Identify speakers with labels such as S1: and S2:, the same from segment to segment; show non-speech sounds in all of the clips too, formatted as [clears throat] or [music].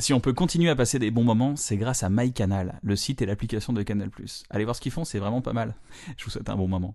S1: Si on peut continuer à passer des bons moments, c'est grâce à MyCanal, le site et l'application de Canal+. Allez voir ce qu'ils font, c'est vraiment pas mal. [laughs] Je vous souhaite un bon moment.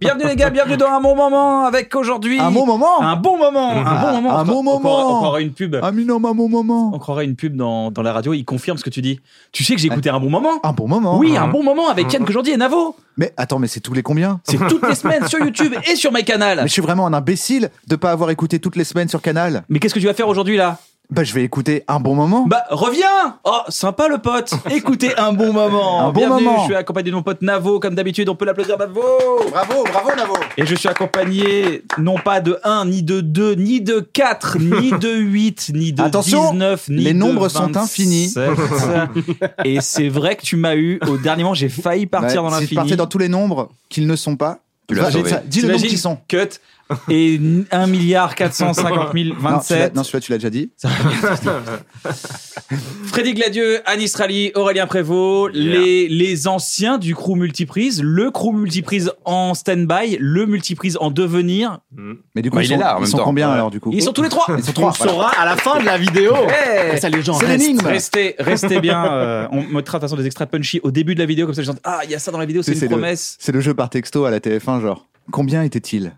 S2: Bienvenue les gars, bienvenue dans un bon moment avec aujourd'hui
S3: Un bon moment
S2: un bon moment, un bon moment.
S3: un
S2: On cro-
S3: bon
S2: on croirait-
S3: moment.
S2: On croirait une pub.
S3: Un minimum, un bon
S2: On
S3: moment
S2: croirait une pub dans, dans la radio. Il confirme ce que tu dis. Tu sais que j'ai écouté un bon moment.
S3: Un bon moment
S2: Oui, un bon moment avec
S4: Mm-hmm.
S2: Ken aujourd'hui et Navo.
S3: Mais attends, mais c'est tous les combien
S2: C'est toutes les semaines sur YouTube et sur MyCanal.
S3: Mais je suis vraiment un imbécile de pas avoir écouté toutes les semaines sur Canal.
S2: Mais qu'est-ce que tu vas faire aujourd'hui là
S3: Bah je vais écouter un bon moment.
S2: Bah reviens Oh sympa
S3: [laughs]
S2: le pote Écoutez un bon moment
S3: Un bon
S2: Bienvenue,
S3: moment.
S2: je suis accompagné de mon pote Navo, comme d'habitude on peut l'applaudir Navo
S3: bravo, bravo Navo
S2: Et je suis accompagné non pas de 1, ni de 2, ni de
S3: [laughs]
S2: 4, ni de 8, ni de
S3: Attention,
S2: 19, ni
S3: les
S2: de
S3: nombres sont infinis. [laughs]
S2: 27. Et c'est vrai que tu m'as eu, au dernier moment j'ai failli partir dans
S3: Si je
S2: l'infini.
S3: partais dans tous les nombres qu'ils ne sont pas,
S4: Tu l'as
S3: Enfin,
S4: sauvé.
S3: ça, dis le nombre
S2: T'imagines
S3: qu'ils sont.
S2: Cut et 1 milliard 450
S3: Non,
S2: 000
S3: celui-là-
S2: 27.
S3: Non, celui-là, tu l'as déjà dit.
S2: [laughs] Freddy Gladieux, [laughs] Anne Israeli, Aurélien Prévost,
S4: Yeah.
S2: les, les anciens du crew Multiprise, le crew Multiprise en stand-by, le Multiprise en devenir.
S3: Mais du coup,
S4: Bah,
S3: ils
S4: il est
S3: sont,
S4: là, en
S3: ils
S4: même
S3: sont
S4: temps.
S3: combien
S4: Ouais.
S3: alors du coup
S2: Ils sont tous les trois.
S3: Ils sont trois. voilà.
S5: à la fin de la vidéo.
S2: Hey
S5: Ça, les gens
S3: C'est
S5: restent.
S3: l'énigme [laughs]
S2: Restez, restez bien. euh, on mettra de toute façon des extraits punchy au début de la vidéo, comme ça les gens disent, Ah, il y a ça dans la vidéo, c'est
S3: C'est-
S2: une
S3: c'est le-
S2: promesse.
S3: C'est le jeu par texto à la TF1, genre. Combien
S2: [laughs]
S3: était-il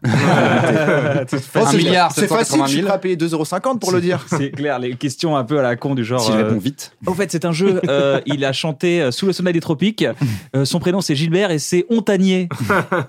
S3: Oh,
S4: Un
S3: c'est-
S4: milliard,
S3: C'est facile,
S4: 780 000.
S3: tu seras payé 2,50€ pour le dire.
S2: C'est clair, les questions un peu à la con du genre.
S4: Si je
S2: euh,
S4: réponds vite.
S2: Au fait, c'est un jeu.
S3: [laughs]
S2: euh, il a chanté euh, Sous le sommeil des tropiques. Euh, son prénom, c'est Gilbert et c'est
S3: [laughs]
S2: Ontanier.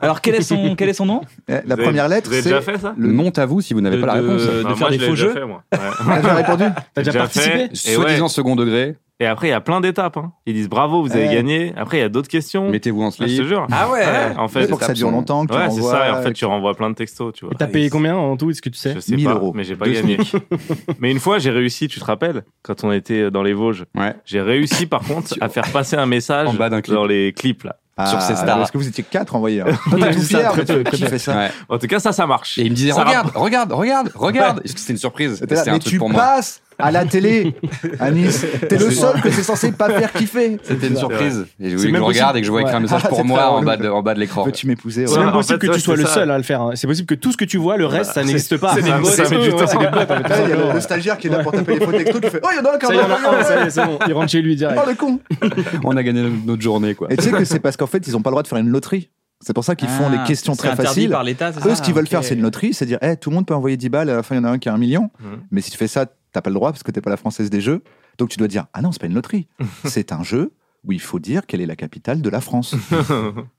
S2: Alors, quel est son, quel est son nom
S3: Eh, La
S6: Vous avez-
S3: première lettre,
S6: Vous avez
S3: c'est.
S6: déjà fait ça
S4: Le nom à vous si vous n'avez
S2: De-
S4: pas la
S2: de-
S4: réponse.
S2: de
S6: Bah,
S2: faire
S6: moi,
S2: des
S6: je l'ai
S2: faux
S6: déjà
S2: jeux.
S6: fait,
S2: [laughs]
S6: moi. Ouais.
S4: [laughs]
S3: Elle a déjà
S6: [laughs]
S3: répondu
S5: T'as déjà
S6: Déjà
S5: participé
S6: fait. Et, ouais.
S4: Soi-disant second degré,
S6: Et après, il y a plein d'étapes. hein. Ils disent bravo, vous avez
S3: Ouais.
S6: gagné. Après, il y a d'autres questions.
S4: mettez-vous en
S6: Je te
S4: slip.
S6: jure.
S2: Ah ouais.
S6: En
S3: Mais
S6: fait,
S3: pour que ça dure
S4: absent.
S3: longtemps, que tu
S6: ouais, c'est
S3: renvoies,
S6: ça. Et en fait,
S3: avec-
S6: tu renvoies plein de textos, tu vois.
S5: Et t'as payé combien en tout Est-ce que tu sais
S6: Je sais
S3: 1000
S6: pas,
S3: euros.
S6: mais j'ai pas
S4: Deux
S6: gagné. [laughs] mais une fois, j'ai réussi, tu te rappelles, quand on était euh, dans les Vosges,
S4: Ouais.
S6: j'ai réussi par
S4: [laughs]
S6: contre à faire passer un message
S4: En bas d'un clip. Ah,
S6: dans les clips là.
S4: sur ces stars.
S3: Parce Ah, que vous étiez quatre envoyés.
S4: Ah,
S2: [laughs]
S3: hein. Toi, t'es tout fier, mais tu- qui fait ça
S4: Ouais.
S6: En tout cas, ça, ça marche.
S4: Et il me disait
S6: Ça
S4: regarde, regarde, regarde, regarde. Est-ce que c'était une surprise
S3: T'étais là,
S4: C'était un
S3: Mais
S4: truc
S3: tu
S4: pour moi.
S3: passes à
S4: [laughs]
S3: la télé, Anis. T'es le seul que c'est censé pas faire kiffer.
S4: C'était une
S6: C'est vrai.
S4: surprise. Et je voulais
S5: C'est
S4: que je
S5: même
S4: regarde
S5: possible.
S4: et que je vois écrire un
S5: Ouais.
S4: message
S3: Ah,
S4: pour
S3: c'est
S4: moi
S3: très
S4: en
S3: relou.
S4: bas de, en bas de l'écran.
S3: Peux-tu m'épouser
S5: C'est
S3: ouais.
S6: Ouais,
S5: même
S6: en
S5: possible
S6: fait,
S5: que
S6: ouais,
S5: tu sois
S6: c'est
S5: le
S6: ça.
S5: seul à le faire. hein. C'est possible que tout ce que tu vois, le reste, ça n'existe pas.
S6: c'est des bots,
S5: c'est
S6: mais
S5: des
S6: putain,
S5: bots,
S6: c'est des
S5: ouais.
S3: Ouais, Il y a le stagiaire qui est là pour taper les faux textos. Tu fais Oh, il y en a un qui
S5: Ça,
S3: en
S5: il y en a un,
S3: a
S5: ça y est, c'est bon. Il rentre chez lui direct.
S3: Oh, le con
S4: [laughs] On a gagné notre journée quoi.
S3: Et tu sais que c'est parce qu'en fait, ils ont pas le droit de faire une loterie. C'est pour ça qu'ils font les questions
S2: Ah, c'est
S3: très
S2: interdit
S3: faciles.
S2: par l'État, c'est
S3: Eux,
S2: ça
S3: ce qu'ils veulent faire,
S2: Ok. Mmh.
S3: c'est une loterie, c'est dire, Eh, tout le monde peut envoyer 10 balles, à la fin, il y en a un qui a un million.
S6: Mhm.
S3: Mais si tu fais ça, t'as pas le droit parce que t'es pas la française des jeux. Donc tu dois dire, ah non, c'est pas une
S2: [laughs]
S3: loterie. c'est un jeu où il faut dire quelle est la capitale de la
S2: [laughs]
S3: France.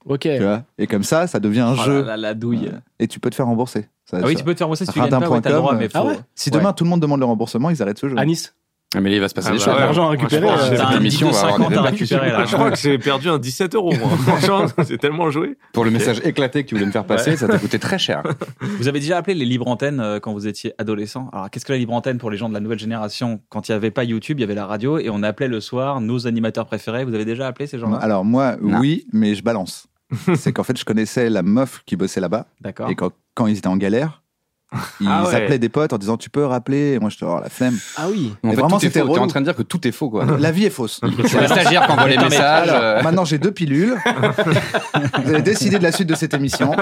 S5: Ok.
S3: tu vois. Et comme ça, ça devient un
S2: Oh là
S3: jeu.
S2: là, la douille.
S3: Et tu peux te faire rembourser. Ça-
S2: Ah oui,
S3: ça-
S2: tu peux te faire rembourser si tu gagnes
S3: Radin
S2: pas, ouais, t'as le
S3: point com,
S2: droit, mais
S3: euh,
S2: faut.
S5: ah ouais
S3: Si demain tout le monde demande le remboursement, ils arrêtent ce jeu.
S5: À Nice
S4: Ah, Mais là, il va se passer
S6: Ah
S4: des
S6: bah,
S4: choses.
S6: ouais.
S5: L'argent à
S6: Moi, je
S5: récupérer.
S6: pense que
S5: euh,
S6: j'ai-
S2: T'as
S4: Cette
S2: un
S4: émission
S2: émission,
S4: va avoir
S2: 50
S4: des
S2: à
S4: répercussions.
S2: récupérer là.
S6: Je crois que j'ai perdu un 17 euros,
S4: [laughs]
S6: moi. Franchement, j'ai tellement joué.
S4: Pour le message éclaté que tu voulais me faire passer,
S6: Ouais.
S4: ça t'a coûté très cher.
S2: Vous avez déjà appelé les libres antennes euh, quand vous étiez adolescent. Alors, qu'est-ce que la libre antenne pour les gens de la nouvelle génération Quand il n'y avait pas YouTube, il y avait la radio et on appelait le soir nos animateurs préférés. Vous avez déjà appelé ces gens-là
S3: Alors moi,
S4: Non.
S3: oui, mais
S4: [laughs]
S3: je balance. c'est qu'en fait, je connaissais la meuf qui bossait là-bas.
S2: D'accord.
S3: Et quand, quand ils étaient
S4: [laughs]
S3: en galère, ils
S6: Ah ouais.
S3: appelaient des potes en disant Tu peux rappeler Et Moi, je te oh, la flemme.
S5: Ah oui.
S4: En
S3: Mais
S4: fait,
S3: vraiment,
S4: tout est
S3: c'était
S4: faux. T'es en
S3: relou.
S4: train de dire que tout est faux quoi. [laughs]
S3: La vie est fausse.
S4: C'est le stagiaire qui envoie les
S2: Attends, mais-
S4: messages.
S3: Alors,
S4: euh,
S3: maintenant, j'ai
S4: [laughs]
S3: deux pilules. Vous allez décider de la suite de cette émission.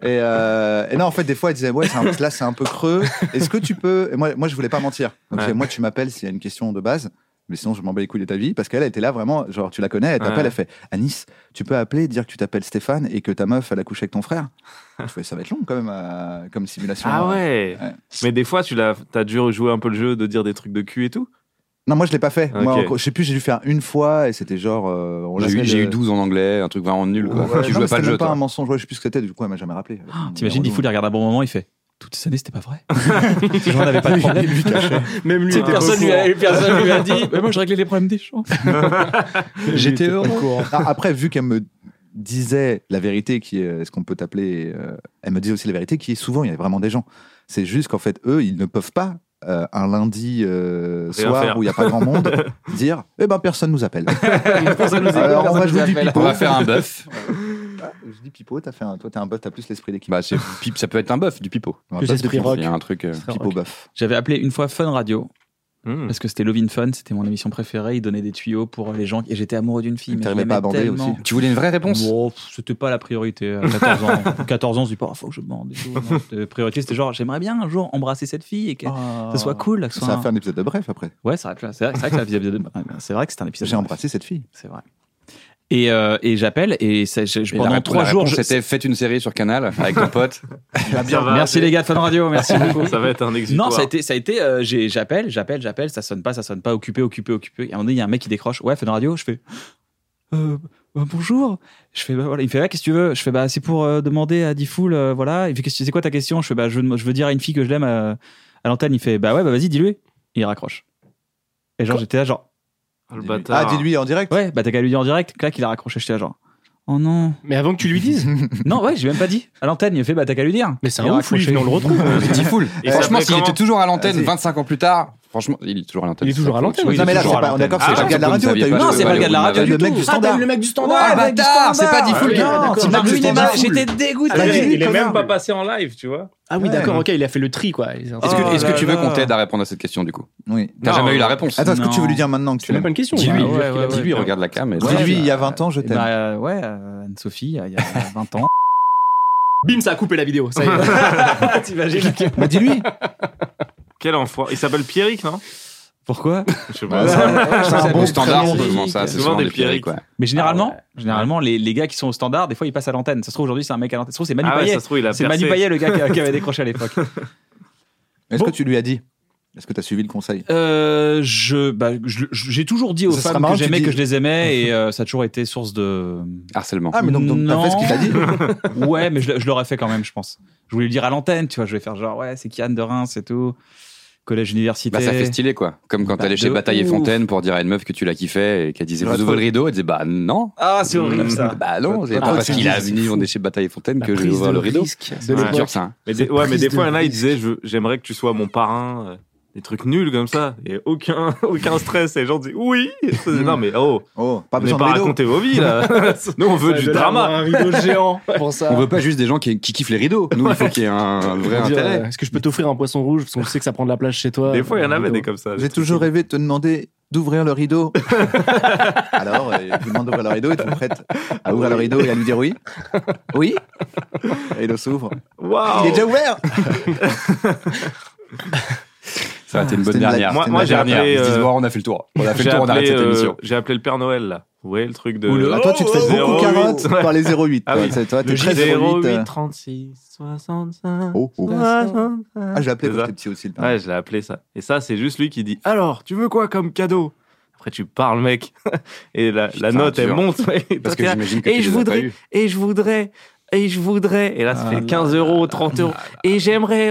S3: Et, euh, et non, en fait, des fois, ils disaient Ouais, c'est un- là, c'est un peu creux. Est-ce que tu peux. Et moi, moi, je voulais pas mentir. Donc,
S6: Ouais.
S3: j'ai- moi, tu m'appelles s'il y a une question de base. Mais sinon, je m'en bats les couilles de ta vie. Parce qu'elle, elle était là vraiment. Genre, tu la connais, elle t'appelle,
S6: Ouais.
S3: elle fait Anis, tu peux appeler, dire que tu t'appelles Stéphane et que ta meuf, elle a couché avec ton
S6: [laughs]
S3: frère. Je fais, ça va être long quand même euh, comme simulation.
S6: Ah ouais.
S3: Ouais.
S6: Mais des fois, tu l'as, t'as dû rejouer un peu le jeu de dire des trucs de cul et tout.
S3: Non, moi je l'ai pas fait. Moi,
S6: Ok.
S3: en gros, je sais plus, j'ai dû faire une fois et c'était genre. euh, on
S4: J'ai eu,
S3: l'appelle,
S4: j'ai eu
S3: euh,
S4: 12 en anglais, un truc vraiment nul. Quoi.
S3: Ouais,
S4: tu
S3: non,
S4: jouais
S3: mais
S4: pas le
S3: c'était même
S4: jeu,
S3: pas
S4: toi.
S3: un mensonge, ouais, je sais plus ce que c'était, du coup, elle m'a jamais rappelé.
S2: Ah, T'imagines, il
S3: il
S2: faut les regarder un bon moment, il fait toutes ces années, c'était
S3: [laughs]
S2: pas vrai. [laughs] Ces gens n'avaient pas de problème. [laughs]
S5: Même lui,
S2: Tu sais,
S5: était hein.
S2: personne,
S5: pas au
S2: lui
S5: courant.
S2: a, personne lui a dit, mais moi je réglais les problèmes des gens.
S3: J'étais
S5: était pas au
S3: heureux.
S5: courant.
S3: Ah, Après, vu qu'elle me disait la vérité, qui est ce qu'on peut appeler, euh, elle me disait aussi la vérité, qui est souvent, il y a vraiment des gens. C'est juste qu'en fait, eux, ils ne peuvent pas. euh, un lundi euh,
S6: Rien
S3: soir
S6: faire.
S3: où il n'y a pas grand monde, dire Eh ben personne nous appelle.
S2: Personne nous écoute,
S3: Alors on
S2: personne
S3: va
S2: nous
S3: jouer du
S2: appelle.
S3: pipeau.
S4: On va faire un
S3: [laughs]
S4: bœuf.
S3: Ah, Je dis pipeau, t'as fait un... toi t'es un bœuf, t'as plus l'esprit d'équipe.
S4: Bah, c'est pip- ça peut être un bœuf, du pipeau.
S3: Un
S5: plus
S3: bœuf de
S5: esprit
S3: pipeau.
S5: rock.
S4: Il y a un truc. euh,
S3: Pipeau bœuf.
S2: J'avais appelé une fois Fun Radio
S6: Hmm.
S2: parce que c'était Lovin Fun, c'était mon émission préférée. Ils donnaient des tuyaux pour les gens et j'étais amoureux d'une fille. mais je
S3: T'arrivais pas à
S2: l'aimais
S3: bander
S2: tellement.
S3: aussi
S4: Tu voulais une vraie réponse
S2: Bon, pff, c'était pas la priorité. À 14 ans, À 14 ans, je dis pas, Ah, faut que je bande. et tout.
S3: [laughs]
S2: Non, c'était- La euh, priorité, c'était genre, j'aimerais bien un jour embrasser cette fille et que ça soit cool. que ce
S3: Oh.
S2: soit
S3: Ça
S2: un-
S3: va faire un épisode de bref après.
S2: Ouais, c'est vrai, que- c'est vrai, c'est vrai que c'est un épisode. de- C'est vrai que c'est un épisode.
S3: J'ai embrassé cette fille.
S2: C'est vrai. Et, euh, et j'appelle et ça- je, je-
S4: Et la
S2: pendant
S4: rép-
S2: trois
S4: la
S2: jours,
S4: réponse,
S2: je-
S4: C'était faites une série sur
S2: [laughs]
S4: Canal avec ton pote.
S6: [laughs] Ça va,
S2: Merci
S6: c'est-
S2: les gars de Fun
S6: [laughs]
S2: Radio, merci beaucoup.
S6: Ça va être un exitoire.
S2: Non, ça a été, ça a été. euh, j'ai- j'appelle, j'appelle, j'appelle, ça sonne pas, ça sonne pas, occupé, occupé, occupé. Et à un moment donné, il y a un mec qui décroche. Ouais, Fun Radio. Je fais. euh, bah, bonjour. Je fais. Bah, voilà. Il fait. Ouais, qu'est-ce que tu veux Je fais. Bah, c'est pour euh, demander à Diffoul. euh, voilà. Il fait. qu'est-ce que- C'est quoi ta question Je fais. Bah, je veux, je veux dire à une fille que je l'aime euh, à l'antenne. Il fait. Bah ouais. Bah vas-y, dis-lui. Et il raccroche. Et genre, j'étais là, genre.
S6: Ah, le
S4: Ah,
S3: Ah,
S6: bâtard.
S3: dis-lui en direct.
S2: Ouais. Bah t'as qu'à lui dire en direct. Clac, il a raccroché. J'étais là, genre. Oh non.
S5: Mais avant que tu lui [laughs] dises.
S2: non, ouais, j'ai même pas dit. À l'antenne, il fait. Bah t'as qu'à lui dire.
S5: Mais c'est
S2: Il
S5: un
S2: a
S5: ouf, lui,
S2: raccroché.
S5: venez, on le retrouve.
S2: [laughs]
S4: Diffoul.
S6: Et
S4: Franchement,
S6: ça s'appelait
S4: s'il était
S6: comment
S4: toujours à l'antenne
S3: Vas-y.
S4: 25 ans plus tard, franchement, il est toujours à l'antenne.
S5: Il est toujours à l'antenne,
S4: Oui,
S5: oui,
S3: non, mais là,
S5: toujours
S3: c'est
S5: à
S3: pas, on est d'accord,
S6: Ah,
S3: c'est pas le
S6: je
S3: gars de la
S4: pensais que
S3: radio.
S4: vous
S3: t'as eu
S4: ne
S2: Non,
S4: saviez
S2: c'est pas le gars de la radio
S3: bah, Le
S2: du
S3: mec
S2: tout.
S5: Ah,
S3: du standard.
S5: mec du
S2: Ouais,
S4: Ah,
S2: mec du
S4: bâtard, c'est
S2: standard.
S4: pas Diffoul.
S5: Ah, oui,
S2: Non,
S5: d'accord.
S2: tu m'as
S3: Mec du
S2: ruiné ma
S3: standard.
S2: vie, J'étais dégoûté.
S5: Ah, mais
S7: il est
S5: Connard.
S7: même pas passé en live, tu vois.
S5: Ah oui,
S3: Ouais.
S5: d'accord, ok, il a fait le tri, quoi. Il-
S4: Est-ce
S5: C'est
S4: que, est-ce que
S6: là
S4: tu veux
S6: là.
S4: qu'on t'aide à répondre à cette question du coup
S3: Oui.
S4: T'as
S6: Non,
S4: jamais eu la
S6: euh,
S4: réponse.
S3: Attends, est-ce que tu veux
S2: Non.
S3: lui
S4: Ah,
S3: dire maintenant que tu
S5: même pas
S3: l'aimes
S5: une question.
S2: Dis-lui.
S5: Ah,
S2: Ouais,
S5: ouais,
S2: ouais,
S5: ouais.
S2: ouais.
S4: Dis-lui, regarde la cam. et-
S2: Ouais.
S3: Dis-lui, il y a 20 ans, je
S2: Eh ben,
S3: t'aime.
S2: euh, ouais, euh, Anne-Sophie, euh, il y a [laughs] 20 ans.
S5: Bim, ça a coupé la vidéo.
S2: [laughs]
S5: Ça y est. [laughs] Ah,
S2: T'imagines
S3: Bah, dis-lui.
S6: Quel enfant. Il s'appelle Pierrick, non
S2: Pourquoi
S6: Je sais
S3: Bah, c'est un-
S4: C'est
S3: c'est
S4: un bon standard,
S3: prénom.
S4: souvent, ça. C'est
S6: Souvent
S4: souvent
S6: des
S4: des pires,
S6: Pierrick.
S4: quoi.
S2: Mais généralement,
S5: Ah
S2: généralement les, les gars qui sont au standard, des fois ils passent à l'antenne. Ça se trouve aujourd'hui c'est un mec à l'antenne. Ça se trouve c'est Manu
S6: Ah ouais,
S2: Payet.
S6: ça se trouve, il a
S2: c'est Manu
S6: percé.
S2: Payet le gars qui, qui
S5: [laughs]
S2: avait décroché à l'époque.
S3: Est-ce
S2: Bon.
S3: que tu lui as dit Est-ce que t'as suivi le conseil
S2: Euh, je, bah, je- je- j'ai toujours dit aux
S3: Ça serait
S2: femmes
S3: marrant
S2: que
S3: que tu
S2: j'aimais
S3: dis-
S2: que je
S4: [laughs]
S2: les aimais et euh, ça a toujours été source de.
S4: Harcèlement.
S3: Ah, mais donc, donc t'as fait ce qu'il t'a dit
S2: [laughs] Ouais, mais je, le- je l'aurais fait quand même, je pense. Je voulais le dire à l'antenne, tu vois. Je vais faire genre ouais, c'est Kian de Reims et tout, collège université.
S4: Bah, ça fait
S2: [laughs]
S4: stylé, quoi. Comme quand
S2: Bah,
S4: t'allais chez
S2: de
S4: Bataille et
S2: ouf.
S4: Fontaine pour dire à une meuf que tu la kiffais et qu'elle disait
S3: Ouais,
S4: Vous
S3: trop-
S4: ouvrez le rideau Elle disait Bah non.
S2: Ah, c'est horrible ça.
S4: Bah non, c'est
S3: Ah,
S4: pas parce
S3: tu
S4: qu'il
S3: dis,
S4: a
S3: c'est
S4: venu,
S3: fou.
S4: on est chez Bataille et Fontaine
S5: La
S4: que je vais
S5: prise
S4: ouvrir
S5: de
S4: le rideau.
S5: risque de
S4: C'est
S6: Ouais.
S5: l'époque.
S4: dur, ça. hein.
S6: Mais des-
S5: Cette
S6: ouais, mais
S5: prise
S6: des
S5: de
S6: fois, il y en a, ils
S5: risque.
S6: disaient je- J'aimerais que tu sois mon parrain. euh, Des trucs nuls comme ça. Et aucun, [laughs] aucun stress. Et les gens disent
S5: [laughs]
S6: Oui Non, mais oh,
S3: Oh, pas
S6: mais
S3: besoin de
S6: pas
S3: rideau.
S6: raconter vos vies, là. Nous, on veut
S5: Ouais,
S6: du
S5: de là,
S6: drama.
S5: avoir
S6: [laughs]
S5: Un rideau géant hein, pour ça.
S4: On veut pas juste des gens qui, qui kiffent les rideaux. Nous, il faut qu'il y ait un vrai
S5: Pour dire,
S4: intérêt.
S5: euh, Est-ce que je peux t'offrir un poisson rouge parce qu'on sait que ça prend de la plage chez toi
S6: Des fois, il y en
S5: Euh,
S6: avait
S5: rideau.
S6: des comme ça. des
S3: J'ai
S6: trucs
S3: toujours rêvé de te demander d'ouvrir le
S2: [laughs]
S3: rideau. Alors, euh, je vous demande d'ouvrir le rideau et tu es prête à ouvrir le rideau et à lui dire oui Oui Et le s'ouvre.
S6: Waouh
S3: Il est déjà ouvert
S4: Ça a été une bonne
S3: c'était une
S4: dernière. C'était
S3: blague. Moi-
S4: une
S3: moi,
S4: bonne
S3: j'ai
S4: dernière.
S6: appelé,
S4: Ils se disent,
S6: euh,
S4: bon, on a fait le tour. On a fait
S6: J'ai
S4: le tour, on arrête
S6: appelé,
S4: cette
S6: euh,
S4: émission.
S6: j'ai appelé le Père Noël, là. Vous voyez le truc de.
S3: Ouh là, Ah, toi, tu te fais
S6: oh,
S3: beaucoup
S6: oh,
S3: carottes
S6: oh, oh.
S3: par les 08.
S6: Ah
S3: toi,
S6: oui.
S3: c'est- toi, t'es
S6: Le
S3: très 08.
S6: 08,
S3: euh,
S6: 36, 65.
S3: Oh, oh.
S2: Hein
S3: Ah, je l'ai appelé
S6: C'est
S3: quand
S6: ça.
S3: j'étais petit aussi. le père.
S6: Ouais, je l'ai appelé ça. Et ça, c'est juste lui qui dit Alors, tu veux quoi comme cadeau Après, tu parles, mec. [laughs] Et la, la
S4: Putain,
S6: note, elle
S4: dur.
S6: monte. Et toi,
S4: Parce que
S6: t'es là,
S4: j'imagine que
S6: Et
S4: tu
S6: je
S4: les as
S6: voudrais-
S4: pas eus.
S6: Et je voudrais. Et je voudrais. Et là, ça
S2: Ah
S6: fait
S2: là
S6: 15 euros, 30 euros. Et j'aimerais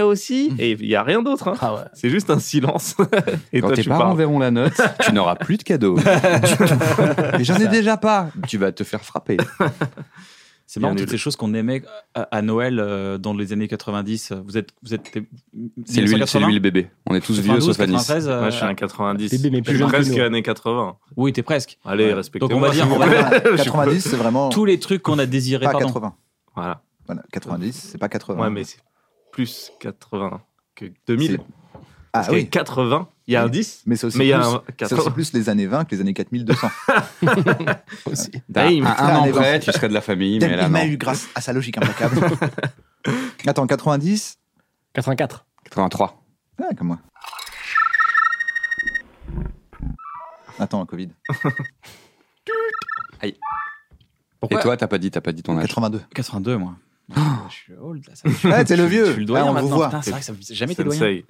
S4: [laughs]
S6: aussi. Et il n'y a rien d'autre. hein.
S5: Ah ouais.
S6: C'est juste un silence. [laughs] Et
S4: Quand
S6: toi,
S4: tes
S6: tu
S4: parents
S6: parles.
S4: verront la
S6: [laughs]
S4: note, tu n'auras plus de cadeaux.
S3: Et j'en ai déjà pas.
S4: tu vas te faire frapper.
S2: C'est marrant
S6: Bien
S2: toutes
S6: nul.
S2: les choses qu'on aimait à, à Noël euh, dans les années 90. Vous êtes, vous êtes.
S4: C'est l'huile, c'est
S2: 1980?
S4: l'huile bébé. On est tous vieux
S2: 92,
S4: sauf Anis.
S2: 93, euh,
S6: Moi, je suis un 90.
S5: Bébé, mais
S6: Je
S5: plus
S6: suis
S5: jeune que
S6: presque
S5: nous.
S6: années 80.
S2: Oui, t'es presque.
S6: Allez,
S2: Ouais.
S6: respectez-moi.
S2: Donc on va dire, on va dire
S6: [laughs]
S5: [laughs]
S3: 90, c'est vraiment
S2: tous les trucs qu'on a désirés.
S3: pas
S2: pardon.
S3: 80.
S6: [laughs] Voilà.
S3: Voilà, 90, c'est pas 80.
S6: Ouais, mais c'est plus 80 que 2000.
S3: C'est-
S6: Parce
S3: Ah
S6: que
S3: oui,
S6: 80, il y a un
S3: Oui.
S6: 10,
S3: mais c'est aussi,
S6: mais il y a
S3: plus-
S6: un
S3: c'est aussi
S6: 80.
S3: plus les années 20 que les années
S6: [laughs]
S3: 4200.
S5: Aussi.
S4: T'as
S6: Hey,
S4: un,
S3: putain,
S4: un an
S3: les
S4: près,
S6: [laughs]
S3: enfants.
S4: tu serais de la famille, mais là
S3: Il
S4: non.
S3: m'a eu grâce à sa logique implacable. Attends, 90
S5: 84.
S4: 83.
S3: Ah, comme moi. Attends, Covid.
S4: Et toi, t'as pas dit, t'as pas dit ton âge.
S3: 82.
S2: 82, moi. Oh, je suis old. Là, ça, je,
S3: Ah, t'es le
S2: je-
S3: vieux.
S2: Je suis le doyen
S3: Ah, on vous
S2: maintenant.
S3: voit.
S2: Putain, c'est vrai que ça, j'ai jamais été doyen.
S6: Sensei.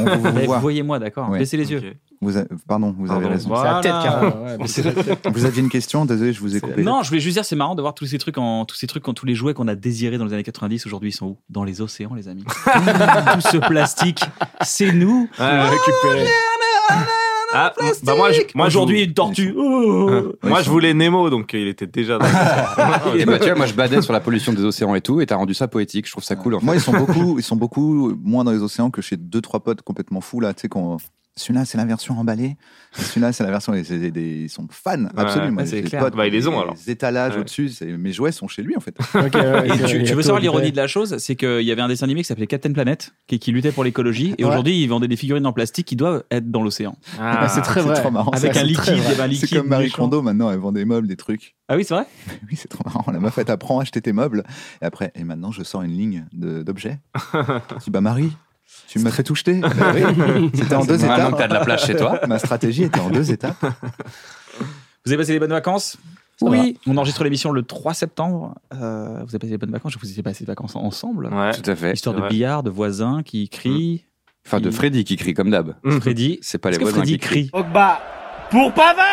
S3: On vous
S2: Mais
S3: voit.
S2: Voyez-moi, d'accord.
S3: Ouais.
S2: Baissez les
S6: Ok.
S2: yeux.
S3: Vous a- Pardon, vous avez
S6: Pardon.
S3: raison.
S5: C'est la tête,
S2: Voilà.
S5: Caro. ouais, mais c'est la tête.
S3: Vous aviez une question, désolé, je vous ai coupé.
S2: Non, je voulais juste dire, c'est marrant de voir tous ces trucs, en, tous ces trucs, en, tous les jouets qu'on a désirés dans les années 90. Aujourd'hui, ils sont où Dans les océans, les
S3: [laughs]
S2: amis. Tout ce plastique, c'est nous.
S6: récupérer. Ah, bah moi, je- moi
S2: Aujourd'hui,
S6: aujourd'hui,
S2: une tortue.
S3: Ouais, ils
S6: moi je
S3: sont-
S6: voulais Nemo, donc euh, il
S3: [laughs]
S6: était déjà. Dans...
S4: Et bah, tu vois, moi, je badais sur la pollution des océans et tout, et t'as rendu ça poétique. Je trouve ça cool. En fait.
S3: Moi, ils
S4: [laughs]
S3: sont
S6: [laughs]
S3: beaucoup, ils sont beaucoup moins dans les océans que chez deux trois potes complètement fous là. Tu sais qu'on celui-là, c'est la version emballée. Celui-là, c'est la version. et c'est des- des- ils sont fans, absolument.
S6: ouais, c'est
S3: J'ai des
S6: clair. Bah, ils les ont, alors.
S3: Les étalages
S6: Ouais.
S3: au-dessus, c'est- mes jouets sont chez lui en fait. [laughs]
S5: Ok, ouais, ouais,
S2: Et tu, tu
S5: c'est vrai, il y a
S2: veux
S5: tout
S2: savoir
S5: récupéré.
S2: l'ironie de la chose C'est qu'il y avait un dessin animé qui s'appelait Captain Planet, qui, qui luttait pour l'écologie, et
S5: Ouais.
S2: aujourd'hui, ils vendaient des figurines en plastique qui doivent être dans l'océan.
S5: Ah, c'est très
S3: C'est
S5: vrai.
S3: trop marrant.
S5: Ça,
S2: Avec
S5: c'est
S2: un
S5: très
S2: liquide,
S5: vrai.
S2: des
S3: C'est
S2: liquide.
S3: comme Marie
S2: méchant.
S5: [laughs]
S3: Kondo maintenant, elle vend des meubles, des trucs.
S2: Ah oui, c'est vrai
S3: [laughs] Oui, c'est trop marrant. La meuf, elle t'apprend, je t'étais meubles. Et après, et maintenant, je sors une ligne de- d'objets. Je dis, bah Marie, tu m'as fait tout jeter. Bah oui. C'était en deux
S4: Maintenant
S3: étapes.
S4: que t'as de la plage chez toi.
S3: [laughs] Ma stratégie était en deux étapes.
S2: Vous avez passé des bonnes vacances
S5: Ça
S2: Oui. On enregistre l'émission le 3 septembre. Euh, vous avez passé des bonnes vacances Je vous ai passé des vacances ensemble.
S6: Ouais.
S4: Tout à fait.
S2: Histoire
S6: c'est
S2: de
S6: vrai.
S2: billard, de voisins qui crient.
S4: Enfin, de Freddy qui crie comme d'hab.
S6: Mm.
S2: Freddy.
S4: C'est pas les
S2: Est-ce que
S4: voisins
S2: Freddy
S4: qui crient.
S2: crie
S8: Pogba pour Pavard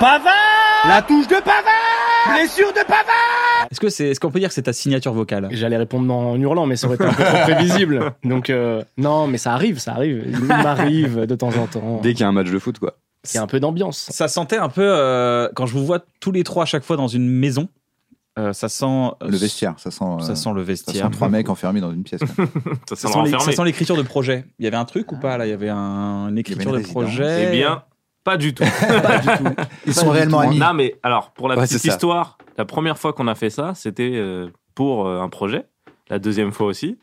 S8: Pavard La touche de Pavard Blessure de Pavard
S2: Est-ce que c'est, est-ce qu'on peut dire que c'est ta signature vocale
S5: J'allais répondre en hurlant, mais ça aurait été un peu trop prévisible. Donc, euh, non, mais ça arrive, ça arrive. Il m'arrive de temps en temps.
S4: Dès qu'il y a un match de foot, quoi.
S5: Il y a un
S3: [laughs]
S5: peu d'ambiance.
S2: Ça sentait un peu euh, quand je vous vois tous les trois à chaque fois dans une maison. euh, ça sent
S3: Le vestiaire, ça sent. euh,
S2: Ça sent le
S3: ça
S2: vestiaire.
S3: sent trois mecs enfermés dans une pièce. quoi.
S6: [laughs] Ça sent
S2: Ça sent les- ça
S6: l'enfermé.
S2: sent l'écriture de projet. Il y avait un truc ou pas là Il y avait un, une écriture
S3: une
S2: de
S3: résidence.
S2: projet.
S6: Eh bien, pas [laughs] du tout.
S2: pas du tout.
S3: Ils sont réellement amis.
S4: hein.
S6: Non, mais alors, pour la
S4: Ouais,
S6: petite
S4: c'est ça.
S6: histoire, la première fois qu'on a fait ça, c'était euh, pour euh, un projet. La deuxième fois aussi.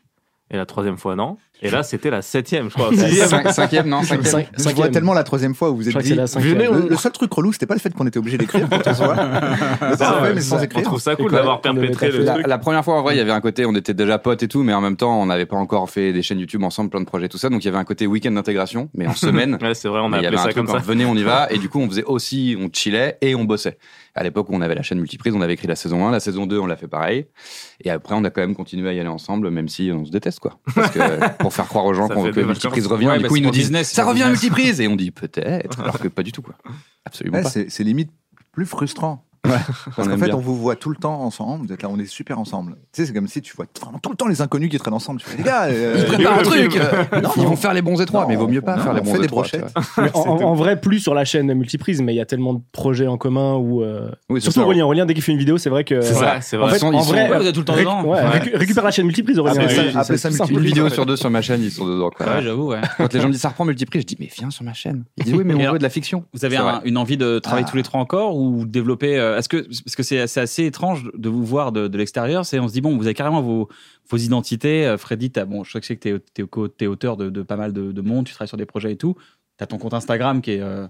S6: Et la troisième fois, non. Et là, c'était la septième, je crois. Sixième.
S4: Cin- Cinquième, non, cinquième.
S5: Cinq-
S3: Je
S5: cinquième.
S3: vois tellement la troisième fois où vous
S5: Je
S3: êtes
S5: crois que
S3: dit.
S5: c'est la cinquième.
S6: venez,
S3: Le, le seul truc relou, c'était pas le fait qu'on était obligé d'écrire quand on se
S6: [laughs]
S3: voit. [laughs] On s'en
S6: Ah, ouais,
S3: fait, mais sans
S6: On
S3: écrire.
S6: trouve ça cool
S4: quoi,
S6: d'avoir
S5: on devait
S6: perpétré le
S5: taper
S4: La,
S6: truc.
S4: la première fois, en vrai, il y avait un côté, on était déjà potes et tout, mais en même temps, on n'avait pas encore fait des chaînes YouTube ensemble, plein de projets, tout ça. Donc, il y avait un côté week-end d'intégration, mais
S6: [laughs]
S4: en semaine.
S6: Ouais, c'est vrai, on
S4: Mais
S6: a
S4: il y avait
S6: appelé
S4: un
S6: ça
S4: truc
S6: comme
S4: en
S6: ça.
S4: venez on y va
S6: [laughs]
S4: et du coup on faisait aussi on chillait et on bossait à l'époque où on avait la chaîne multiprise on avait écrit la saison 1 la saison 2 on l'a fait pareil et après on a quand même continué à y aller ensemble même si on se déteste quoi parce
S6: [laughs]
S4: que pour faire croire aux gens
S6: Ça
S4: qu'on-
S6: fait
S4: que
S6: des
S4: multiprise
S6: vacances.
S4: revient
S2: Ouais,
S4: du
S2: bah,
S4: coup
S2: c'est
S4: ils nous
S2: pour
S4: disent
S2: business, c'est
S4: ça
S2: pour
S4: revient
S2: business.
S4: multiprise et on dit peut-être alors que pas du tout quoi absolument
S3: Ouais,
S4: pas
S3: c'est c'est limite plus frustrant. Parce
S4: On
S3: qu'en
S4: aime
S3: fait,
S4: bien.
S3: on vous voit tout le temps ensemble. Vous êtes là, on est super ensemble. Tu sais, c'est comme si tu vois vraiment tout le temps les inconnus qui traînent ensemble. Tu fais, les gars, euh,
S4: ils préparent un truc euh,
S3: Non,
S4: ils
S3: non.
S4: vont faire les bons étroits
S3: Non,
S4: mais vaut mieux
S3: on-
S4: pas
S3: non,
S4: faire
S3: on
S4: les
S3: fait
S4: bons
S3: des
S4: étroits
S3: brochettes.
S4: tu vois.
S5: Mais en, en- en vrai, plus sur la chaîne multiprise, mais il y a tellement de projets en commun où. euh,
S4: oui c'est
S5: Surtout
S4: ça
S5: Aurélien, Aurélien, dès qu'il fait une vidéo, c'est vrai que. euh,
S6: C'est ça, c'est
S5: En
S6: vrai.
S5: fait,
S4: Ils sont-
S5: en
S4: ils sont-
S5: vrai,
S2: Ouais, vous êtes tout le temps
S5: récu-
S2: dedans.
S5: ouais,
S6: Ouais.
S5: récu- récupère la chaîne multiprise, Aurélien.
S3: Appelle
S6: oui,
S3: ça-
S6: oui,
S5: C'est-
S3: appelle
S5: c'est
S3: ça multiprise.
S5: tout
S4: une
S5: simple.
S4: vidéo sur deux sur ma chaîne ils sont dedans quoi
S2: Ouais, j'avoue. ouais.
S4: quand les gens me disent ça reprend multiprise je dis mais viens sur ma chaîne ils disent oui mais
S2: Et
S4: on
S2: alors-
S4: veut de la fiction
S2: Vous avez
S4: C'est
S2: un-
S4: vrai.
S2: une envie de travailler
S3: Ah.
S2: tous les trois encore ou développer euh, Est-ce que parce que c'est c'est assez étrange de vous voir de, de l'extérieur, c'est on se dit bon, vous avez carrément vos vos identités. Euh, Freddy, t'as bon, je sais que c'est que t'es t'es au co- t'es auteur de, de pas mal de, de monde, tu travailles sur des projets et tout. T'as ton compte Instagram qui est euh,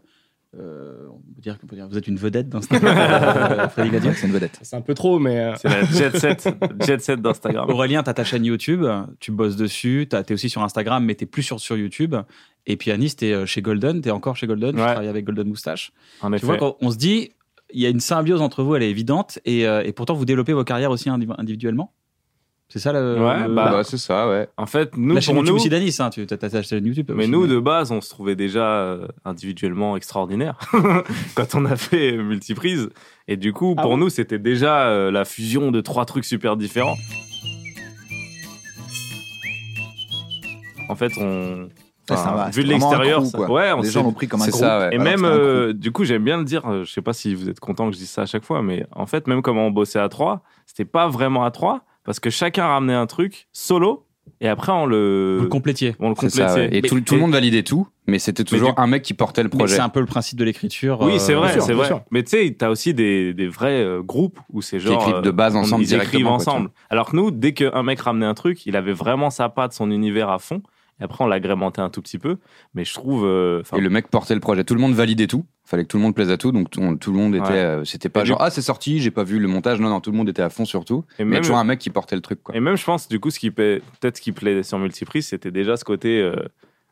S2: euh, on peut dire, on peut dire, vous êtes une vedette d'Instagram.
S3: [laughs]
S2: euh, Freddy Gladieux.
S3: C'est une vedette.
S5: C'est un peu trop, mais. euh,
S6: C'est la jet
S5: [laughs]
S6: set, jet set d'Instagram.
S2: Aurélien, t'as ta chaîne YouTube, tu bosses dessus, t'as- t'es aussi sur Instagram, mais t'es plus sur, sur YouTube. Et puis Anis, t'es euh, chez Golden, t'es encore chez Golden, tu
S6: Ouais.
S2: travailles avec Golden Moustache.
S6: En
S2: Tu vois,
S6: effet.
S2: quand on se dit, il y a une symbiose entre vous, elle est évidente, et, euh, et pourtant vous développez vos carrières aussi indiv- individuellement. C'est ça le.
S6: Ouais,
S2: le-
S6: bah,
S4: Bah, c'est ça ouais
S6: En fait,
S2: la
S6: nous, pour
S2: chaîne YouTube
S6: nous,
S2: aussi d'Anis, hein, tu t'as t'as ta chaîne YouTube.
S6: Mais
S2: aussi,
S6: nous, de base, on se trouvait déjà euh, individuellement extraordinaires [laughs] quand on a fait euh, Multiprise. Et du coup,
S3: Ah
S6: pour nous, c'était déjà euh, la fusion de trois trucs super différents. En fait, on.
S3: Ça,
S6: enfin,
S3: ça va,
S6: vu de
S3: c'est vraiment un
S6: l'extérieur,
S3: crew,
S6: ça-
S3: quoi.
S6: ouais, on
S3: les
S6: s'est-
S3: gens l'ont pris comme un
S4: C'est
S3: groupe.
S4: ça, ouais.
S6: et
S3: alors que
S6: même,
S3: c'était un
S6: euh, du coup, j'aime bien le dire, euh, je sais pas si vous êtes content que je dise ça à chaque fois, mais en fait, même comme on bossait à trois, c'était pas vraiment à trois, parce que chacun ramenait un truc solo, et après, on le,
S2: Vous le complétiez.
S6: on le
S4: C'est ça,
S6: complétait.
S4: ouais. Et
S6: Mais-
S4: tout, tout le monde validait tout, mais c'était toujours
S6: du-
S4: un mec qui portait le
S2: Mais
S4: projet.
S2: C'est un peu le principe de l'écriture. euh,
S6: Oui, c'est vrai,
S2: bien sûr.
S6: c'est vrai.
S5: sûr.
S6: Mais tu sais, t'as aussi des, des vrais euh, groupes où c'est genre.
S4: écrivent de
S6: euh,
S4: base
S6: on-
S4: ensemble
S6: Ils écrivent
S4: directement, quoi, tu
S6: ensemble. Alors que nous, dès qu'un mec ramenait un truc, il avait vraiment sa patte, son univers à fond. Et après, on l'agrémentait un tout petit peu. Mais je trouve. euh, enfin,
S4: Et le mec portait le projet. Tout le monde validait tout. Fallait que tout le monde plaise à tout. Donc tout, on- tout le monde était.
S6: Ouais.
S4: euh, C'était pas
S6: Et
S4: genre
S6: du-
S4: ah c'est sorti, j'ai pas vu le montage. Non non, tout le monde était à fond sur tout.
S6: et
S4: Mais il y a
S6: même,
S4: toujours un mec qui portait le truc quoi.
S6: et même, je pense, du coup, ce qui plaît- peut-être ce qui plaît sur Multiprise, c'était déjà ce côté. euh,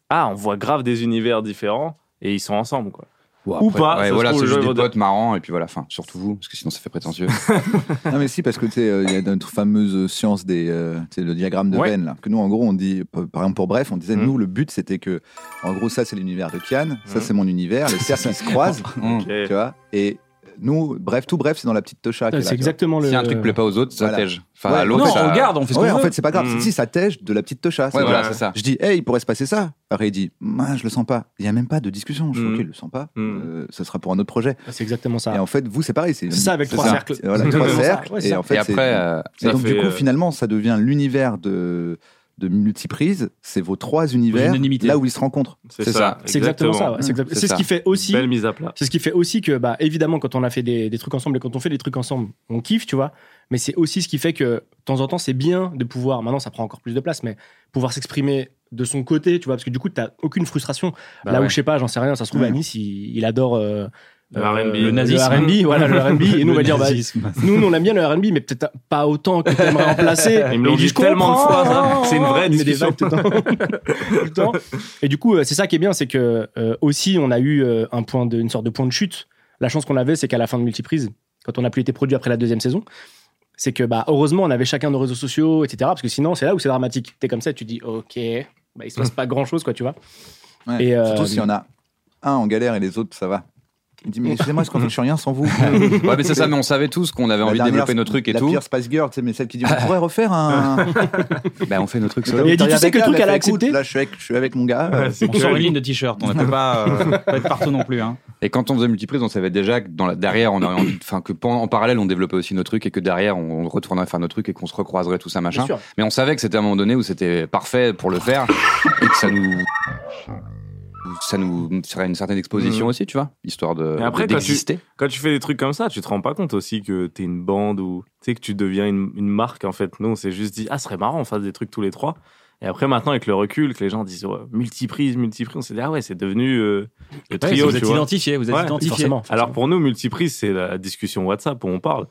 S6: ah, on voit grave des univers différents et ils sont ensemble, quoi.
S4: Bon,
S6: Ou pas, ça se
S4: Ouais, voilà,
S6: trouve,
S4: c'est
S6: le
S4: juste
S6: jeu
S4: des
S6: va de-
S4: potes marrants, et puis voilà, enfin, surtout vous, parce que sinon ça fait prétentieux.
S3: Non, mais si, parce que tu sais, euh, il y a notre fameuse science des. euh, tu sais, le diagramme de
S6: Ouais.
S3: Venn, là. Que nous, en gros, on dit. euh, Par exemple, pour bref, on disait,
S6: Mhm.
S3: nous, le but, c'était que. En gros, ça, c'est l'univers de Kian, ça,
S6: Mhm.
S3: c'est mon univers, les cercles ils se croisent,
S4: Hum.
S6: Ok.
S3: tu vois. Et nous, bref, tout bref, c'est dans la petite
S9: Ah,
S3: tocha. qui est là,
S5: C'est
S3: tu vois.
S5: exactement le.
S4: Si un truc plaît pas aux autres, ça
S3: Voilà.
S4: tège. Enfin,
S3: Ouais,
S4: à l'autre,
S9: Non,
S4: ça-
S9: on regarde, on fait ce qu'on
S3: Ouais, en
S9: veut.
S3: fait, c'est pas grave.
S4: Mm.
S6: Mhm.
S3: Si, ça tège de la petite tocha. c'est
S4: Ouais,
S3: tout.
S4: voilà, c'est ça.
S3: Je dis, hey, il pourrait se passer ça. Ray il dit, Moi, je le sens pas. Il y a même pas de discussion. Je dis,
S4: Mm.
S6: Mhm.
S3: ok, il le sent pas.
S6: Mhm.
S3: Euh, ça sera pour un autre projet.
S5: Ah, C'est exactement
S3: Et
S5: ça.
S3: en fait, vous, c'est pareil. C'est
S5: C'est ça avec
S3: c'est
S5: trois
S3: ça.
S5: cercles.
S3: Voilà,
S5: [laughs]
S3: trois
S5: Exactement ça.
S3: cercles.
S5: Ouais, c'est
S3: et
S5: ça.
S3: en fait,
S4: et
S3: c'est-
S4: après, euh,
S3: et
S6: Ça
S3: donc,
S6: fait,
S3: du coup,
S6: euh,
S3: finalement, ça devient l'univers de, de multiprise. C'est vos trois univers,
S2: unanimité.
S3: là où ils se rencontrent.
S4: c'est ça.
S5: C'est exactement ça. ouais, c'est exact-
S4: C'est
S5: C'est ce
S4: ça.
S5: qui fait aussi.
S6: Belle mise à plat.
S5: C'est ce qui fait aussi que, bah, évidemment, quand on a fait des, des trucs ensemble et quand on fait des trucs ensemble, on kiffe, tu vois. Mais c'est aussi ce qui fait que, de temps en temps, c'est bien de pouvoir, maintenant, ça prend encore plus de place, mais pouvoir s'exprimer de son côté, tu vois, parce que du coup, t'as aucune frustration.
S4: Bah
S5: Là où,
S4: ouais.
S5: je sais pas, j'en sais rien, ça se trouve, à Nice, il, il adore. euh,
S6: Le
S5: euh,
S6: R&B.
S5: le
S6: Le nazisme.
S5: R&B, voilà, le R&B. Et nous, on
S2: Le
S5: va dire, bah,
S2: nazisme.
S5: nous, nous, on aime bien le R&B, mais peut-être pas autant que t'aimerais en placer.
S6: Ils me l'ont
S5: Et
S6: dit
S5: je
S6: tellement de fois,
S5: comprends.
S6: ça. C'est une vraie
S5: Il met des
S6: discussion.
S5: vibes tout le temps. Tout
S6: [laughs]
S5: le temps. Et du coup, euh, c'est ça qui est bien, c'est que euh, aussi, on a eu euh, un point de, une sorte de point de chute. La chance qu'on avait, c'est qu'à la fin de Multiprise, quand on n'a plus été produit après la deuxième saison, c'est que bah, heureusement, on avait chacun nos réseaux sociaux, etc. Parce que sinon, c'est là où c'est dramatique. T'es comme ça, tu dis, ok, bah, il se
S6: Mm.
S5: passe pas grand chose, quoi, tu vois.
S3: Ouais.
S5: Et, euh,
S3: Surtout s'il y en a un en galère et les autres, ça va. Il
S5: Oh.
S3: dit, mais excusez-moi, est-ce qu'on fait
S5: [laughs]
S3: je suis rien sans vous
S4: [laughs] ouais,
S3: [laughs]
S4: mais c'est ça, mais on savait tous qu'on avait
S3: La
S4: envie de
S3: dernière,
S4: développer nos trucs et
S3: la
S4: tout.
S3: pire Spice Girl, tu sais, mais celle qui dit on pourrait refaire
S6: [laughs]
S3: un.
S4: [laughs] Bah, on fait nos trucs
S3: Comme
S4: solo.
S5: Et elle dit,
S3: Victoria
S5: tu sais que
S3: Beckham,
S5: truc,
S3: elle
S5: elle a
S3: fait, écoute,
S5: accepté
S3: Là, je suis avec, je suis avec mon gars. euh,
S6: C'est
S2: On sort une
S6: que-
S2: ligne de t-shirt, on ne peut pas,
S6: [laughs]
S2: euh, pas être partout non plus. Hein.
S4: Et quand on faisait multiprise, on savait déjà que dans la derrière, on aurait envie, de- enfin que pen- en parallèle, on développait aussi nos trucs et que derrière, on retournerait faire nos trucs et qu'on se recroiserait tout ça machin.
S5: Bien sûr.
S4: Mais on savait que c'était un moment donné où c'était parfait pour le faire et que ça nous ça nous serait une certaine exposition
S5: Mm.
S6: Mhm.
S4: aussi, tu vois, histoire de
S6: Et après,
S4: de-
S6: quand
S4: d'exister.
S6: Quand tu fais des trucs comme ça, tu te rends pas compte aussi que t'es une bande ou tu sais que tu deviens une, une marque en fait. Nous, on s'est juste dit ah, ce serait marrant, on fasse des trucs tous les trois. Et après, maintenant, avec le recul, que les gens disent ouais, multiprise, multiprise, on s'est dit ah ouais, c'est devenu euh, le
S2: Ouais,
S6: trio,
S2: vous
S6: tu
S2: êtes
S6: vois.
S2: identifié, vous êtes
S6: Ouais,
S2: identifié.
S5: forcément.
S6: Alors pour nous, multiprise, c'est la discussion WhatsApp où on parle.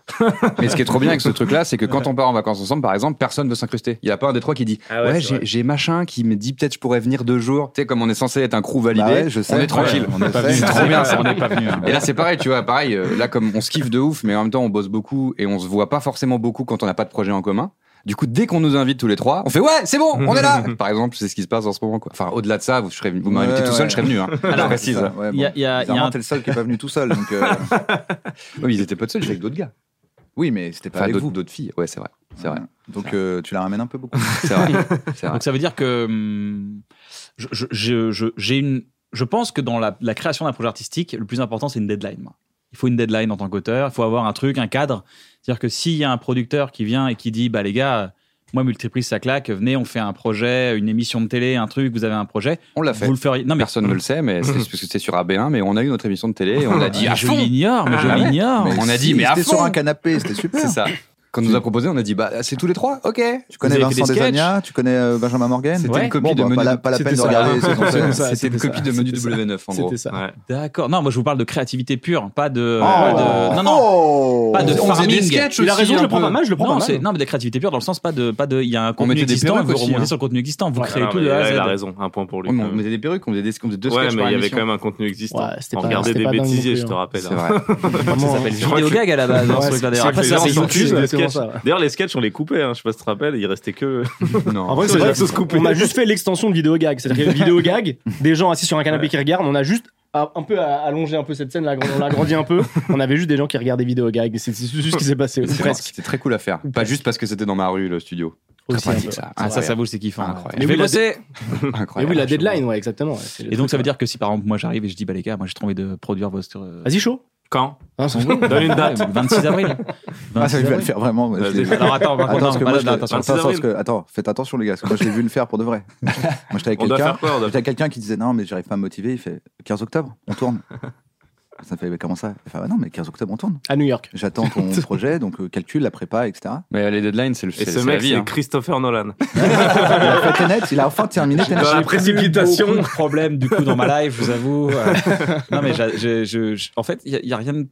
S4: Mais ce qui est trop bien avec
S6: [laughs]
S4: ce truc-là, c'est que quand on part en vacances ensemble, par exemple, personne ne veut s'incruster. Il n'y a pas un des trois qui dit
S6: Ah ouais,
S4: Ouais,
S6: c'est
S4: j'ai-
S6: vrai.
S4: j'ai machin qui me dit peut-être je pourrais venir deux jours. Tu sais, comme on est censé être un crew validé,
S3: bah ouais, je sais.
S4: on est tranquille.
S3: Ouais, on est
S2: Pas
S3: fait.
S2: venu,
S4: [laughs] C'est trop bien, ça.
S2: On n'est pas venu. hein.
S4: Et là, c'est pareil, tu vois. Pareil, euh, là, comme on se kiffe de ouf, mais en même temps, on bosse beaucoup et on se voit pas forcément beaucoup quand on n'a pas de projet en commun. Du coup, dès qu'on nous invite tous les trois, on fait ouais, c'est bon, on est là. Par exemple, c'est ce qui se passe en ce moment. Quoi. Enfin, au-delà de ça, vous, je serais- vous m'invitez
S3: Ouais,
S4: tout
S3: ouais.
S4: seul, je serais
S3: [laughs]
S4: venu. Hein. Alors, précise.
S3: Ça, ouais,
S2: Il y a-
S3: bon.
S2: il y a- il y a
S3: Bizarrement,
S2: un-
S3: t'es le seul qui est pas venu tout seul. Donc,
S4: [laughs]
S3: euh,
S4: Oui, ils étaient pas seuls, j'étais avec d'autres gars.
S3: oui, mais c'était pas
S4: Enfin,
S3: avec
S4: d'autres
S3: vous.
S4: d'autres filles. Ouais, c'est vrai. C'est vrai.
S3: Donc, euh, tu la ramènes un peu beaucoup.
S4: C'est
S3: [laughs]
S4: vrai. C'est vrai.
S2: Donc ça veut dire que hum, je, je, je- je- j'ai une, je pense que dans la, la création d'un projet artistique, le plus important, c'est une deadline. moi. Il faut une deadline en tant qu'auteur, il faut avoir un truc, un cadre. C'est-à-dire que s'il y a un producteur qui vient et qui dit, bah les gars, moi, Multiprise, ça claque, venez, on fait un projet, une émission de télé, un truc, vous avez un projet,
S4: On l'a fait.
S2: vous le feriez. Non, mais
S4: Personne ne le sait, mais
S2: [laughs]
S4: c'est parce que c'est sur AB1, mais on a eu notre émission de télé et on l'a dit à
S2: je
S4: fond.
S2: l'ignore, [laughs] mais je
S4: Ah ouais.
S2: l'ignore.
S4: Mais- On a
S3: si,
S4: dit, mais à
S3: C'était
S4: fond.
S3: sur un canapé, c'était super.
S4: C'est ça. Quand on nous a proposé, on a dit bah c'est tous les trois, ok.
S3: Tu connais
S2: Vous avez fait
S3: Vincent
S2: des sketchs
S3: Desagna, tu connais euh, Benjamin Morgan.
S4: C'était
S2: Ouais.
S4: une copie
S3: Bon,
S4: de
S3: bah,
S4: menu.
S3: pas, la, pas la
S5: C'était
S3: peine de
S5: ça.
S6: Ah,
S3: regarder saison
S5: C'était
S3: sept.
S5: ça,
S4: C'était une
S5: c'était
S4: copie
S5: ça,
S4: de menu
S5: c'était ça.
S4: W9 en gros.
S5: C'était ça.
S6: Ouais.
S2: D'accord. Non, moi, je vous parle de créativité pure, pas de.
S3: Oh.
S2: pas
S5: Euh,
S2: de- non, non.
S3: Oh.
S2: pas de
S4: on faisait des
S2: farming.
S4: sketchs
S5: Il a
S4: aussi,
S5: raison, je
S4: un
S5: le prends
S4: peu.
S5: pas mal, je le prends
S2: non,
S5: pas
S2: c'est-
S5: mal.
S2: non, mais de la créativité pure dans le sens pas de pas de il y a un contenu
S4: mettait des
S2: existant,
S4: perruques
S2: vous
S4: aussi,
S2: remontez
S4: hein.
S2: sur le contenu existant, vous
S5: Ouais,
S2: créez
S6: Ah non,
S2: tout
S6: mais
S2: de A
S6: là,
S2: à Z.
S6: il a raison, un point pour lui.
S4: Ouais, mais
S6: quand
S4: on
S6: même.
S4: mettait des perruques, on faisait des, on faisait deux
S6: Ouais,
S4: sketchs
S6: mais
S4: par
S6: il y avait
S4: émission.
S6: quand même un contenu existant.
S5: Ouais, c'était
S6: on
S5: pas-
S6: regardait
S5: c'était
S6: des
S5: pas dingue non
S6: bêtises,
S5: plus,
S6: je te
S5: hein.
S6: rappelle.
S4: C'est
S6: hein.
S4: vrai.
S5: Vraiment, euh,
S6: Je crois que-
S2: Vidéogag à la base, dans ce truc-là, d'ailleurs.
S6: C'est
S2: Après,
S6: que
S2: ça
S6: les
S2: c'est
S6: gens
S5: YouTube,
S6: s'occupent
S2: YouTube.
S6: des
S5: exactement
S6: sketchs.
S5: ça, ouais.
S6: D'ailleurs, les sketchs, on les coupait. hein, Je sais pas si tu te rappelles, il restait que.
S5: En
S4: Non.
S5: vrai,
S6: C'est
S5: c'est
S6: vrai
S5: vrai
S6: que ça se coupait.
S5: on a juste fait l'extension de vidéo gag. C'est-à-dire que vidéo [laughs] gag, des gens assis sur un canapé qui regardent, on a juste a- un peu a- allongé un peu cette scène, l'a- on l'a agrandi un peu. On avait juste des gens qui regardaient vidéo gag. C'est c'est juste ce qui s'est passé, ou
S4: C'est-
S5: presque.
S4: C'était très cool à faire. Pas
S5: Presque.
S4: juste parce que c'était dans ma rue le studio.
S5: Aussi un
S4: pratique,
S5: peu.
S4: ça.
S5: C'est
S2: Ah, ça,
S5: vrai.
S2: ça vous, c'est kiffant.
S5: [laughs]
S4: Incroyable.
S2: Je
S5: Mais
S2: vais
S5: oui, la
S2: bosser.
S5: Mais
S4: Incroyable.
S5: oui, la deadline, ouais, exactement. ouais, c'est le
S2: Et donc,
S5: truc,
S2: ça veut
S5: ouais.
S2: dire que si par exemple, moi j'arrive et je dis, bah les gars, moi j'ai trop envie de produire vos. euh,
S5: Vas-y, chaud
S6: Quand
S5: Hein,
S2: Ah,
S5: sans-
S6: Donne une date.
S2: Ouais, 26 avril.
S3: Ah, ça, je
S2: 26
S3: vais le
S2: avril.
S3: faire vraiment. moi, je l'ai-
S2: Alors attends, par
S3: Attends,
S2: contre,
S3: parce
S2: non,
S3: que
S2: pas
S3: moi, je
S2: là,
S3: l'ai-
S2: attention.
S3: attends,
S6: 26
S3: parce
S6: avril.
S3: que- attends, faites attention les gars, parce que moi je l'ai vu le faire pour de
S5: [laughs]
S3: vrai. Moi j'étais avec
S6: On doit
S3: quelqu'un,
S6: faire quoi on doit-
S3: j'étais avec quelqu'un qui disait non mais j'arrive pas à me motiver, il fait 15 octobre, on
S6: [laughs]
S3: tourne. Ça fait mais comment ça Il fait ah, non mais 15 octobre on tourne.
S5: À New York.
S3: J'attends
S5: [laughs]
S3: ton projet, donc euh, calcul, la prépa, etc.
S6: [laughs]
S4: Mais les deadlines, c'est le
S6: Et
S4: c'est-
S6: ce
S4: c'est la
S6: mec,
S4: vie.
S6: c'est
S4: hein. [laughs]
S6: Christopher Nolan.
S3: Il a fait Tenet, il a enfin terminé Tenet.
S6: Dans la
S3: [laughs]
S6: précipitation.
S2: Beaucoup de problèmes du coup dans ma life, je vous avoue. Euh, non mais j'a- je- je- je- en fait, il y a- il y, a rien de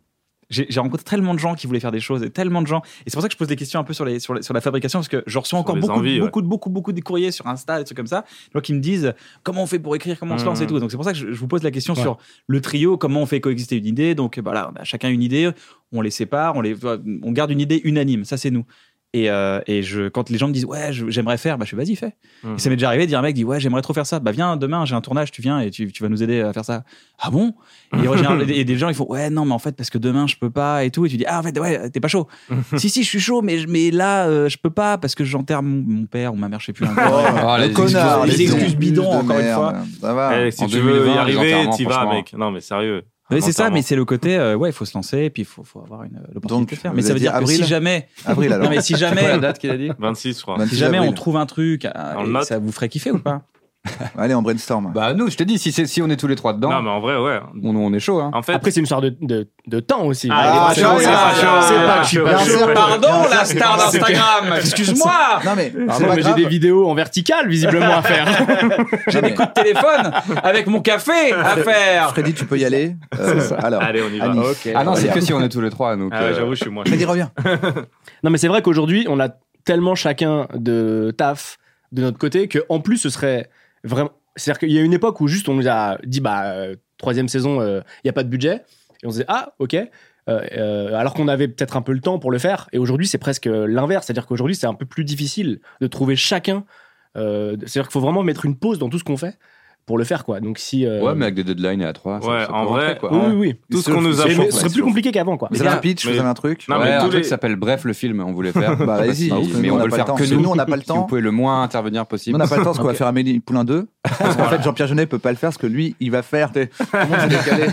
S2: j'ai j'ai rencontré tellement de gens qui voulaient faire des choses et tellement de gens. Et c'est pour ça que je pose des questions un peu sur, les, sur, les- sur la fabrication parce que je reçois encore
S6: les
S2: beaucoup,
S6: envies, ouais.
S2: beaucoup, de- beaucoup, beaucoup de courriers sur Insta, des trucs comme ça. des gens qui me disent comment on fait pour écrire, comment on se lance et
S6: Mhm.
S2: tout. Donc c'est pour ça que je, je vous pose la question
S5: Ouais.
S2: sur le trio, comment on fait coexister une idée. Donc voilà, on a chacun une idée, on les sépare, on, les, on garde une idée unanime. Ça, c'est nous. Et, euh, et je, quand les gens me disent ouais, je- j'aimerais faire, bah, je fais vas-y, fais.
S6: Mmh.
S2: Et ça m'est déjà arrivé de dire à un mec dit ouais j'aimerais trop faire ça bah viens demain j'ai un tournage tu viens et tu, tu vas nous aider à faire ça ah bon et, ouais, j'ai un- et des gens ils font ouais non mais en fait parce que demain je peux pas et tout et tu dis ah en fait ouais t'es pas chaud si si je suis chaud mais je- mais là euh, je peux pas parce que j'enterre mon, mon père ou ma mère je sais plus Hein. encore
S4: Ah, les
S3: le connard,
S2: excuses- les excuses bidons,
S3: de
S2: encore une
S3: merde.
S2: fois.
S3: Ça va.
S6: Eh, si
S4: en
S6: tu veux
S4: 2020,
S6: y
S4: les
S6: arriver,
S4: enterrements,
S6: t'y vas,
S4: franchement.
S6: mec. Non, mais sérieux.
S2: Ouais, c'est ça
S6: Enterrement.
S2: mais c'est le côté euh, ouais il faut se lancer puis il faut, faut avoir une euh, l'opportunité
S3: Donc,
S2: de faire
S3: vous
S2: mais ça
S3: avez
S2: veut
S3: dit
S2: dire que
S3: avril
S2: si jamais
S3: Avril alors.
S2: [laughs] non mais si
S3: [laughs]
S4: C'est quoi
S2: jamais
S4: la date qu'il a dit
S6: 26, je crois.
S3: 26
S2: si jamais
S3: avril.
S2: on trouve un truc euh,
S6: On le
S2: et
S6: note.
S2: ça vous ferait kiffer ou pas
S3: Allez, on brainstorm.
S4: Bah, nous, je t'ai dit, si, c'est- si on est tous les trois dedans,
S6: Non, mais en vrai, ouais.
S4: on, on est chaud, hein.
S6: En fait,
S5: Après, c'est une histoire de, de, de temps aussi.
S3: Ah,
S5: C'est
S3: chaud,
S5: pas-
S3: c'est
S5: c'est
S3: pas
S5: pas-
S3: chaud.
S5: c'est pas que je suis pas
S3: Bien
S5: chaud.
S3: sûr.
S2: pardon
S3: la
S2: la star d'Instagram [laughs] excuse-moi
S3: Non mais c'est
S5: Pardon,
S3: pas
S5: mais j'ai
S3: grave.
S5: des vidéos en verticale visiblement à faire.
S3: Non, mais,
S2: téléphone avec mon café à faire
S3: Freddy, tu peux y aller. Euh, alors,
S6: allez, on y va.
S3: Annie.
S4: Ah non, c'est
S3: Regarde.
S4: que si on est tous les trois, donc.
S6: Ah ouais,
S4: euh,
S6: j'avoue, je suis moins.
S3: Freddy, reviens.
S5: [laughs] Non, mais c'est vrai qu'aujourd'hui, on a tellement chacun de taf de notre côté que en plus, ce serait vraiment. C'est-à-dire qu'il y a une époque où juste on nous a dit, bah, euh, troisième saison, euh, il n'y a pas de budget. Et on se disait, ah, ok. Euh, euh, alors qu'on avait peut-être un peu le temps pour le faire. Et aujourd'hui, c'est presque euh, l'inverse. C'est-à-dire qu'aujourd'hui, c'est un peu plus difficile de trouver chacun. euh, c'est-à-dire qu'il faut vraiment mettre une pause dans tout ce qu'on fait pour le faire, quoi. Donc si. euh,
S4: Ouais, mais avec des deadlines à 3. ça-
S6: Ouais,
S4: ça peut
S6: en
S4: rentrer,
S6: vrai,
S4: quoi.
S5: Oui, oui, oui.
S6: Tout ce qu'on nous a
S5: C'est-
S6: fait.
S5: mais Ce serait plus compliqué qu'avant, quoi.
S3: Vous avez un pitch,
S6: mais-
S3: vous avez un truc.
S6: Non,
S4: ouais,
S6: mais tous
S4: un truc
S6: les-
S4: qui s'appelle Bref, le film, on voulait faire.
S3: [laughs] Bah, vas-y,
S4: Bah,
S3: ouf,
S4: mais
S3: nous,
S4: on veut le
S3: on n'a pas le
S4: faire
S3: temps.
S4: que
S3: Parce que
S4: nous.
S3: nous, on n'a pas le
S4: Si vous
S3: temps.
S4: pouvez le moins intervenir
S3: Nous,
S4: possible.
S3: on n'a pas le temps, ce qu'on va faire Amélie Poulain 2. Parce qu'en fait, Jean-Pierre Jeunet peut pas le faire, ce que lui, il va faire. Tout le monde s'est décalé.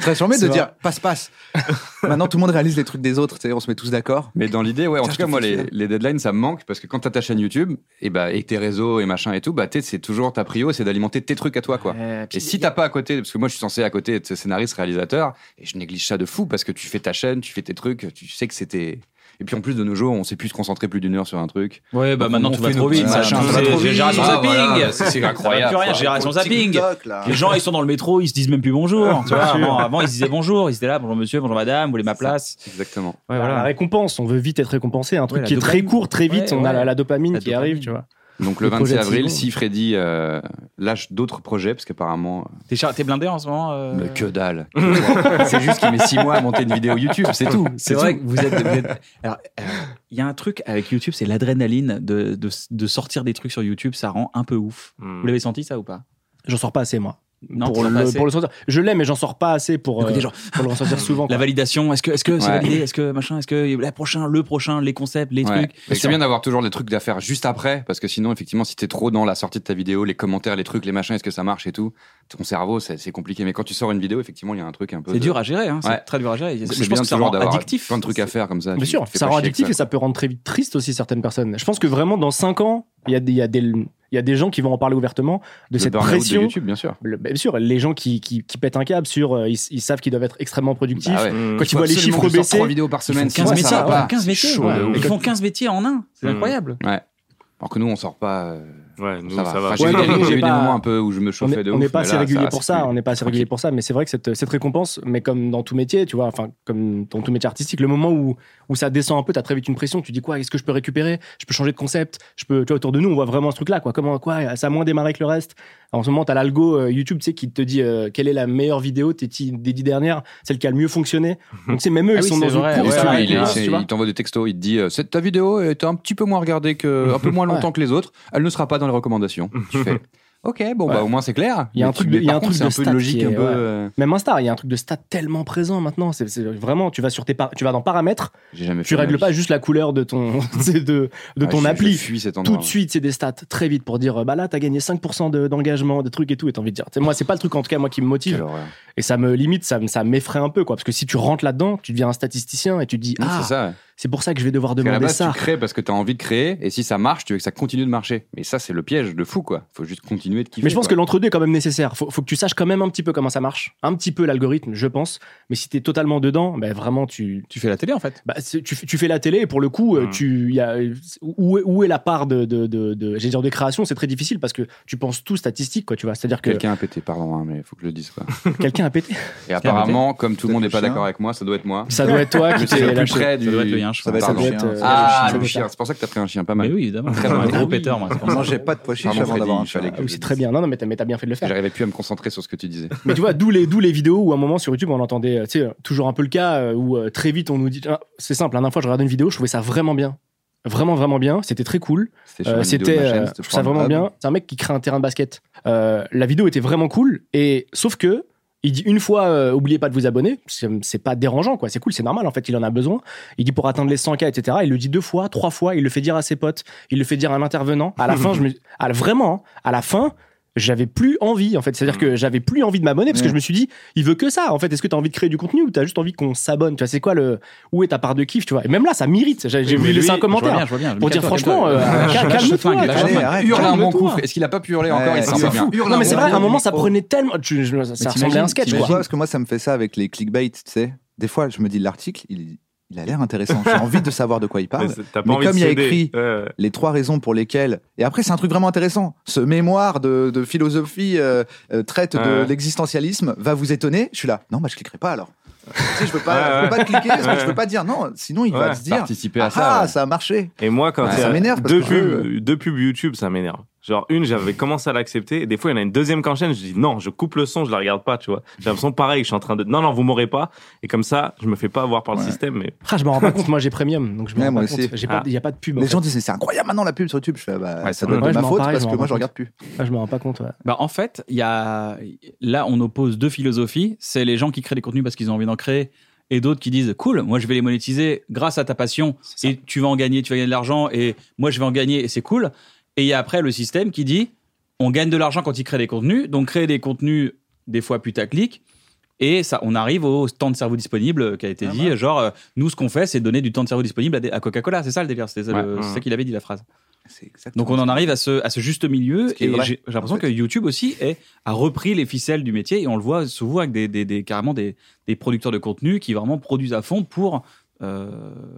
S3: Très charmé de
S5: C'est
S3: dire passe, passe. [laughs] Maintenant, tout le monde réalise les trucs des autres. C'est-à-dire, on se met tous d'accord.
S4: Mais dans l'idée, ouais, en
S3: Putain,
S4: tout
S3: je te
S4: cas, moi,
S3: fais le
S4: les, les deadlines, ça me manque parce que quand t'as ta chaîne YouTube et, bah, et tes réseaux et machin et tout, bah, t'es- c'est toujours ta prio, c'est d'alimenter tes trucs à toi, quoi. et si t'as pas à côté, parce que moi, je suis censé à côté être scénariste, réalisateur, et je néglige ça de fou parce que tu fais ta chaîne, tu fais tes trucs, tu sais que c'était. Et puis en plus, de nos jours, on sait plus se concentrer plus d'une heure sur un truc.
S2: Ouais, bah maintenant
S4: on
S2: tout
S4: fait
S2: va
S4: nos
S2: trop
S4: petits
S2: vite,
S4: machins,
S2: machin.
S3: ça va
S2: C'est
S3: trop vite.
S2: génération
S4: Ah,
S2: zapping.
S4: voilà, c'est- c'est
S2: Ça va
S4: incroyable,
S2: plus rien,
S4: quoi.
S2: génération zapping.
S3: TikTok, là.
S2: Les gens, ils sont dans le métro, ils se disent même plus bonjour. [laughs] tu vois. avant, avant, ils se disaient bonjour, ils étaient là, bonjour monsieur, bonjour madame, vous voulez ma place
S4: Exactement.
S2: Ouais,
S5: Bah, La récompense, on veut vite être récompensé. Un truc
S2: Ouais, la
S5: qui est très
S2: dopamine.
S5: court, très vite,
S2: Ouais,
S5: on a
S2: ouais.
S5: la, la dopamine
S2: La
S5: qui
S2: dopamine.
S5: arrive, tu vois.
S4: Donc le
S5: Le
S4: 26
S5: projet de
S4: avril,
S5: Simon.
S4: si Freddy euh, lâche d'autres projets, parce qu'apparemment, euh,
S2: T'es, char- t'es blindé en ce moment euh
S4: mais que dalle. [laughs] que
S2: [laughs]
S4: dalle. c'est juste qu'il met 6 mois à monter une vidéo YouTube, c'est tout.
S2: C'est vrai que vous êtes. vous
S4: [laughs]
S2: êtes- Alors, euh, il y a un truc avec YouTube, c'est l'adrénaline de, de, de sortir des trucs sur YouTube, ça rend un peu ouf.
S6: Hmm.
S2: Vous l'avez senti ça ou pas
S5: J'en sors pas assez, moi.
S2: Non,
S5: pour,
S2: t'en as pas
S5: le,
S2: assez.
S5: pour le sortir. Je l'ai, mais j'en sors pas assez pour,
S2: Écoutez,
S5: euh,
S2: genre,
S5: pour le
S4: [laughs]
S2: [laughs]
S5: ressortir souvent.
S2: La
S5: quoi.
S2: validation, est-ce que, est-ce que c'est
S4: Ouais.
S2: validé Est-ce que machin Est-ce que la prochain, le prochain, les concepts, les
S4: Ouais.
S2: trucs
S4: Mais c'est bien d'avoir toujours des trucs d'affaires juste après, parce que sinon, effectivement, si t'es trop dans la sortie de ta vidéo, les commentaires, les trucs, les machins, est-ce que ça marche et tout, ton cerveau, c'est c'est compliqué. Mais quand tu sors une vidéo, effectivement, il y a un truc un peu.
S2: C'est
S4: de-
S2: dur à gérer, hein, c'est
S4: Ouais.
S2: très dur à gérer.
S4: Donc,
S2: Je
S4: C'est
S2: pense
S4: bien
S2: que ça
S4: toujours
S2: rend
S4: d'avoir
S2: addictif.
S4: plein de trucs à faire comme ça.
S5: Bien
S4: tu-
S5: sûr,
S4: tu fais
S5: ça
S4: pas
S5: rend
S4: chier avec
S5: addictif
S4: ça,
S5: et ça peut rendre très vite triste aussi certaines personnes. Je pense que vraiment, dans 5 ans, il y, a des- il y, a des- il y a des gens qui vont en parler ouvertement de
S4: Le
S5: cette
S4: burn-out de
S5: pression.
S4: YouTube, bien sûr.
S5: Le- bah, bien sûr, les gens qui, qui, qui pètent un câble sur. euh, ils, ils savent qu'ils doivent être extrêmement productifs.
S4: Bah ouais.
S6: Hmm.
S5: Quand tu vois les
S4: Absolument,
S5: chiffres
S4: je sors
S5: baisser.
S4: trois vidéos par
S2: Ils font
S4: semaine,
S2: 15
S4: sinon,
S2: métiers,
S4: ça va
S2: ouais,
S4: pas.
S2: 15 métiers.
S5: Chaud,
S2: ouais.
S5: de ouf.
S2: Ils font 15 métiers en un, c'est
S6: Mm.
S2: incroyable.
S4: Hmm. Alors que nous, on sort pas. euh,
S6: Ouais, nous,
S4: ça va. Enfin,
S5: j'ai
S4: j'ai eu
S5: Ouais,
S4: des-
S5: non,
S4: j'ai
S5: j'ai
S4: eu des
S5: pas-
S4: moments un peu où je me
S5: On
S4: chauffais
S5: est-
S4: de
S5: on
S4: ouf,
S5: n'est pas
S4: mais
S5: assez
S4: là,
S5: régulier
S4: ça,
S5: pour
S4: c'est
S5: ça,
S2: Ah
S4: plus-
S5: on n'est pas assez régulier pour ça, mais c'est vrai que cette, cette récompense, mais comme dans tout métier, tu vois, enfin, comme dans tout métier artistique, le moment où, où ça descend un peu, t'as très vite une pression, tu dis quoi, qu'est-ce que je peux récupérer, je peux changer de concept, je peux, tu vois, autour de nous, on voit vraiment ce truc-là, quoi, comment, quoi, ça a moins démarré que le reste. En ce moment, t'as l'algo euh, YouTube, tu sais, qui te dit euh, quelle est la meilleure vidéo tes dix- des dix dernières, celle qui a le mieux fonctionné. Donc, c'est même eux,
S2: Ah
S5: ils
S2: oui,
S5: sont
S2: c'est
S5: dans
S2: vrai,
S5: une course
S2: ouais,
S5: à la
S2: ouais,
S4: il,
S5: récompense,
S4: c'est-
S5: tu vois.
S4: Mhm. il t'envoie des textos, il te dit euh, Cette- ta vidéo est un petit peu moins regardée
S5: [laughs]
S4: que un peu moins longtemps que les autres, elle ne sera pas dans les recommandations. Tu fais OK, bon bah au moins c'est clair.
S5: Il y a un
S4: Mais tu-
S5: truc de-
S4: mais
S5: il y a
S4: par
S5: un
S4: contre,
S5: truc
S4: c'est
S5: de
S4: un peu
S5: stat
S4: une logique
S5: qui est-
S4: un peu
S5: ouais.
S4: euh,
S5: Même Insta, il y a un truc de stats tellement présent maintenant. C'est c'est vraiment, tu vas sur tes par- tu vas dans paramètres,
S4: j'ai jamais fait
S5: tu
S4: de ma
S5: règles
S4: vie.
S5: pas juste la couleur de ton [laughs] de, de, de
S4: Ah,
S5: ton
S4: je-
S5: appli.
S4: Je fuis cet endroit.
S5: tout de suite, c'est des stats très vite pour dire euh, bah là, t'as gagné 5% de- d'engagement, des trucs et tout. Et t'as envie de dire, Tu sais, moi, c'est pas le truc en tout cas moi qui me
S4: Quelle
S5: motive.
S4: horreur.
S5: Et ça me limite, ça, me- ça m'effraie un peu quoi. Parce que si tu rentres là-dedans, tu deviens un statisticien et tu te dis
S4: Non,
S5: ah,
S4: c'est ça. ouais.
S5: C'est pour ça que je vais devoir
S4: Parce qu'à la
S5: demander
S4: base,
S5: ça.
S4: tu crées parce que tu as envie de créer, et si ça marche, tu veux que ça continue de marcher. Mais ça, c'est le piège de fou, quoi. Faut juste continuer de kiffer.
S5: Mais je pense
S4: quoi.
S5: que l'entre-deux est quand même nécessaire. Faut, faut que tu saches quand même un petit peu comment ça marche, un petit peu l'algorithme, je pense. Mais si t'es totalement dedans, ben vraiment tu,
S2: Tu fais la télé en fait.
S5: bah, c'est- tu, tu fais la télé et pour le coup, euh,
S4: Hmm.
S6: Mm.
S5: tu, y a, où, est, où est la part de, de, de, de- j'allais dire de création C'est très difficile parce que tu penses tout statistique, quoi. Tu vois, c'est-à-dire que
S4: Quelqu'un a pété, pardon, hein, mais il faut que je le dise, quoi.
S5: quelqu'un a pété.
S4: Et apparemment, comme tout le
S3: Peut-être
S4: monde n'est
S3: le
S4: pas
S3: chien.
S4: d'accord avec moi, ça doit être moi.
S5: Ça doit être toi qui
S4: C'est
S5: t'es
S4: le plus
S5: lâché.
S4: près du.
S2: Ça doit être le lien, je
S3: Ça
S2: crois.
S3: va être
S4: Pardon.
S3: le chien.
S5: Ça doit être, euh,
S4: Ah,
S5: ça doit
S4: le
S5: être
S4: chien. C'est pour ça que t'as pris un chien, pas
S2: Mais
S4: mal.
S2: oui, évidemment.
S4: Très
S2: un
S4: mal.
S2: gros péteur, moi. c'est pour
S3: On
S2: ça.
S3: mangeait pas de pois chiches
S4: Pardon,
S3: avant d'avoir
S4: Freddy,
S3: un
S4: il
S3: chien.
S4: fallait
S5: Ah oui, c'est très bien. Non, non, mais t'as mais t'as bien fait de le faire.
S4: J'arrivais plus à me concentrer sur ce que tu disais.
S5: Mais tu vois, d'où les, d'où les vidéos où à un moment sur YouTube on entendait, euh, tu sais, euh, toujours un peu le cas euh, où euh, très vite on nous dit, Ah, c'est simple, la dernière fois je regardais une vidéo, je trouvais ça vraiment bien. Vraiment, vraiment bien. C'était très cool.
S4: C'était
S5: Euh,
S4: une vidéo de
S5: C'était,
S4: ma chaîne,
S5: euh,
S4: c'était
S5: je trouve ça
S4: Pornhub.
S5: vraiment bien. C'est un mec qui crée un terrain de basket. Euh, la vidéo était vraiment cool. Et sauf que, il dit une fois, euh, oubliez pas de vous abonner. C'est c'est pas dérangeant, quoi. C'est cool, c'est normal. En fait, il en a besoin. Il dit pour atteindre les 100K, etc. Il le dit deux fois, trois fois. Il le fait dire à ses potes. Il le fait dire à un intervenant. À la fin, je me, à la- vraiment, hein, à la fin, j'avais plus envie, en fait. C'est-à-dire que j'avais plus envie de m'abonner parce que
S3: Ouais.
S5: je me suis dit, il veut que ça. En fait, est-ce que t'as envie de créer du contenu ou t'as juste envie qu'on s'abonne? Tu vois, c'est quoi le, où est ta part de kiff, tu vois? Et même là, ça m'irrite. J'ai j'ai
S2: Mais
S5: voulu
S2: lui,
S5: laisser un
S2: Je vois
S5: commentaire
S2: bien, je vois bien.
S5: pour dire
S2: Calme-toi,
S5: franchement,
S2: calme-toi.
S5: euh, cal- calme-toi.
S2: flingue,
S5: tu
S2: là,
S5: vois.
S2: je
S3: Allez, arrête.
S4: Hurle un bon
S5: Calme-toi.
S4: coup. Est-ce qu'il a pas pu hurler encore
S3: Ouais,
S4: Il s'en sort
S3: hurle.
S4: bien.
S5: Non, mais c'est vrai, à un moment, ça
S3: micro.
S5: prenait tellement. tu- je- ça ressemblait à un sketch,
S3: Mais
S5: quoi.
S3: tu vois, parce que moi, ça me fait ça avec les clickbait, tu sais. Des fois, je me dis, l'article, il, il a l'air intéressant. J'ai envie de savoir de quoi il parle.
S6: [laughs] Mais c'est- t'as pas
S3: Mais
S6: envie de
S3: comme il y a
S6: céder.
S3: écrit-
S6: Ouais, ouais.
S3: Les trois raisons pour lesquelles. Et après, c'est un truc vraiment intéressant. Ce mémoire de, de philosophie euh, euh, traite de
S6: Ouais.
S3: l'existentialisme va vous étonner. Je suis là. Non, bah, je cliquerai pas alors. tu sais, je peux pas,
S6: Ouais,
S3: je peux pas cliquer parce que je
S6: Ouais.
S3: peux pas dire non. Sinon, il va
S6: Ouais.
S3: se dire.
S4: Participer
S3: Ah,
S4: à ça. ouais.
S3: ça a marché.
S6: Et moi, quand
S4: Ouais,
S6: il y
S3: Bah, ça
S6: a
S3: m'énerve parce
S6: deux,
S3: que je-
S6: pubs- deux pubs YouTube, ça m'énerve. Genre, une, j'avais commencé à l'accepter. Et des fois, il y en a une deuxième qui enchaîne. Je dis non, je coupe le son, je la regarde pas, tu vois. J'ai l'impression pareil, je suis en train de. Non, non, vous m'aurez pas. Et comme ça, je me fais pas avoir par le
S3: Ouais.
S6: système. Mais
S5: Ah, je m'en rends pas compte, moi j'ai premium, donc je me
S3: Ouais,
S5: rends
S3: moi
S5: pas
S3: aussi.
S5: compte. J'ai pas-
S6: Ah.
S5: Il n'y a pas de pub. en
S3: Les
S5: fait.
S3: gens disent c'est incroyable maintenant la pub sur YouTube. Je fais bah,
S4: Ouais,
S3: ça
S4: c'est
S3: doit être
S5: vrai.
S3: de ma
S5: Ouais, je m'en
S3: faute
S5: parle,
S3: parce
S5: je
S3: que
S5: m'en
S3: moi je
S5: rends
S3: regarde plus.
S5: Ah, je me rends pas compte. ouais.
S2: Bah, en fait, il y a... là, on oppose deux philosophies. C'est les gens qui créent des contenus parce qu'ils ont envie d'en créer et d'autres qui disent cool, moi je vais les monétiser grâce à ta passion
S5: C'est ça.
S2: et tu vas en gagner, tu vas gagner de l'argent et moi je vais en gagner et c'est cool. Et il y a après le système qui dit on gagne de l'argent quand ils créent des contenus, donc créer des contenus des fois putaclic. Et ça, on arrive au temps de cerveau disponible euh, qui a
S5: Ah,
S2: été dit. Genre, euh, nous, ce qu'on fait, c'est donner du temps de cerveau disponible à, des- à Coca-Cola. C'est ça le délire. C'est ça, le-
S6: Ouais.
S2: c'est ça qu'il avait dit la phrase.
S3: C'est exactement
S2: Donc on en
S3: ça.
S2: arrive à ce, à ce juste milieu
S3: Ce qui est
S2: et
S3: vrai,
S2: j'ai j'ai l'impression
S3: en fait.
S2: que YouTube aussi est, a repris les ficelles du métier et on le voit souvent avec des, des, des- carrément des, des producteurs de contenu qui vraiment produisent à fond pour euh,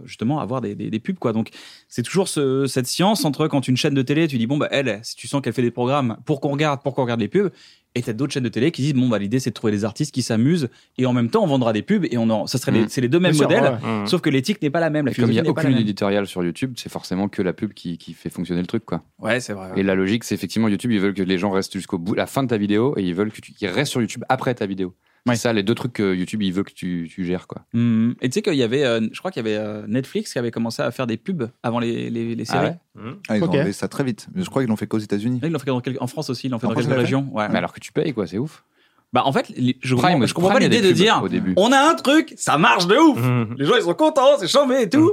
S2: justement avoir des, des, des pubs quoi. Donc c'est toujours ce- cette science entre quand une chaîne de télé tu dis bon bah elle si tu sens qu'elle fait des programmes pour qu'on regarde pour qu'on regarde les pubs et t'as d'autres chaînes de télé qui disent bon bah l'idée c'est de trouver des artistes qui s'amusent et en même temps on vendra des pubs et on en ça serait les-
S4: Mm.
S2: c'est les deux mêmes
S5: Bien sûr,
S2: modèles
S5: ouais.
S6: hum.
S2: sauf que l'éthique n'est pas la même la
S4: Et comme il
S2: philosophie
S4: n'y a
S2: n'est pas la
S4: aucune
S2: même.
S4: éditoriale sur YouTube, c'est forcément que la pub qui, qui fait fonctionner le truc, quoi.
S2: Ouais c'est vrai.
S4: Et la logique, c'est effectivement YouTube, ils veulent que les gens restent jusqu'au bout, la fin de ta vidéo, et ils veulent que tu qu'ils restent sur YouTube après ta vidéo.
S2: Ouais.
S4: C'est ça, les deux trucs que YouTube, il veut que tu, tu gères, quoi.
S2: Mhm. Et tu sais qu'il y avait, euh, je crois qu'il y avait euh, Netflix qui avait commencé à faire des pubs avant les, les, les séries.
S4: Ah ouais
S6: Mmh.
S3: Ah, ils
S5: Ok.
S3: ont enlevé ça très vite. Mais Je crois qu'ils l'ont fait qu'aux États-Unis.
S2: Là, ils l'ont fait dans quelques- en France aussi, ils l'ont fait
S3: En
S2: dans
S3: France,
S2: quelques
S3: ils l'ont
S2: régions. Ouais.
S4: Mais alors que tu payes, quoi, c'est ouf.
S2: Bah, en fait, les- je comprends,
S4: Prime,
S2: je comprends
S4: Prime,
S2: pas
S4: il y a
S2: l'idée
S4: des
S2: de
S4: pubs
S2: dire
S4: au début.
S2: on a un truc, ça marche de ouf.
S3: Mhm.
S6: Hum.
S2: Les gens ils sont contents, c'est chambé et tout.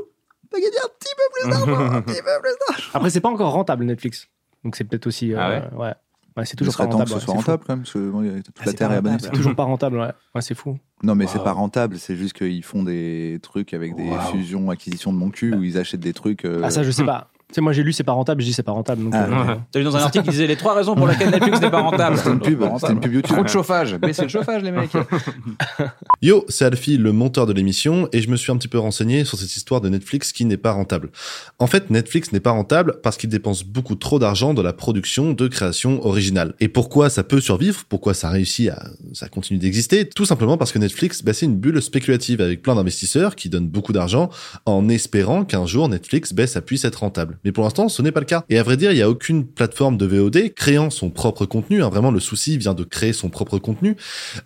S3: Bah, il y a un petit peu plus d'argent, un petit peu plus d'argent.
S5: Après, c'est pas encore rentable Netflix. Donc c'est peut-être aussi. euh,
S4: Ah
S5: ouais. Ouais, c'est
S3: Il
S5: toujours pas
S3: serait temps
S5: rentable.
S3: que ce soit
S5: ouais, c'est fou.
S3: rentable quand même, parce que bon, il y a- toute
S5: Ah,
S3: la
S5: c'est
S3: terre
S5: pas
S3: est abonnée.
S5: rentable, C'est toujours pas rentable, ouais. Ouais, c'est fou.
S3: Non, mais c'est pas rentable, c'est juste qu'ils font des trucs avec des fusions, acquisitions de mon cul,
S4: Bah.
S3: où ils achètent des trucs. euh,
S5: Ah, ça, je sais pas. Tu sais, moi j'ai lu c'est pas rentable, je dis c'est pas rentable. Donc,
S3: Ah,
S5: euh,
S6: ouais.
S2: T'as vu dans un article qui disait les trois raisons pour lesquelles
S3: [laughs]
S2: Netflix n'est pas rentable.
S3: C'était une pub, c'était une pub YouTube.
S4: Trop de chauffage, baissez le chauffage, les
S3: [laughs]
S4: mecs.
S10: [laughs] Yo, c'est Alfie, le monteur de l'émission, et je me suis un petit peu renseigné sur cette histoire de Netflix qui n'est pas rentable. En fait, Netflix n'est pas rentable parce qu'il dépense beaucoup trop d'argent dans la production de créations originales. Et pourquoi ça peut survivre, pourquoi ça réussit à, ça continue d'exister, tout simplement parce que Netflix, bah, c'est une bulle spéculative avec plein d'investisseurs qui donnent beaucoup d'argent en espérant qu'un jour Netflix baisse ça puisse être rentable. Mais pour l'instant, ce n'est pas le cas. Et à vrai dire, il n'y a aucune plateforme de VOD créant son propre contenu. hein. Vraiment, le souci vient de créer son propre contenu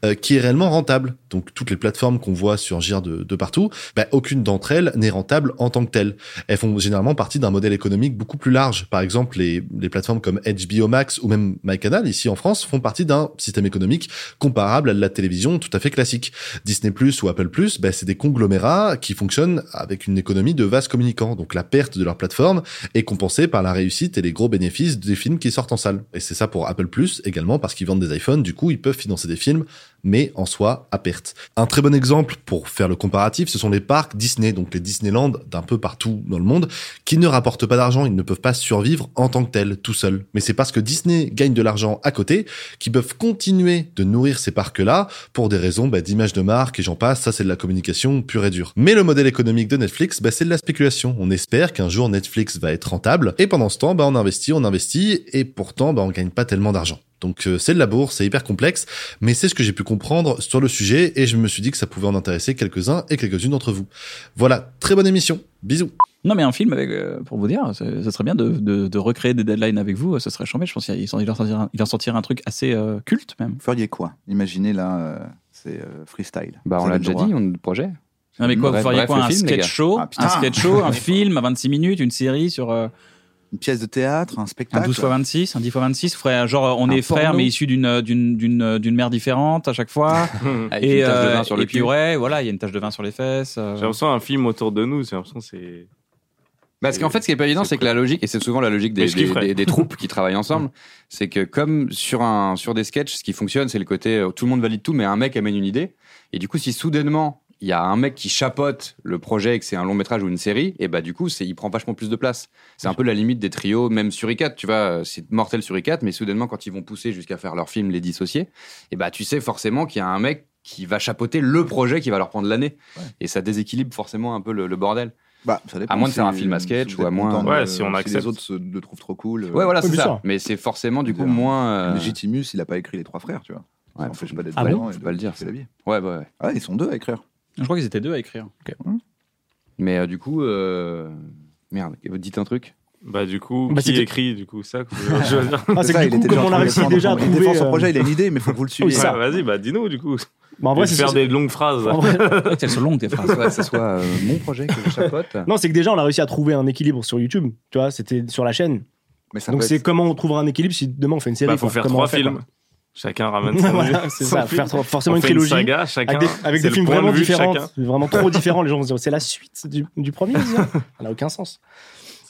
S10: euh, qui est réellement rentable. Donc toutes les plateformes qu'on voit surgir de, de partout, bah, aucune d'entre elles n'est rentable en tant que telle. Elles font généralement partie d'un modèle économique beaucoup plus large. Par exemple, les, les plateformes comme HBO Max ou même MyCanal ici en France font partie d'un système économique comparable à de la télévision tout à fait classique. Disney Plus ou Apple Plus, bah, c'est des conglomérats qui fonctionnent avec une économie de vases communicants. Donc la perte de leur plateforme est compensée par la réussite et les gros bénéfices des films qui sortent en salle. Et c'est ça pour Apple Plus également parce qu'ils vendent des iPhones, du coup ils peuvent financer des films mais en soi à perte. Un très bon exemple pour faire le comparatif, ce sont les parcs Disney, donc les Disneyland d'un peu partout dans le monde, qui ne rapportent pas d'argent, ils ne peuvent pas survivre en tant que tels, tout seuls. Mais c'est parce que Disney gagne de l'argent à côté qu'ils peuvent continuer de nourrir ces parcs-là pour des raisons bah, d'image de marque et j'en passe, ça c'est de la communication pure et dure. Mais le modèle économique de Netflix, bah, c'est de la spéculation. On espère qu'un jour Netflix va être rentable et pendant ce temps, bah, on investit, on investit et pourtant bah, on gagne pas tellement d'argent. Donc euh, c'est de la bourse, c'est hyper complexe, mais c'est ce que j'ai pu comprendre sur le sujet et je me suis dit que ça pouvait en intéresser quelques-uns et quelques-unes d'entre vous. Voilà, très bonne émission, bisous.
S2: Non, mais un film avec, euh, pour vous dire, ce ce serait bien de, de- de recréer des deadlines avec vous, euh, ce serait chambé. Je pense qu'il s'en- il en sortira, un- il en sortira un truc assez euh, culte, même.
S3: Vous feriez quoi Imaginez là, euh, c'est euh, [clears throat] freestyle.
S4: Bah,
S3: Vous
S4: on l'a
S3: avez le
S4: déjà
S3: droit.
S4: dit, on a le projet.
S2: Non, mais quoi,
S4: Bref,
S2: vous feriez
S4: bref,
S2: quoi
S4: le
S2: Un
S4: film, les
S2: sketch
S4: gars.
S2: show,
S3: Ah, putain.
S2: un sketch
S3: [laughs]
S2: show, un film à 26 minutes, une série sur euh,
S3: Une pièce de théâtre, un
S2: un
S3: spectacle.
S2: 12 x 26, un 10 x 26, frère, genre euh, on
S4: Un
S2: est frères
S4: porno.
S2: mais issus d'une euh, d'une d'une d'une mère différente à chaque fois.
S4: [laughs] Avec
S2: et
S4: une tache de
S2: euh,
S4: vin sur le
S2: et puis
S4: cul.
S2: ouais, voilà, il y a une tache de vin sur les fesses. euh.
S6: J'ai l'impression un film autour de nous, j'ai l'impression que c'est.
S4: Parce qu'en fait, ce qui est pas évident, c'est que la logique, et c'est souvent la logique des,
S6: Mais je
S4: des-
S6: kifferais.
S4: des- des troupes qui travaillent ensemble, c'est que comme sur, un, sur des sketchs, ce qui fonctionne, c'est le côté euh, tout le monde valide tout, mais un mec amène une idée. Et du coup, si soudainement, il y a un mec qui chapote le projet et que c'est un long métrage ou une série, et bah du coup, c'est- il prend vachement plus de place. C'est un peu la limite des trios, même sur i4, tu vois, euh, c'est mortel sur i4, mais soudainement, quand ils vont pousser jusqu'à faire leur film Les Dissociés, et bah tu sais forcément qu'il y a un mec qui va chapeauter le projet qui va leur prendre l'année. Et ça déséquilibre forcément un peu le- le bordel.
S3: Bah, ça dépend
S4: À moins de
S3: si-
S4: faire un film à
S3: si
S4: sketch
S3: vous
S4: ou à
S3: êtes
S4: moins-
S3: content de-
S6: Ouais, si on accepte.
S3: les autres se- le trouvent trop cool. euh,
S4: Ouais, voilà,
S5: Oui,
S4: c'est
S5: bien
S4: ça.
S5: sûr.
S4: Ah, Mais c'est forcément du coup
S3: Euh,
S4: moins. euh,
S3: Legitimus, il a pas écrit les trois frères, tu vois. Ça
S4: Ouais,
S3: n'empêche
S4: faut-
S3: pas d'être
S4: Ah bon
S3: brillant et
S4: Faut
S3: de-
S4: pas le dire,
S3: de faire la vie.
S4: Ouais, ouais, ouais.
S3: Ah, ils sont deux à écrire.
S2: Je crois qu'ils étaient deux à écrire.
S3: Hein
S4: Mais euh, du coup, euh, merde, vous dites un truc
S6: Bah, du coup,
S5: Bah,
S6: qui
S5: c'était-
S6: écrit, du coup, ça que je veux- je veux dire.
S5: Ah, c'est
S3: ça,
S5: que
S3: il
S5: du coup,
S3: était
S5: comme
S3: déjà en
S5: on a
S3: train de
S5: réussi
S3: défendre
S5: déjà à
S3: son- il
S5: trouver.
S3: défend son
S5: euh,
S3: projet, il a une idée, mais faut que vous le
S5: Oui,
S3: suiviez.
S5: ça.
S6: Ouais, Vas-y, bah, dis-nous, du coup.
S5: bah, en
S6: On
S5: vrai,
S6: va
S5: c'est
S6: faire des longues phrases.
S5: en
S2: [laughs]
S5: vrai-
S2: C'est vrai qu'elles sont longues tes phrases.
S4: Soit ce soit euh, mon projet que je chapote.
S5: Non, c'est que déjà, on a réussi à trouver un équilibre sur YouTube. Tu vois, c'était sur la chaîne.
S3: Mais ça
S5: Donc,
S3: peut
S5: c'est
S3: être-
S5: comment on trouvera un équilibre si demain on fait une série.
S6: Bah, faut
S5: quoi.
S6: faire
S5: Comment on
S6: trois
S5: fait,
S6: films.
S5: quoi. [laughs]
S6: Chacun ramène son
S5: Voilà, c'est
S6: son
S5: ça.
S6: film.
S5: Faire trois-
S6: [laughs]
S5: forcément
S6: On
S5: une
S6: fait
S5: trilogie.
S6: saga, chacun.
S5: avec des, avec
S6: c'est
S5: des
S6: le
S5: films
S6: point de
S5: vraiment
S6: vue de
S5: différents,
S6: chacun. [laughs]
S5: vraiment trop différents. Les gens vont se dire c'est la suite du, du premier. ça n'a aucun sens.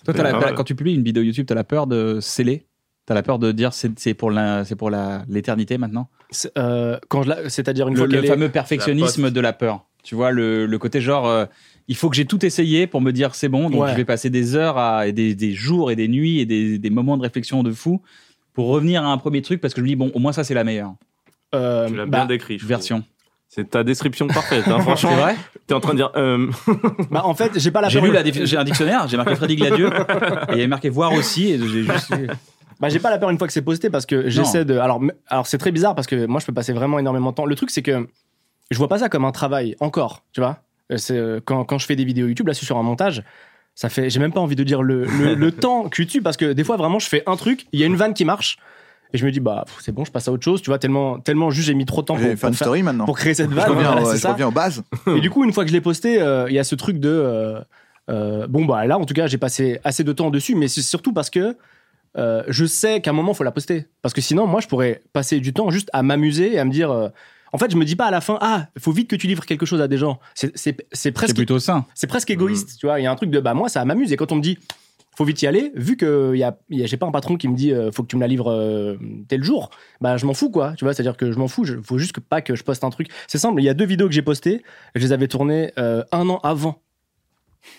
S2: Toi, t'as la-
S6: Ah
S2: t'as-
S6: ouais.
S2: quand tu publies une vidéo YouTube, t'as la peur de sceller. T'as la peur de dire c'est c'est pour la- c'est pour la- l'éternité maintenant.
S5: C'est, euh, quand je la- c'est-à-dire une
S2: le,
S5: fois
S2: le
S5: qu'elle est-
S2: fameux perfectionnisme
S6: poste.
S2: de la peur. Tu vois, le, le côté genre, euh, il faut que j'ai tout essayé pour me dire c'est bon, donc
S5: Ouais.
S2: je vais passer des heures, à, et des, des jours et des nuits et des, des moments de réflexion de fou pour revenir à un premier truc parce que je me dis, bon, au moins ça, c'est la meilleure
S5: euh,
S6: Tu l'as bien
S5: bah,
S6: décrit. je trouve.
S2: version.
S6: C'est ta description parfaite,
S5: [laughs]
S6: hein,
S2: C'est
S6: franchement.
S2: vrai
S6: T'es en train de dire. euh,
S5: bah, en fait, j'ai pas la
S2: J'ai
S5: peur.
S2: lu la défi- j'ai un dictionnaire, j'ai marqué Freddy
S5: [laughs]
S2: Gladieux et il y a marqué voir aussi et j'ai juste.
S5: Bah, j'ai pas la peur une fois que c'est posté parce que j'essaie de. Alors, m- alors c'est très bizarre parce que moi, je peux passer vraiment énormément de temps. Le truc, c'est que je vois pas ça comme un travail encore, tu vois. Euh, C'est euh, quand, quand je fais des vidéos YouTube, là, je suis sur un montage. Ça fait, j'ai même pas envie de dire
S2: [laughs]
S5: le, le, le temps que tu parce que des fois vraiment je fais un truc, il y a une vanne qui marche et je me dis bah pff, c'est bon, je passe à autre chose, tu vois tellement tellement juste j'ai mis trop de temps pour,
S3: J'ai
S5: pour
S3: fan
S5: faire-
S3: story maintenant.
S5: pour créer cette
S3: Je
S5: vanne.
S3: reviens,
S5: voilà,
S3: ouais,
S5: c'est
S3: je
S5: ça.
S3: reviens aux bases.
S5: Et du coup, une fois que je l'ai posté, euh, il y a ce truc de. euh, euh, bon, bah là, en tout cas, j'ai passé assez de temps dessus, mais c'est surtout parce que euh, je sais qu'à un moment, il faut la poster. Parce que sinon, moi, je pourrais passer du temps juste à m'amuser et à me dire. euh, en fait, je me dis pas à la fin, ah, faut vite que tu livres quelque chose à des gens. C'est- C'est c'est
S2: C'est
S5: presque,
S2: plutôt sain.
S5: c'est presque égoïste, tu vois. Il y a un truc de, bah moi, ça m'amuse. Et quand on me dit, faut vite y aller, vu que euh, y a, y a- j'ai pas un patron qui me dit, euh, faut que tu me la livres euh, tel jour, bah je m'en fous, quoi. Tu vois, c'est-à-dire que je m'en fous, je, faut juste que, pas que je poste un truc. C'est simple, il y a deux vidéos que j'ai postées, je les avais tournées euh, un an avant.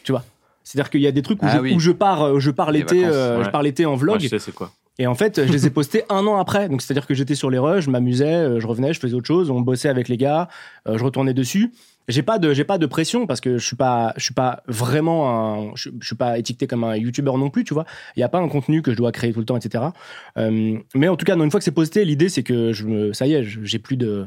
S5: Tu vois c'est-à-dire qu'il y a des trucs où,
S4: Ah
S5: je,
S4: oui.
S5: où je pars, euh, je pars
S4: Les
S5: l'été,
S4: vacances,
S5: euh, je
S6: ouais.
S5: pars l'été en
S6: moi,
S5: vlog,
S6: je sais, c'est quoi
S5: et en fait, je les ai postés un an après. Donc c'est-à-dire que j'étais sur les rushs, je m'amusais, euh, je revenais, je faisais autre chose, on bossait avec les gars, euh, je retournais dessus. J'ai pas de j'ai pas de pression parce que je suis pas je suis pas vraiment un je, je suis pas étiqueté comme un youtubeur non plus tu vois il y a pas un contenu que je dois créer tout le temps etc Euh, mais en tout cas non, une fois que c'est posté l'idée c'est que je me ça y est je- j'ai plus de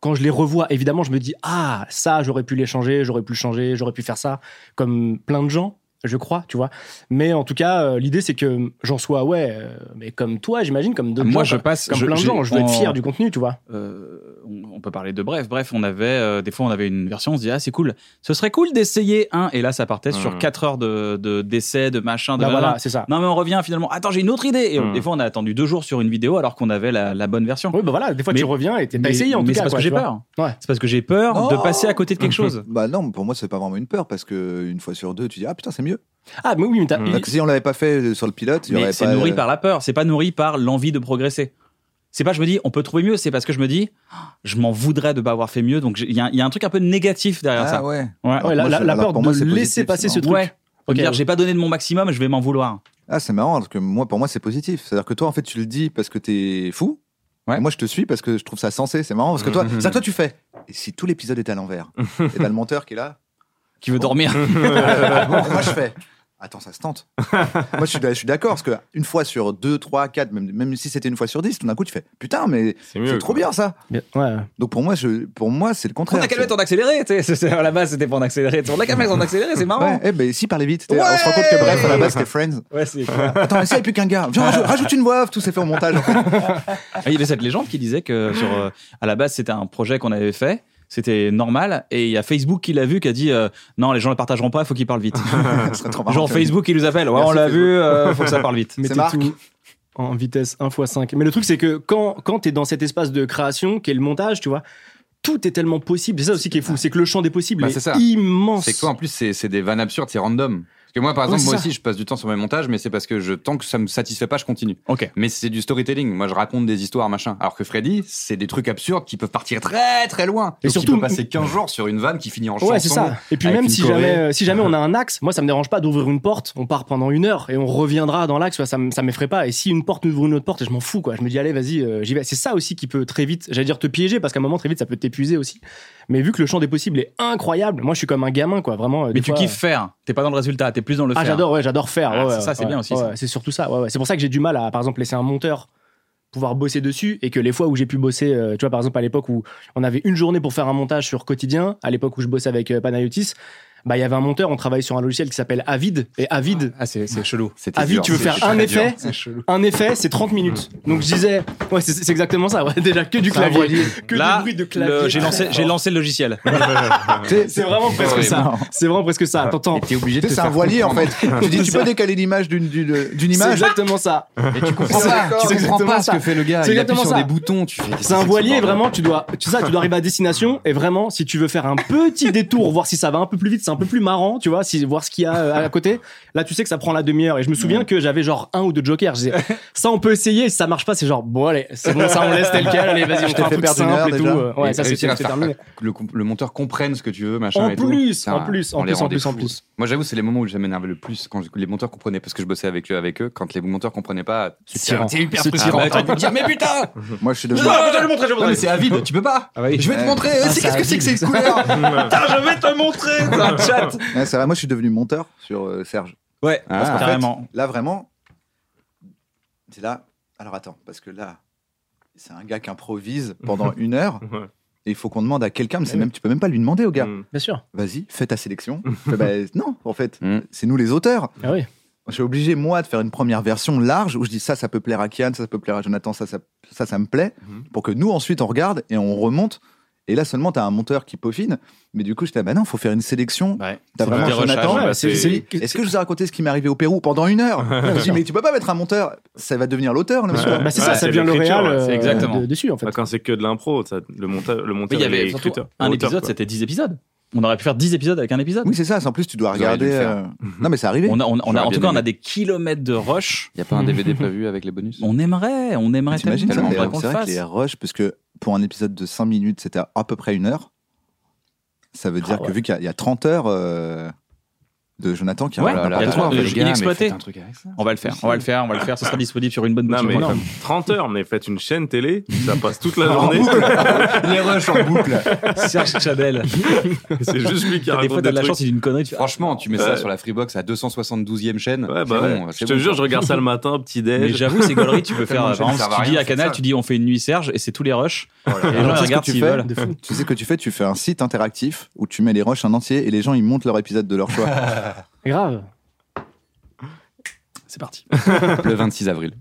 S5: quand je les revois évidemment je me dis ah ça j'aurais pu les changer j'aurais pu le changer j'aurais pu faire ça comme plein de gens je crois tu vois mais en tout cas euh, l'idée c'est que j'en sois ouais euh, mais comme toi j'imagine comme d'autres
S2: Moi,
S5: gens,
S2: je passe.
S5: comme
S2: je-
S5: plein de
S2: j'ai- Oh.
S5: gens je veux être
S2: en-
S5: fier du contenu tu vois
S2: Euh, on, on peut parler de bref. Bref, on avait euh, des fois on avait une version, on se disait ah c'est cool, ce serait cool d'essayer un. Et là ça partait sur
S6: Mm.
S2: 4 heures de de- d'essais, de, machin, de
S5: Bah,
S2: blablabla.
S5: voilà c'est ça
S2: Non mais on revient finalement. Attends j'ai une autre idée. Et on-
S6: Mm.
S2: des fois on a attendu deux jours sur une vidéo alors qu'on avait la, la bonne version.
S5: oui bah voilà des fois
S2: Mais-
S5: tu reviens et t'es- t'as
S2: Mais-
S5: essayé en
S2: mais
S5: tout
S2: c'est
S5: cas
S2: parce
S5: quoi,
S2: que j'ai
S5: tu vois.
S2: peur.
S5: Ouais.
S2: C'est parce que j'ai peur de
S3: Oh
S2: passer à côté de quelque chose.
S3: Bah non, pour moi, c'est pas vraiment une peur parce que une fois sur deux, tu dis ah putain, c'est mieux.
S5: ah mais oui mais t'as-
S6: Mm.
S5: il-
S3: Donc, si on l'avait pas fait euh, sur le pilote, il y
S2: Mais
S3: aurait
S2: c'est
S3: pas.
S2: nourri par la peur. C'est pas nourri par l'envie de progresser. c'est pas je me dis on peut trouver mieux, c'est parce que je me dis je m'en voudrais de pas avoir fait mieux. Donc j'ai- il y, a un- il y a un truc un peu négatif derrière
S3: Ah
S2: ça.
S3: ouais.
S2: Ouais.
S5: Ouais, la,
S3: moi,
S5: la-
S3: je-
S5: la
S3: alors,
S5: peur
S3: pour
S5: de
S3: moi, c'est
S5: laisser
S3: positif,
S5: passer
S3: non
S5: ce truc.
S2: Ouais.
S5: Ok.
S2: Dire, j'ai pas donné de mon maximum, je vais m'en vouloir.
S3: Ah, c'est marrant, parce que moi, pour moi, c'est positif. C'est-à-dire que toi, en fait, tu le dis parce que t'es fou.
S2: Ouais.
S3: Et Moi, je te suis parce que je trouve ça sensé. C'est marrant parce que
S2: [laughs]
S3: toi,
S6: Mhm.
S3: ça, toi, tu fais. Et si tout l'épisode était à l'envers, et ben le menteur qui est là,
S2: Qui
S6: [laughs]
S2: veut dormir
S3: euh, [laughs] moi, je fais. Attends, ça se tente. [laughs] moi, je suis, je suis d'accord parce que une fois sur deux, trois, quatre, même, même si c'était une fois sur dix, tout d'un coup, tu fais. Putain, mais
S6: C'est
S3: c'est trop
S6: quoi.
S3: bien ça.
S5: Bien- Ouais.
S3: Donc pour moi, je, pour moi, c'est le
S2: On
S3: contraire.
S2: a qu'à le mettre en accéléré, tu sais. c'est- c'est- À la base, c'était pas en accéléré. On a qu'à le mettre en accéléré, c'est marrant.
S3: Ouais, eh ben, si, parlez vite. On se rend compte que bref, à la base, c'était Friends.
S2: Ouais, c'est
S3: [laughs] Attends, mais s'il n'y a plus qu'un gars, viens, rajoute, rajoute une voix off, tout s'est fait au montage. en fait.
S5: [laughs]
S2: Ah, Il y avait cette légende qui disait que
S3: Ah.
S2: sur, euh, à la base, c'était un projet qu'on avait fait. C'était normal. Et il y a Facebook qui l'a vu, qui a dit euh, non, les gens le partageront pas, il faut qu'ils parlent vite.
S3: [laughs] Ce serait trop marrant,
S2: Genre
S3: tu vois.
S2: Facebook, il nous appelle. Ouais,
S3: Merci,
S2: on l'a
S3: Facebook.
S2: vu, [laughs] euh, faut que ça parle
S5: [laughs]
S2: vite.
S5: mettez
S3: Marc.
S5: tout en vitesse 1 x 5. Mais le truc, c'est que quand, quand tu es dans cet espace de création, qui est le montage, tu vois, tout est tellement possible. C'est ça aussi qui est fou, c'est que le champ des possibles
S4: Bah,
S5: est,
S4: c'est ça.
S5: immense.
S4: C'est que toi, en plus, c'est c'est des vannes absurdes, c'est random. Parce que moi, par
S5: Oui,
S4: exemple, moi
S5: c'est ça.
S4: aussi, je passe du temps sur mes montages, mais c'est parce que je, tant que ça me satisfait pas, je continue.
S2: Ok.
S4: Mais c'est du storytelling. Moi, je raconte des histoires, machin. Alors que Freddy, c'est des trucs absurdes qui peuvent partir très, très loin.
S5: Et
S4: Et surtout,
S5: surtout-
S4: il peut passer 15 jours sur une vanne qui finit en chanson.
S5: Ouais, c'est ça. Et puis
S4: avec
S5: même
S4: une
S5: si
S4: Corée.
S5: jamais, euh, si jamais on a un axe, moi ça me dérange pas d'ouvrir une porte, on part pendant une heure et on reviendra dans l'axe, tu vois, ça, me- ça m'effraie pas. Et si une porte nous ouvre une autre porte, je m'en fous quoi, je me dis allez vas-y, euh, j'y vais. C'est ça aussi qui peut très vite, j'allais dire te piéger parce qu'à un moment très vite ça peut t'épuiser aussi. Mais vu que le champ des possibles est incroyable, moi je suis comme un gamin quoi, vraiment. euh,
S2: Mais
S5: des
S2: tu
S5: fois,
S2: kiffes faire. T'es pas dans le résultat, t'es plus dans le
S5: Ah,
S2: faire.
S5: j'adore, ouais, j'adore faire.
S2: Ah,
S5: ouais,
S2: c'est ça, c'est
S5: ouais,
S2: bien aussi,
S5: ouais,
S2: ça.
S5: C'est surtout ça. Ouais, ouais. C'est pour ça que j'ai du mal à, par exemple, laisser un monteur pouvoir bosser dessus et que les fois où j'ai pu bosser, euh, tu vois, par exemple, à l'époque où on avait une journée pour faire un montage sur quotidien, à l'époque où je bossais avec euh, Panayotis, bah, il y avait un monteur, on travaillait sur un logiciel qui s'appelle Avid. Et Avid,
S2: Ah, c'est c'est chelou.
S4: C'était
S5: Avid,
S4: dur,
S5: tu veux
S4: c'est
S5: faire
S4: très
S5: un
S4: dur.
S5: effet un effet, c'est 30 minutes. Donc je disais, ouais, c'est c'est exactement ça. ouais, [laughs] déjà que du clavier, que
S2: Là,
S5: du bruit de clavier.
S2: le- j'ai lancé, j'ai lancé le logiciel.
S3: C'est-
S5: [laughs] C'est vraiment presque
S4: Horrible.
S5: ça. hein. C'est vraiment presque ça. T'entends.
S4: Et t'es obligé de te
S3: Tu sais, C'est un
S4: faire
S3: voilier
S5: [laughs]
S3: en fait.
S4: [laughs]
S3: tu dis, tu peux décaler l'image d'une d'une- d'une
S5: C'est
S3: image.
S5: exactement ça.
S4: comprendre. Et tu comprends
S3: C'est
S4: pas,
S3: d'accord,
S4: tu
S5: c'est
S4: comprends pas
S5: exactement
S4: ce que
S5: ça.
S4: fait le
S5: [laughs]
S4: gars.
S5: C'est
S4: Il appuie
S5: exactement
S4: sur
S5: ça.
S4: des boutons, tu fais qu'est-ce
S5: C'est
S4: que
S5: un
S4: ce
S5: voilier,
S4: bordel
S5: vraiment, tu dois, tu, sais, ça, tu dois arriver à destination et vraiment, si tu veux faire un petit détour, voir si ça va un peu plus vite, c'est un peu plus marrant, tu vois, si, voir ce qu'il y a euh, à côté. Là, tu sais que ça prend la demi-heure et je me souviens que j'avais genre un ou deux jokers. Je disais, ça, on peut essayer, si ça marche pas, c'est genre, bon, allez, c'est bon, ça, on laisse tel quel, allez, vas-y,
S3: Je
S5: je
S3: t'ai
S5: fais un
S3: fait
S5: truc
S3: perdre une
S5: simple
S3: heure,
S5: et
S3: déjà.
S5: tout. Euh, Ouais,
S4: Et
S5: ça, c'est
S4: réussir à
S5: c'est
S4: faire
S5: terminé.
S4: que le, comp- le monteur comprenne ce que tu veux, machin.
S5: En
S4: et tout.
S5: plus,
S4: Putain,
S5: en plus, en
S4: on les
S5: plus, en
S4: rendait
S5: plus, en
S4: fous.
S5: plus.
S4: Moi, j'avoue, c'est les moments où ça m'énervait le plus quand je- les monteurs comprenaient, parce que je bossais avec eux, avec eux. Quand les monteurs comprenaient pas,
S5: C'est tirant.
S4: c'est hyper
S5: C'est
S4: frustrant.
S5: tirant.
S4: T'as envie de dire, mais putain,
S3: [laughs] Moi, je suis devenu. Ah
S4: je vais le montrer, je vais C'est avide, tu peux pas. Je vais
S3: Ouais.
S4: te montrer.
S5: Ah,
S4: euh, c'est- Qu'est-ce que c'est que ces
S3: [laughs]
S5: [laughs]
S4: couleurs
S2: je vais te montrer [laughs] dans le chat.
S3: Ouais, c'est vrai, moi, je suis devenu monteur sur euh, Serge.
S2: Ouais,
S4: Ah.
S3: En fait,
S2: carrément.
S3: là, vraiment, c'est là. Alors attends, parce que là, c'est un gars qui improvise
S5: [laughs]
S3: pendant une heure.
S6: Ouais.
S3: Et il faut qu'on demande à quelqu'un, mais c'est même, tu peux même pas lui demander au gars.
S6: Mm.
S5: Bien sûr.
S3: Vas-y, fais ta
S5: [laughs]
S3: sélection. Je fais, bah, non, en fait,
S4: Mm.
S3: c'est nous les auteurs.
S5: Ah oui.
S3: Je suis obligé, moi, de faire une première version large où je dis ça, ça peut plaire à Kian, ça, ça peut plaire à Jonathan, ça, ça, ça, ça me plaît,
S6: Mhm.
S3: pour que nous, ensuite, on regarde et on remonte. Et là, seulement, tu as un monteur qui peaufine. Mais du coup, je dis, bah non, faut faire une sélection.
S2: Ouais.
S3: T'as vraiment
S2: des recherches,
S3: Jonathan.
S6: ouais, bah,
S3: c'est-
S6: c'est-
S3: c'est- Est-ce que je vous ai raconté ce qui m'est arrivé au Pérou pendant une
S5: [laughs]
S3: heure Je dis, mais tu peux pas mettre un monteur, ça va devenir l'auteur, le monsieur.
S5: Bah, c'est
S6: Ouais,
S5: ça, ça
S6: c'est
S5: devient
S6: l'écriture,
S5: L'Oréal
S6: ouais, c'est
S5: euh,
S2: exactement.
S5: de- dessus, en fait.
S6: Bah, quand c'est que de l'impro, ça- le monteur, le
S2: Mais
S6: monteur
S2: il y
S6: et
S2: avait
S6: les
S2: surtout
S6: écriteurs.
S2: un
S6: Auteur,
S2: épisode,
S6: quoi.
S2: c'était 10 épisodes. On aurait pu faire 10 épisodes avec un épisode.
S3: Oui, c'est ça, c'est en plus, tu dois
S4: Vous auriez
S3: regarder.
S4: dû le faire.
S3: euh, Non, mais c'est arrivé.
S2: On a, on- on a-
S4: J'aurais
S2: en
S4: bien
S2: tout cas, on a
S4: aimé.
S2: des kilomètres de rush.
S4: Il y a pas un
S5: [laughs]
S4: DVD prévu avec les bonus
S2: On aimerait, on aimerait
S3: T'imagines ça
S2: tellement
S3: mais
S2: faudrait qu'on
S3: C'est
S2: le
S3: vrai que
S2: fasse.
S3: les rushs, parce que pour un épisode de 5 minutes, c'était à à peu près une heure. Ça veut
S5: Ah
S3: dire que vu qu'il y a- il y, a 30 heures euh, de Jonathan qui
S2: Ouais,
S3: a
S4: Oh
S2: il y a
S3: n'importe quoi,
S2: 30
S3: en fait.
S2: de- inexploité.
S4: un truc avec ça.
S2: On va le faire, on va le faire, on va le faire. Ce sera disponible sur une bonne
S6: Non, mais
S2: boutique.
S6: 30 heures, mais faites une chaîne télé, ça passe toute
S2: [laughs]
S6: la journée. [laughs]
S4: Les rushs en boucle.
S2: Ah,
S4: [laughs]
S3: [laughs]
S2: Serge Chadel.
S6: c'est juste lui qui
S2: T'as
S6: raconte
S2: des fois, t'as de la
S6: trucs.
S2: chance, il dit une connerie.
S5: ah.
S2: tu fais,
S4: Franchement, tu mets ça
S6: Ouais.
S4: sur la Freebox à 272e chaîne.
S6: Ouais, bah,
S4: c'est
S6: ouais.
S4: bon,
S6: je
S4: c'est
S6: te
S4: bon.
S6: jure, je
S4: [laughs]
S6: regarde ça le matin, petit
S2: Mais
S6: déj.
S2: j'avoue, ces gauleries, tu peux faire. Par
S4: Tellement
S2: exemple,
S4: ça
S2: si
S4: va
S2: tu dis
S4: rien,
S2: à Canal,
S4: c'est ça.
S2: tu dis on fait une nuit Serge et c'est tous les rushs. Et les
S3: Alors,
S2: gens
S3: tu sais ce
S2: regardent
S3: que tu
S2: s'ils
S3: fais
S2: veulent.
S3: Tu sais que tu fais Tu fais un site interactif où tu mets les rushs en entier et les gens ils montent leur épisode de leur [laughs] choix.
S5: Grave.
S2: C'est parti.
S4: le 26 avril.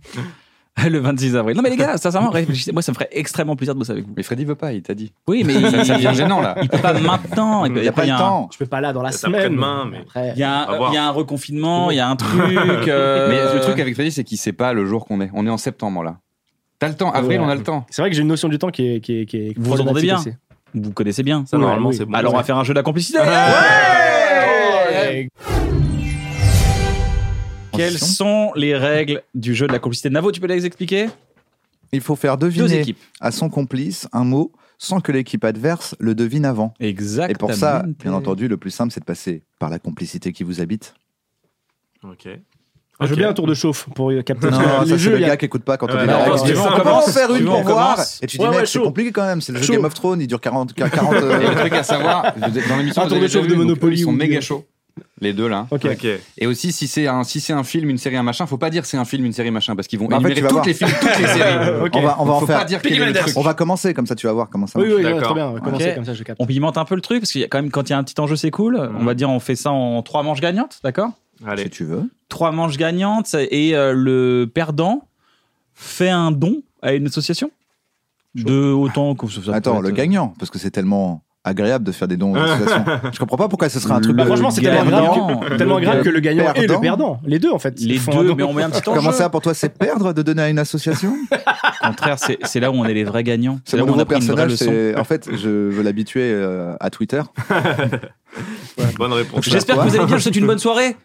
S2: Le 26 avril. Non, mais les gars, sincèrement, réfléchissez. Moi, ça me ferait extrêmement plaisir de bosser avec vous.
S4: Mais Freddy veut pas, il t'a dit.
S2: Oui, mais
S4: Ça ça devient gênant là.
S2: il
S3: [laughs]
S2: peut pas maintenant.
S3: Il n'y a pas le temps.
S5: Je peux pas là dans la
S6: C'est
S5: semaine.
S6: après-demain, mais-
S5: Après,
S2: Il y, a
S6: On va
S2: un,
S6: voir.
S2: il y a un reconfinement, il y a
S3: [laughs]
S2: un truc. euh,
S4: Mais le truc avec Freddy, c'est qu'il sait pas le jour qu'on est. On est en septembre là. T'as le temps, avril,
S5: Ouais.
S4: on a le temps.
S5: C'est vrai que j'ai une notion du temps qui est. Qui est, qui est
S2: Vous vous entendez
S5: problématique
S2: bien
S5: aussi.
S2: Vous connaissez bien.
S6: Ça,
S5: Ouais,
S6: normalement,
S5: oui.
S6: c'est bon.
S2: Alors, on va faire un jeu de la complicité. Quelles
S3: Transition.
S2: sont les règles du jeu de la complicité Navo, tu peux les expliquer
S3: Il faut faire
S2: Deux
S3: deviner
S2: équipes.
S3: à son complice un mot sans que l'équipe adverse le devine avant.
S2: Exactement.
S3: Et pour ça, bien entendu, le plus simple, c'est de passer par la complicité qui vous habite.
S6: Ok.
S5: Ah, Je veux bien un tour de chauffe pour euh, capter
S3: [laughs] Non,
S5: parce que
S3: ça
S5: les
S3: c'est
S5: jeux.
S3: le
S5: il y a-
S3: gars qui écoute pas quand on
S6: Ouais,
S3: dit
S6: non,
S3: la
S6: parce
S3: règle.
S6: que ça, on
S3: On va en
S6: commence.
S3: faire
S2: Tu
S3: une
S2: veux,
S3: pour
S2: on
S3: voir.
S2: commence
S3: Et tu dis,
S5: Ouais, ouais,
S3: mec, c'est
S5: chaud.
S3: compliqué quand même. C'est le jeu
S5: Chaud.
S3: Game of Thrones, il dure
S4: [laughs]
S3: 40. 40 euh, Ah,
S4: Il y a un truc à savoir, vous êtes- dans l'émission,
S5: Un
S4: vous avez
S5: tour de
S4: déjà
S5: chauffe
S4: vu,
S5: de
S4: donc, euh,
S5: Monopoly
S4: Ils sont
S5: ou-
S4: méga chauds, les deux là.
S5: Ok.
S6: Ok.
S4: Et aussi, si c'est un, si c'est un film, une série, un machin, faut pas dire c'est un film, une série, machin, parce qu'ils vont
S3: Bah, En fait,
S4: énumérer
S3: tu vas
S4: toutes
S3: voir.
S4: les films, toutes
S3: [laughs]
S4: les séries.
S5: Ok.
S3: On va, on va
S4: faut
S3: en
S4: pas
S3: faire.
S4: dire quel est le truc.
S3: On va commencer comme ça, tu vas voir comment ça
S5: Oui,
S3: marche.
S5: oui, ouais,
S6: D'accord.
S5: très bien. Commencez
S2: Ok.
S5: comme ça, je capte.
S2: On pimente un peu le truc parce qu'il y a quand même quand il y a un petit enjeu, c'est cool. On va dire on fait ça en trois manches gagnantes, d'accord
S6: Mhm. Allez.
S3: Si tu veux.
S2: Trois manches gagnantes ça- et euh, le perdant fait un don à une association de autant que ça peut
S3: Attends,
S2: être-
S3: le gagnant, parce que c'est tellement agréable de faire des
S5: [laughs]
S3: dons aux associations. Je comprends pas pourquoi ce serait un truc.
S5: Bah,
S3: de-
S5: franchement, c'est tellement
S2: gagnant.
S5: grave, que, [laughs] tellement
S3: Le
S5: grave que le gagnant et le
S3: perdant.
S5: perdant, les deux en fait,
S2: Les
S5: font un
S2: deux,
S5: don.
S2: mais on met un
S5: [laughs]
S2: petit enjeu.
S3: Comment ça, pour toi, c'est perdre de donner à une
S2: [laughs]
S3: association
S2: Au contraire, c'est c'est là où on est les vrais gagnants.
S3: C'est
S2: là
S3: mon
S2: où on a
S3: nouveau
S2: pris une vraie
S3: personnage.
S2: leçon.
S3: c'est- En fait, je veux l'habituer euh, à Twitter.
S6: Bonne réponse.
S2: J'espère que vous allez bien. Je vous souhaite une bonne soirée.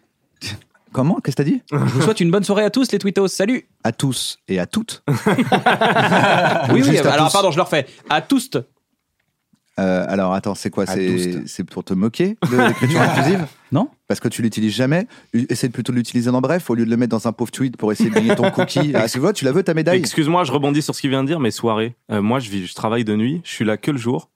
S3: Comment Qu'est-ce que
S5: [laughs]
S3: t'as dit
S2: Je vous souhaite une bonne soirée à tous les twittos. Salut.
S3: À tous et à toutes.
S2: Oui, oui.
S3: Juste à
S2: Alors,
S3: tous.
S2: pardon, je le refais. À tous.
S3: Euh, alors attends, c'est quoi
S4: À
S3: C'est
S4: tous.
S3: c'est pour te moquer de
S2: [laughs]
S3: l'écriture inclusive
S2: Non.
S3: Parce que tu l'utilises jamais. U- Essaie plutôt de l'utiliser dans bref au lieu de le mettre dans un pauvre tweet pour essayer de gagner ton
S5: [laughs]
S3: cookie. Ah, tu vois, tu la veux ta médaille
S6: Excuse-moi, je rebondis sur ce qu'il vient de dire, mais soirée. Euh, moi, je, vis, je travaille de nuit, je suis là que le jour.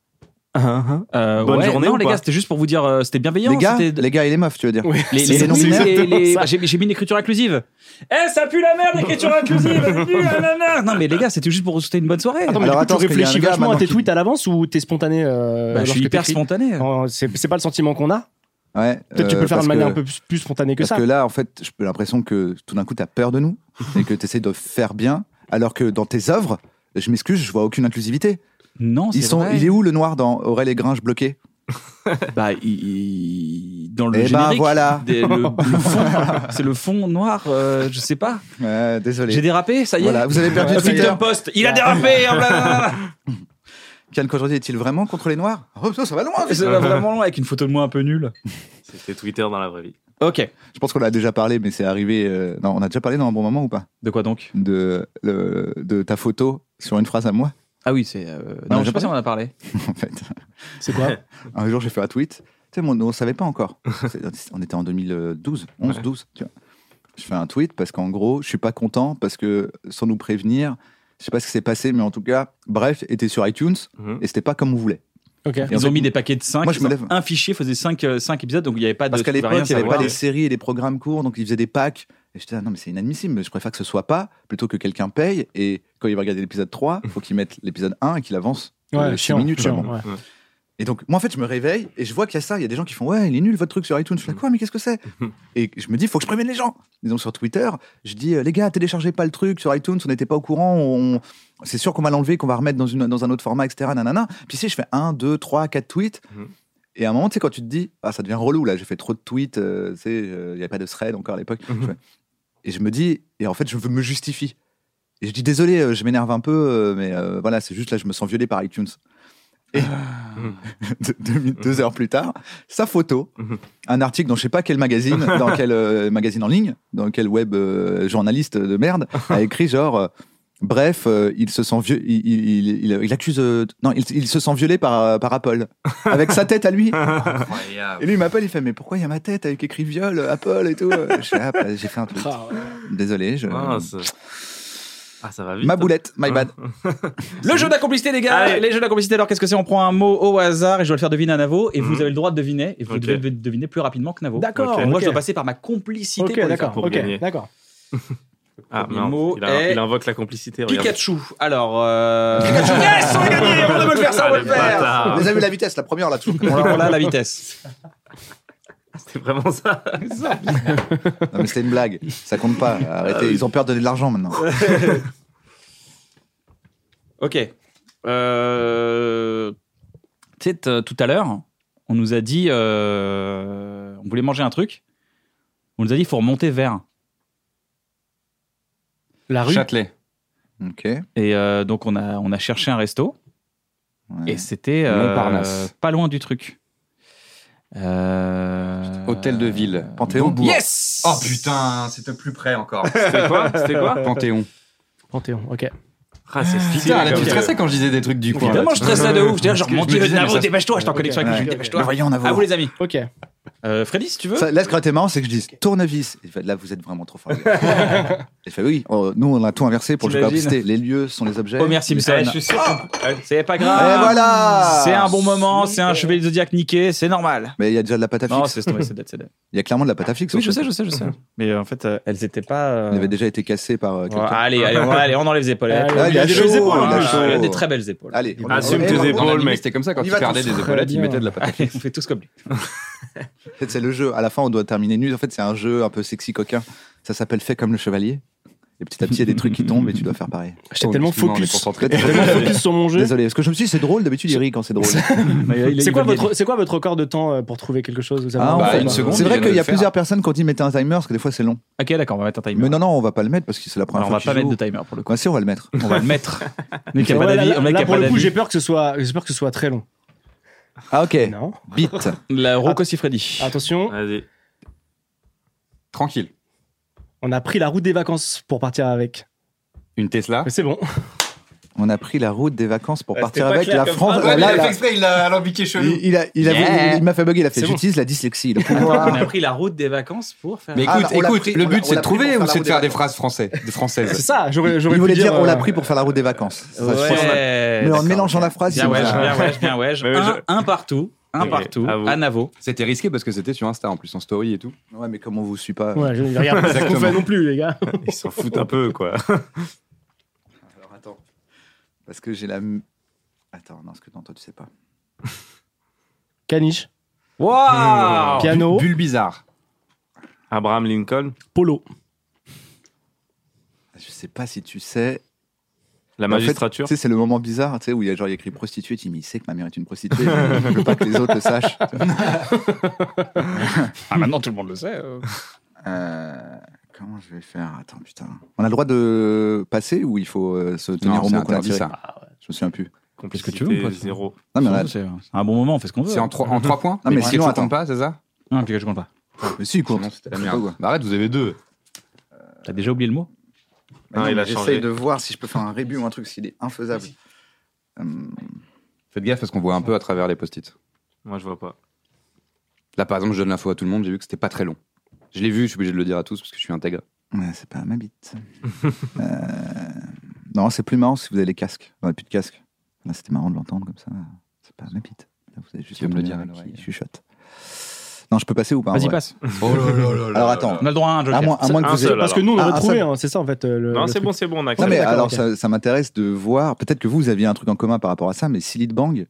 S5: Ah,
S2: Euh,
S6: Bonne
S2: ouais,
S6: journée
S2: Non,
S6: ou
S2: les
S6: pas
S2: gars, c'était juste pour vous dire, euh, c'était bienveillant.
S3: Les gars,
S2: c'était-
S3: les gars et les meufs, tu veux dire
S5: Oui.
S2: Les,
S3: C'est
S2: les,
S3: ça,
S2: les-
S3: c'est
S2: les-
S3: exactement
S5: [laughs]
S2: les-
S5: ça.
S2: j'ai j'ai mis une écriture inclusive. Eh, ça pue la merde, l'écriture inclusive. ça pue, nanana. non, mais les gars, c'était juste pour vous souhaiter une bonne soirée.
S5: Attends, mais
S3: Alors,
S5: du coup,
S3: attends,
S5: tu
S3: parce qu'il y a
S5: réfléchis
S3: un gars
S5: vachement à
S3: maintenant
S5: tes
S3: qui-
S5: tweets à l'avance ou t'es spontané
S2: Bah,
S5: euh,
S2: je
S5: lorsque
S2: suis hyper
S5: t'écris
S2: spontané.
S5: Oh, C'est c'est pas le sentiment qu'on a.
S3: Ouais.
S5: Peut-être
S3: euh,
S5: tu peux le faire
S3: parce
S5: de manière
S3: que-
S5: un peu plus- plus spontanée que
S3: Parce
S5: ça.
S3: que là, en fait, j'ai l'impression que tout d'un coup, tu as peur de nous et que tu essaies de faire bien, alors que dans tes œuvres, je m'excuse, je vois aucune inclusivité.
S2: Non, c'est
S3: Ils sont,
S2: vrai.
S3: il est où le noir dans Aurel et Gringe bloqué
S2: Bah, il- il- dans le
S3: Eh ben,
S2: générique.
S3: voilà.
S2: des- le, le fond, c'est le fond noir. euh, je sais pas.
S3: Ouais,
S2: J'ai
S3: Désolé.
S2: dérapé, ça y est.
S3: Voilà, vous avez
S2: [laughs]
S3: perdu
S2: Le
S3: Twitter.
S2: Twitter post, il a dérapé. hein, blablabla.
S3: Ken Kojandi est-il vraiment contre les noirs Oh, ça, ça va loin. [laughs]
S2: C'est vraiment long avec une photo de moi un peu nulle.
S6: C'était Twitter dans la vraie vie.
S2: Ok.
S3: Je pense qu'on a déjà parlé, mais c'est arrivé. euh, Non, on a déjà parlé dans un bon moment ou pas
S2: De quoi donc
S3: de, le- de ta photo sur une phrase à moi,
S2: Ah oui, c'est. euh,
S3: On a
S2: Non, je
S3: déjà
S2: sais pas si on [laughs] en a parlé.
S3: en fait.
S5: C'est quoi
S3: [laughs] Un jour, j'ai fait un tweet. Tu sais, on ne savait pas encore. C'est- On était en 2012, 11, 12. Tu vois. Je fais un tweet parce qu'en gros, je suis pas content parce que sans nous prévenir, je sais pas ce qui s'est passé, mais en tout cas, bref, était sur iTunes
S6: Mhm.
S3: et c'était pas comme on voulait.
S5: Ok.
S3: Et en
S2: Ils ont
S3: fait,
S2: mis des paquets de 5.
S3: moi, je me lève.
S2: Un fichier faisait 5 épisodes, donc il n'y avait pas de.
S3: Parce qu'à
S2: tu pouvais
S3: l'époque,
S2: rien
S3: il n'y avait
S2: savoir.
S3: pas les séries et les programmes courts, donc ils faisaient des packs. Et j'étais là, non, mais c'est inadmissible, mais je préfère que ce soit pas plutôt que quelqu'un paye. Et quand il va regarder l'épisode 3, faut qu'il mette l'épisode 1 et qu'il avance
S5: Ouais,
S3: euh, six
S5: chiant,
S3: minutes
S5: chiant,
S3: seulement.
S5: ouais.
S3: Et donc, moi, en fait, je me réveille et je vois qu'il y a ça. Il y a des gens qui font Ouais, il est nul votre truc sur iTunes. Je fais Quoi, mais qu'est-ce que c'est Et je me dis Faut que je prévienne les gens. Et donc, sur Twitter, je dis euh, Les gars, téléchargez pas le truc sur iTunes, on n'était pas au courant. On... C'est sûr qu'on va l'enlever, qu'on va remettre dans, une, dans un autre format, etc. Nanana. Puis, si je fais 1, 2, 3, 4 tweets.
S11: Mm-hmm.
S6: Mhm.
S3: Et à un moment, tu sais, quand tu te dis Ah, ça devient relou, là, j'ai fait trop de tweets, euh, tu sais, euh, il n'y avait pas de thread encore à l'époque. Je fais- Et je me dis Et en fait, je me justifie. Et je dis Désolé, euh, je m'énerve un peu, euh, mais euh, voilà, c'est juste là, je me sens violé par iTunes. Et [laughs] deux, deux- deux heures plus tard, sa photo,
S6: Mhm.
S3: un article dans je sais pas quel magazine,
S2: [laughs]
S3: dans
S6: [laughs]
S3: quel euh, magazine en ligne, dans quel web euh, journaliste de merde, a écrit genre. euh, Bref, euh, il se sent vieux, il, il- il- il- il accuse, euh, non, il, il se sent violé par, euh, par Apple, avec sa tête à lui. Et lui il m'appelle, il fait mais pourquoi il y a ma tête avec écrit viol euh, Apple et tout. Je fais, Ah, bah, j'ai fait un truc.
S5: Ah, ouais.
S3: Désolé, je...
S6: Mince. Ah, ça va vite.
S3: ma boulette, my bad.
S2: [laughs] Le jeu de la complicité, les gars.
S6: Allez.
S2: Les jeux de la complicité, alors qu'est-ce que c'est On prend un mot au hasard et je dois le faire deviner à Navo. Et vous avez le droit de deviner. Et vous
S6: Mhm. Ok.
S2: devez deviner plus rapidement que Navo.
S5: D'accord,
S2: Moi,
S5: ok.
S2: je dois passer par ma complicité
S5: Ok,
S2: pour le faire.
S5: d'accord.
S6: pour
S5: ok,
S6: gagner.
S5: d'accord.
S6: Ah,
S2: premier
S6: merde.
S2: mot
S6: Il, a-
S2: est-
S6: il invoque la complicité. regarde.
S2: Pikachu. Alors. euh, Pikachu, yes On a gagné On veut le faire, ça, on
S6: Ah,
S2: va
S6: le
S2: le faire
S6: bâtard.
S3: Vous avez vu la vitesse, la première là, toujours.
S2: On l'a- on l'a à la vitesse.
S6: C'est vraiment ça.
S3: Non, mais c'était une blague. Ça compte pas.
S2: Ah
S3: Arrêtez. Ils ont peur de donner de l'argent maintenant.
S2: Ok. Euh, Tu sais, t- euh, tout à l'heure, on nous a dit. euh, On voulait manger un truc. On nous a dit il faut remonter vers.
S5: La rue.
S4: Châtelet.
S3: Ok.
S2: Et euh, donc, on a, on a cherché un resto.
S3: Ouais.
S2: Et c'était euh,
S4: Montparnasse.
S2: pas loin du truc. Euh,
S4: Hôtel de ville.
S3: Panthéon.
S4: Beaubourg.
S2: Yes
S4: Oh putain, c'était plus près encore.
S6: C'était quoi C'était quoi
S4: Panthéon.
S5: Panthéon, ok.
S6: Ah, c'est stylé.
S4: Putain, là,
S6: comme
S4: tu
S6: ça.
S4: stressais quand je disais des trucs du coin. là.
S2: Évidemment, je stressais de ouf. J'étais là, genre,
S4: Parce que
S2: mon
S4: je
S2: dieu,
S4: me disais, mais
S2: Navo,
S4: ça-
S2: dépêche-toi, je t'en
S5: Ok,
S2: connexion avec
S3: ouais.
S2: lui,
S5: ok.
S2: dépêche-toi.
S4: voyons, Navo.
S2: À vous, les amis.
S5: Ok.
S2: [laughs] Euh, Freddy, si tu veux.
S3: Ça, là, ce qui aurait été marrant, c'est que je dise tournevis. Et je fais, là, vous êtes vraiment trop
S2: [laughs]
S3: fort. Et je fais oui, on- nous, on a tout inversé pour le jeu
S2: T'imagines
S3: capacité. Les lieux sont les objets.
S2: Homer Simpson.
S9: Eh, je suis sûr. qu'on- Eh,
S2: Ah, C'est pas
S3: Et
S2: grave.
S3: voilà
S2: C'est un bon moment, c'est un chevalier zodiac niqué, c'est normal.
S3: Mais il y a déjà de la pâte à
S2: Non,
S3: fixe.
S2: c'est tombé, c'est dead, c'est dead.
S3: Il y a clairement de la pâte à fixe. en
S2: Oui, je
S3: fait.
S2: sais, je sais, je sais. Mais euh, en fait, euh, elles étaient pas. euh,
S3: On avait déjà été cassé par euh,
S2: voilà,
S3: quelqu'un.
S2: Ah, allez, allez, on, va- allez, on enlève les épaules.
S5: Allez,
S2: Ah,
S3: il y a
S2: des
S3: chaud,
S2: belles épaules,
S3: il
S2: en
S3: y a
S2: plus.
S3: chaud.
S2: Il y a des très belles épaules.
S3: Allez, hein. on-
S6: Assume
S3: Eh,
S6: tes
S3: on-
S6: épaules.
S4: Dans l'anime,
S6: mec.
S4: C'était comme ça, quand
S3: Il
S4: tu
S3: va
S4: perdais
S3: tous-
S4: des épaulettes, ils
S5: bien.
S4: mettaient de la
S2: [laughs]
S4: pâte.
S2: Allez, on fait tous comme lui.
S3: [laughs] C'est c'est le jeu. À la fin, on doit terminer nu. En fait, c'est un jeu un peu sexy coquin. Ça s'appelle Fait comme le chevalier. Et petit à petit, il y a des trucs qui tombent et tu dois faire pareil.
S5: J'étais tellement
S4: Excuse-moi, on est
S5: focus.
S4: concentré.
S5: Tellement focus sur mon jeu.
S3: Désolé, parce que je me suis dit, c'est drôle. D'habitude, il rit quand c'est
S5: [laughs]
S3: drôle.
S5: C'est quoi, votre, c'est quoi votre record de temps euh, pour trouver quelque chose vous savez
S3: Ah,
S5: vraiment
S3: on
S4: bah,
S3: fait
S4: une
S3: pas.
S4: seconde,
S3: C'est
S4: il
S3: vrai
S4: vient de
S3: qu'il y a
S4: le faire.
S3: plusieurs personnes qui ont dit mettez un timer parce que des fois c'est long.
S2: Ok, d'accord, on va mettre un timer.
S3: Mais non, non, on va pas le mettre parce que c'est la première
S2: Alors, on
S3: fois.
S2: va
S3: que
S2: pas
S3: tu
S2: mettre
S3: joues.
S2: de timer pour le coup.
S3: Ouais, si, on va le mettre.
S2: On va
S3: [laughs]
S2: le mettre. Le Mec, qui a
S5: Ouais,
S2: pas
S5: là,
S2: d'avis.
S5: là,
S2: le Mec, qui
S5: là,
S2: a
S5: pour
S2: pas
S5: le coup, j'ai
S2: d'avis.
S5: peur que ce soit, j'espère que ce soit très long.
S3: Ah, ok.
S5: Non.
S3: Bit.
S2: [laughs] La Rocco Siffredi.
S5: Attention,
S6: Vas-y.
S4: Tranquille.
S5: on a pris la route des vacances pour partir avec.
S4: Une Tesla.
S5: Mais
S2: [laughs]
S5: c'est bon.
S3: On a pris la route des vacances pour
S9: Ah,
S3: partir
S9: c'était pas
S3: avec
S9: clair
S3: la
S9: comme
S3: France. Ah,
S9: phrase.
S3: Là, là,
S4: exprès, il l'a
S3: [laughs]
S4: alambiqué chelou.
S3: il il a, il a-
S4: Yeah.
S3: il m'a fait bugger. Il a fait.
S5: C'est bon.
S3: J'utilise la dyslexie.
S2: [laughs]
S3: Le
S2: On
S3: pouvoir.
S2: a pris la route des vacances pour faire.
S4: Mais
S3: Ah,
S4: écoute,
S3: on l'a
S4: écoute,
S3: pris-
S4: le
S3: on l'a-
S4: but
S3: on
S4: c'est de
S3: l'a pris
S4: trouver
S3: pour
S4: ou
S3: faire
S4: c'est
S3: la
S4: de faire
S3: route des
S4: des phrases françaises,
S3: [laughs]
S4: de
S5: C'est
S4: françaises
S5: ça. J'aurais, j'aurais
S3: Il
S5: pu
S3: voulait dire, on l'a
S5: euh,
S3: pris pour faire la route des vacances. Ça, je pense qu'on a-
S2: Ouais.
S3: Mais en
S2: d'accord.
S3: mélangeant la phrase,
S2: Bien
S3: il
S2: ouais,
S3: m'a-
S2: bien ouais, bien ouais.
S6: Mais
S2: Un,
S6: je-
S2: un partout, un
S6: Ok,
S2: partout,
S6: à vous.
S2: à Navo.
S4: C'était risqué parce que c'était sur Insta en plus, en story et tout.
S3: Ouais, mais comme on vous suit pas.
S5: Ouais, je ne regarde pas ce qu'on
S4: Exactement.
S5: fait non plus, les gars.
S6: [laughs] Ils s'en foutent un peu, quoi.
S3: [laughs] Alors attends. Parce que j'ai la. m- Attends, non, ce que non, toi tu sais pas.
S5: Caniche,
S2: Waouh
S5: piano,
S4: Bulle bizarre.
S6: Abraham Lincoln,
S5: polo.
S3: Je sais pas si tu sais.
S6: la
S3: Mais en fait,
S6: magistrature.
S3: tu sais, c'est le moment bizarre, tu sais, où il y a genre il y a écrit prostituée, tu dis, mais il sait que ma mère est une prostituée, [laughs] je veux pas que les autres le [laughs] sachent.
S2: [laughs] Ah, maintenant tout le monde le sait. euh.
S3: Euh, Comment je vais faire Attends, putain. On a le droit de passer ou il faut euh, se tenir
S4: Non,
S3: au
S4: c'est
S3: mot qu'on a
S4: interdit,
S3: tiré
S4: ça.
S2: Ah,
S3: Je me souviens plus.
S2: Qu'est-ce que tu veux, mon pote
S6: Zéro.
S3: Non, mais, on a-
S2: C'est c'est un bon moment, on fait ce qu'on veut. hein.
S4: C'est en 3 en trois points.
S3: Non, mais
S4: Les sketchs
S3: sinon,
S4: ne comptent
S3: attends.
S4: pas, c'est ça
S2: Non, je compte pas.
S3: mais si, il compte.
S4: Sinon, c'était la
S3: Je sais pas
S4: merde.
S3: quoi.
S4: Bah arrête, vous avez deux.
S2: T'as déjà oublié le mot
S6: Ah,
S3: Non,
S6: il
S3: Euh, mais
S6: a
S3: J'essaye
S6: changé.
S3: de voir si je peux faire un rébut ou un truc, s'il est infaisable. Hum,
S4: Faites gaffe parce qu'on voit un peu à travers les post-it.
S6: Moi, je vois pas.
S4: Là, par exemple, je donne l'info à tout le monde, j'ai vu que c'était pas très long. Je l'ai vu, je suis obligé de le dire à tous parce que je suis intègre.
S3: Ouais, c'est pas ma bite. Euh, Non, c'est plus marrant si vous avez les casques. On n'a plus de casque. Là, c'était marrant de l'entendre comme ça. C'est pas ma bite. Là, vous avez juste
S4: Tu veux me le dire à
S3: l'entendre
S4: l'oreille.
S3: qui chuchote. Non, je peux passer ou pas en
S2: Vas-y,
S3: vrai
S2: passe.
S4: [laughs] Oh là là là
S3: Alors attends,
S2: On a le droit à un
S3: à
S2: joker.
S3: moins, à moins que
S6: Un
S3: vous ayez-
S6: seul,
S5: Parce que nous, on
S3: Ah,
S5: a
S3: un
S5: retrouvé,
S3: seul.
S5: hein, c'est ça en fait. euh, Le,
S6: Non,
S5: le
S6: c'est
S5: truc.
S6: bon, c'est bon, on
S3: Non,
S6: accepte.
S3: mais
S5: D'accord,
S3: alors,
S5: ok.
S3: ça, ça m'intéresse de voir. Peut-être que vous, vous aviez un truc en commun par rapport à ça, mais Silid Bang.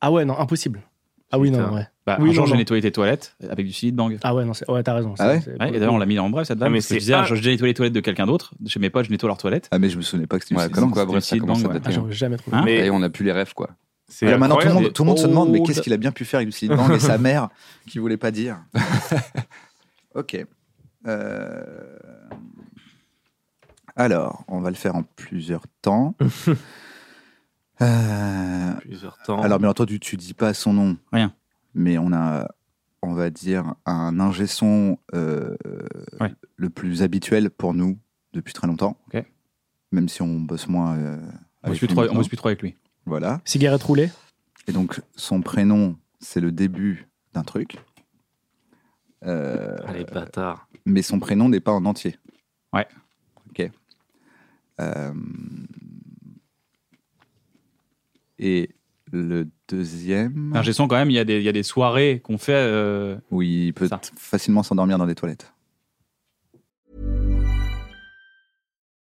S5: Ah ouais, non, impossible. Ah oui, non,
S6: Putain.
S5: ouais.
S2: Bah,
S5: Oui,
S2: un jour,
S5: non,
S2: j'ai
S5: non.
S2: nettoyé tes toilettes avec du silide bang.
S5: Ah ouais, non, c'est- ouais, t'as raison.
S3: Ah ouais
S5: c'est-
S2: Ouais, et d'ailleurs, on l'a mis en bref
S5: Ah,
S2: cette vanne.
S6: Ah, mais
S2: parce
S6: c'est
S2: que je disais,
S6: un-
S2: je, je nettoie les toilettes de quelqu'un d'autre. Chez mes potes, je nettoie leurs toilettes.
S3: Ah, mais je me souvenais pas que c'était
S4: Ouais,
S3: Silid
S4: comme
S3: Bang.
S4: quoi, bref, ça
S2: Suicide
S4: commence à
S2: Bang, ouais.
S5: Ah,
S4: dater. hein.
S5: j'aurais jamais trouvé.
S2: Hein
S4: Et on a plus les rêves, quoi.
S6: C'est
S3: Là, maintenant, tout le
S6: incroyable.
S3: monde, tout le monde se demande, mais
S2: Oh,
S3: qu'est-ce
S2: da-
S3: qu'il a bien pu faire avec
S6: [laughs]
S3: du Silid Bang et sa mère qui voulait pas dire Ok. Euh, Alors, on va le faire en plusieurs
S6: [laughs]
S3: temps. Euh,
S6: Plusieurs temps.
S3: Alors, bien entendu, tu dis pas son nom.
S2: Rien.
S3: Mais on a, on va dire, un ingé son euh,
S2: Ouais.
S3: le plus habituel pour nous depuis très longtemps.
S2: Ok.
S3: Même si on bosse moins. euh,
S2: On bosse
S3: avec
S2: plus
S3: lui
S2: trop- on
S3: maintenant.
S2: bosse plus trop avec lui.
S3: Voilà.
S5: Cigarette roulée.
S3: Et donc, son prénom, c'est le début d'un truc. Euh,
S6: Ah, les bâtards.
S3: mais son prénom n'est pas en entier.
S2: Ouais.
S3: Ok. Euh, Et le deuxième,
S2: Un gestion, quand même, il y, a des- il y a des soirées qu'on fait. euh,
S3: où il peut
S2: Ça.
S3: facilement s'endormir dans des toilettes.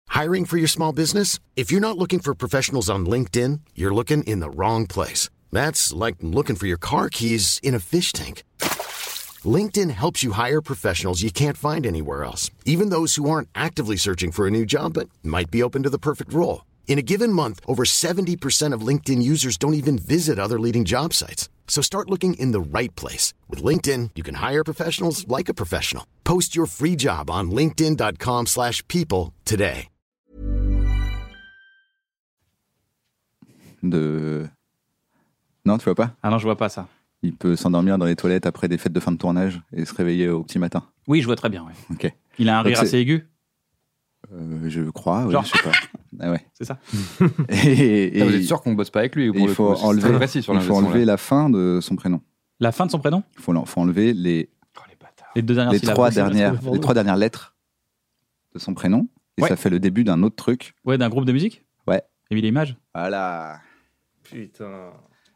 S12: Hiring for your small business? If you're not looking for professionals on LinkedIn, you're looking in the wrong place. That's like looking for your car keys in a fish tank. LinkedIn helps you hire professionals you can't find anywhere else, even those who aren't actively searching for a new job but might be open to the perfect role. In a given month, over 70% of LinkedIn users don't even visit other leading job sites. So start looking in the right place. With LinkedIn, you can hire professionals like a professional. Post your free job on linkedin.com/people slash people today.
S3: De... Non, tu vois pas
S2: Ah non, je vois pas ça.
S3: Il peut s'endormir dans les toilettes après des fêtes de fin de tournage et se réveiller au petit matin.
S2: Oui, je vois très bien. ouais.
S3: Ok.
S2: Il a un
S3: Donc
S2: rire
S3: c'est-
S2: assez aigu.
S3: Euh, je crois, ouais,
S2: Genre-
S3: je sais pas. Ah ouais.
S4: C'est ça.
S3: Et, et
S4: Ah, Vous êtes sûr qu'on bosse pas avec lui
S3: et
S4: pour le
S3: il faut
S4: coup, c'est
S3: enlever,
S4: très précis sur
S3: il faut
S4: l'investissement,
S3: enlever
S4: là.
S3: la fin de son prénom.
S2: La fin de son prénom
S3: Il faut, l'en- faut enlever les,
S4: Oh, les bâtards.
S2: Les deux dernières
S3: les
S2: syllabes.
S3: trois
S2: C'est le
S3: dernières,
S2: truc.
S3: les trois dernières lettres de son prénom. Et
S2: Ouais.
S3: ça fait le début d'un autre truc.
S2: Ouais, d'un groupe de musique
S3: Ouais.
S2: Émilie Image.
S3: Voilà.
S6: Putain.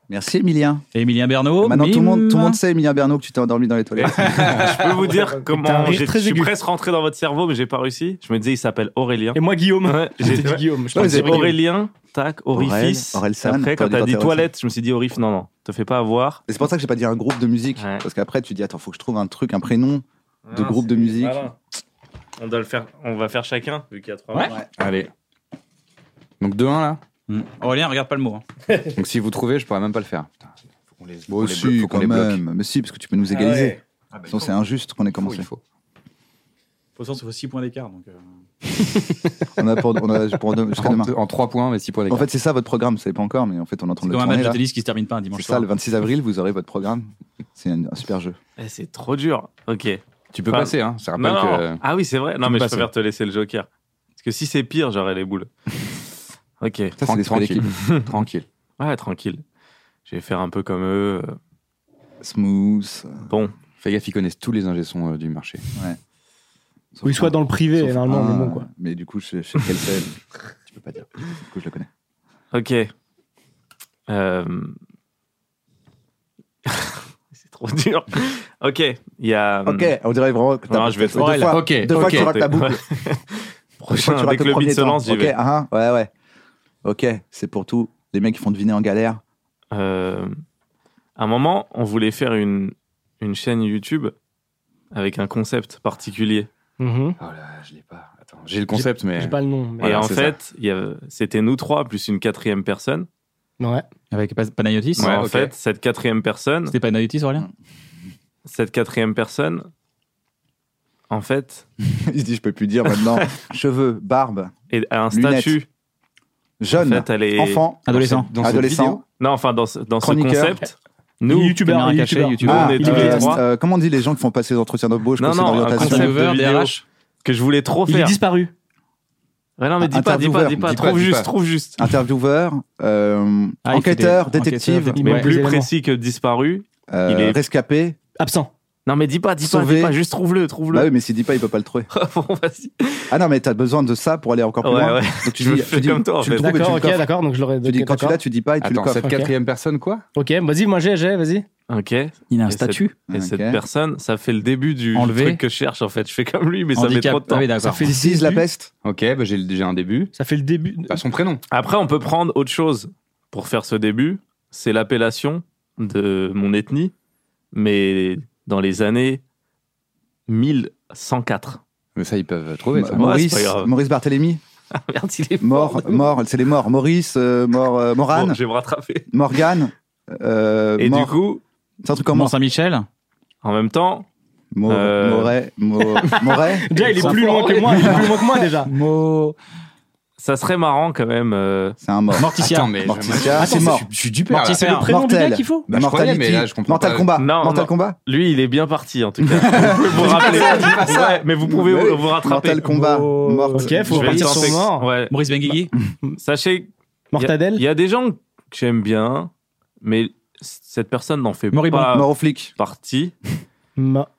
S3: Merci Emilien.
S2: Et Emilien Bernot.
S3: Maintenant tout le monde,
S2: Oh, mime.
S3: tout le monde sait Emilien Bernot que tu t'es endormi dans
S4: [laughs]
S3: les toilettes.
S6: [laughs] Je peux vous dire
S5: T'as un
S6: comment
S5: rire
S6: j'ai-
S5: très
S6: je suis
S5: aigu.
S6: presque rentré dans votre cerveau, mais j'ai pas réussi. Je me disais, il s'appelle Aurélien.
S5: Et moi, Guillaume.
S6: Ouais,
S5: J'ai [laughs]
S6: j'ai-
S5: dit Guillaume. Je
S3: Ouais,
S6: Je me
S5: pense
S3: vous
S6: suis
S5: que
S6: dit
S3: avez-
S5: c'est Guillaume.
S6: Aurélien, tac, orifice.
S3: Aurel- Orelsan,
S6: après, quand
S3: t'aurais dû
S6: t'as dit
S3: t'intéresser.
S6: toilette, je me suis dit orif, non, non, te fais pas avoir.
S3: Et c'est pour ça que j'ai pas dit un groupe de musique.
S6: Ouais.
S3: Parce qu'après, tu dis, attends, faut que je trouve un truc, un prénom. De
S6: Ah,
S3: groupe de
S6: c'est-
S3: musique.
S6: voilà. On doit le faire, on va faire chacun, vu qu'il y a trois
S2: Ouais.
S6: matchs.
S4: Allez. Hmm. Donc 2-1 là.
S2: Mm. Aurélien, regarde pas le mot. hein.
S4: [laughs] Donc si vous trouvez, je pourrais même pas le faire. Putain, faut qu'on les, faut
S3: Bon,
S4: qu'on les blo-
S3: Oh, si,
S4: faut qu'on
S3: quand
S4: les bloque.
S3: même. Mais si, parce que tu peux nous égaliser.
S4: Ah, bah,
S3: Sinon, c'est injuste qu'on ait commencé.
S4: Il faut.
S2: Pour l'instant, il faut 6 points d'écart. Donc, euh,
S3: On a pour, on a pour de- jusqu'à
S4: En,
S3: demain.
S4: en 3 points, mais 6 points
S3: En
S4: d'écart.
S3: fait, c'est ça votre programme. Vous savez pas encore, mais en fait, on est en train
S2: C'est
S3: de le
S2: comme un match
S3: tourner.
S2: de
S3: là.
S2: tennis qui se termine pas un dimanche
S3: C'est ça,
S2: soir.
S3: le 26 avril, vous aurez votre programme. C'est un, un super jeu.
S6: Eh, C'est trop dur. Ok.
S4: tu peux
S6: Enfin,
S4: passer, hein. Ça rappelle
S6: Non, non.
S4: que.
S6: Ah oui, c'est vrai. Non,
S4: peux
S6: mais je
S4: passer.
S6: préfère te laisser le joker. Parce que si c'est pire, j'aurais
S4: [laughs]
S6: les boules. ok.
S3: Ça, c'est l'esprit d'équipe.
S6: [laughs]
S4: tranquille.
S6: Ouais, tranquille. Je vais faire un peu comme eux.
S3: Smooth. euh,
S6: Bon.
S4: Fais gaffe, ils connaissent tous les ingessons euh, du marché.
S3: sauf
S5: Oui, soit
S3: un-
S5: dans le privé,
S3: sauf
S5: normalement,
S3: un,
S6: Ah,
S5: mais bon, quoi.
S3: Mais du coup, je, je sais lequel c'est. Tu peux pas dire. Du coup, je le connais.
S6: Ok. Euh, [laughs] c'est trop dur. ok. Il y a.
S3: Ok, on dirait vraiment que t'as.
S6: Euh, Non, je vais être
S3: deux
S6: Aurel.
S3: fois-
S4: Ok,
S3: Deux fois que tu
S6: ok.
S3: rates ta
S6: [laughs]
S3: boucle.
S6: Prochain,
S3: Toi, tu
S6: dès
S3: rates
S6: que le beat
S3: premier
S6: se
S3: temps.
S6: lance, j'y
S3: Ok,
S6: vais.
S3: ah, ah, ouais, ouais. Ok, c'est pour tout. Les mecs qui font deviner en galère. [laughs]
S6: Euh, à un moment, on voulait faire une, une chaîne YouTube avec un concept particulier.
S5: Mhm.
S4: Oh là, je l'ai pas. Attends, j'ai le concept, mais.
S5: J'ai pas le nom. mais-
S6: et
S4: Voilà,
S6: en
S4: c'est
S6: fait, il y avait- c'était nous trois plus une quatrième personne.
S5: Ouais.
S2: Avec Pas- Panayotis
S6: en
S4: ok.
S6: fait, cette quatrième personne,
S2: C'était Panayotis, Aurélien
S6: cette quatrième personne, en fait,
S3: Il se dit, je peux plus dire
S6: [laughs]
S3: maintenant. Cheveux, barbe,
S6: est- a un
S3: Lunettes.
S6: statut. En
S3: jeune,
S6: fait, elle est-
S3: enfant,
S2: Adolescent.
S4: Dans cette vidéo.
S3: adolescent.
S6: Non, enfin, dans ce, dans ce
S3: Chroniqueur.
S6: concept,
S5: Il est
S6: nous,
S5: youtubeur,
S2: caméra
S5: il est
S2: cachée,
S5: youtubeur.
S2: YouTube.
S3: Ah,
S6: on est tous les
S3: euh,
S6: trois.
S3: euh, comment on dit les gens qui font passer les entretiens d'embauche
S6: Non,
S3: conseil
S6: non, un
S3: d'orientation
S6: concept.
S2: Sauveur,
S6: de
S2: des
S6: vidéo.
S2: RH.
S6: que je voulais trop
S5: Il est
S6: faire.
S5: disparu.
S6: Ouais, Ah
S3: Ah,
S6: non, mais dis pas, dis pas,
S3: Intervieweur.
S6: dis pas.
S4: Dis pas,
S6: Trouve
S4: dis
S6: juste,
S4: pas.
S6: trouve juste.
S3: Intervieweur, euh,
S2: Ah, il fait des-
S3: enquêteur, détective,
S2: enquêteur,
S5: Il
S6: Mais
S5: manque les
S6: plus
S5: éléments.
S6: précis que disparu.
S3: euh,
S6: Il est-
S3: rescapé.
S5: Absent.
S6: Non, mais dis pas, dis pas, dis
S3: Sauvé.
S6: pas, juste trouve-le,
S3: Bah oui,
S6: trouve-le.
S3: mais s'il dit pas, il peut pas le
S6: [laughs]
S3: trouver.
S6: Bon, vas-y.
S3: Ah non, mais t'as besoin de ça pour aller encore plus
S6: Ouais,
S3: loin.
S6: ouais.
S3: Donc tu
S6: [laughs] Je
S3: dis,
S6: me fais
S3: tu dis-
S6: comme toi, en
S3: tu le
S6: fait.
S3: trouves et tu le
S5: D'accord, ok,
S3: coffres.
S5: d'accord. Donc je l'aurais.
S3: Tu dis, quand tu
S5: d'accord.
S3: l'as, tu dis pas et tu le
S4: Attends,
S3: coffres.
S4: cette
S5: Ok.
S4: quatrième personne, quoi
S5: Ok, bah, vas-y, moi j'ai, j'ai, vas-y.
S6: Ok. Et
S2: Il a un
S6: Et
S2: statut.
S3: Ok.
S6: cette personne, ça fait le début du
S2: Enlevé.
S6: truc que je cherche, en fait. Je fais comme lui, mais ça met
S2: handicap.
S6: trop de temps.
S2: Ah oui, d'accord.
S5: Ça fait
S3: Disease, la peste.
S4: Ok, bah, j'ai le- j'ai un début.
S5: Ça fait le début.
S4: Bah, son prénom.
S6: Après, on peut prendre autre chose pour faire ce début. C'est l'appellation de mon ethnie, mais dans les années 1104.
S4: Mais ça, ils peuvent trouver. ça.
S6: Ouais,
S3: Maurice,
S6: c'est pas grave.
S3: Maurice
S6: [laughs]
S3: Barthélémy.
S6: Ah, Merde, il est
S3: Mort, mort, c'est les morts. Maurice, euh, mort, euh,
S6: Bon,
S3: Morane,
S6: je vais me rattraper.
S3: Morgane. euh,
S6: Et
S3: mort.
S6: du coup,
S3: c'est un truc comme
S2: Comment
S3: mort.
S2: Saint-Michel
S6: en même temps,
S3: Mo-
S6: Euh.
S3: Moret,
S6: [laughs]
S3: Mo- Moret.
S5: [laughs] Déjà, il est plus loin que moi. Il est plus loin que moi déjà.
S2: Mo...
S6: ça serait marrant quand même. euh,
S3: C'est un mort.
S2: Morticia.
S4: Attends, mais.
S3: Morticia,
S4: Attends,
S3: c'est mort.
S4: Je suis du père.
S2: Morticia,
S4: là.
S2: c'est le prénom du
S3: Mortel.
S2: gars qu'il faut
S4: Bah, je croyais, mais là, je comprends
S3: Mental
S4: pas.
S3: combat.
S6: Non,
S3: mental
S6: non.
S3: combat.
S6: Lui, il est bien parti en tout cas.
S3: [laughs]
S6: vous pouvez vous rappeler. Ouais, mais vous pouvez
S3: Mais oui.
S6: vous, vous rattraper.
S3: Mental combat.
S5: Oh.
S3: Morte.
S5: Ok, faut
S6: Je vais
S5: repartir
S6: tenter.
S5: sur mort.
S6: Ouais. Bah,
S2: Maurice Benguigui
S6: Sachez, il
S5: Mortadelle.
S6: y a des gens que j'aime bien, mais c- cette personne n'en fait
S2: Moribond.
S6: pas
S3: Mort au flic.
S6: partie.
S5: Ma-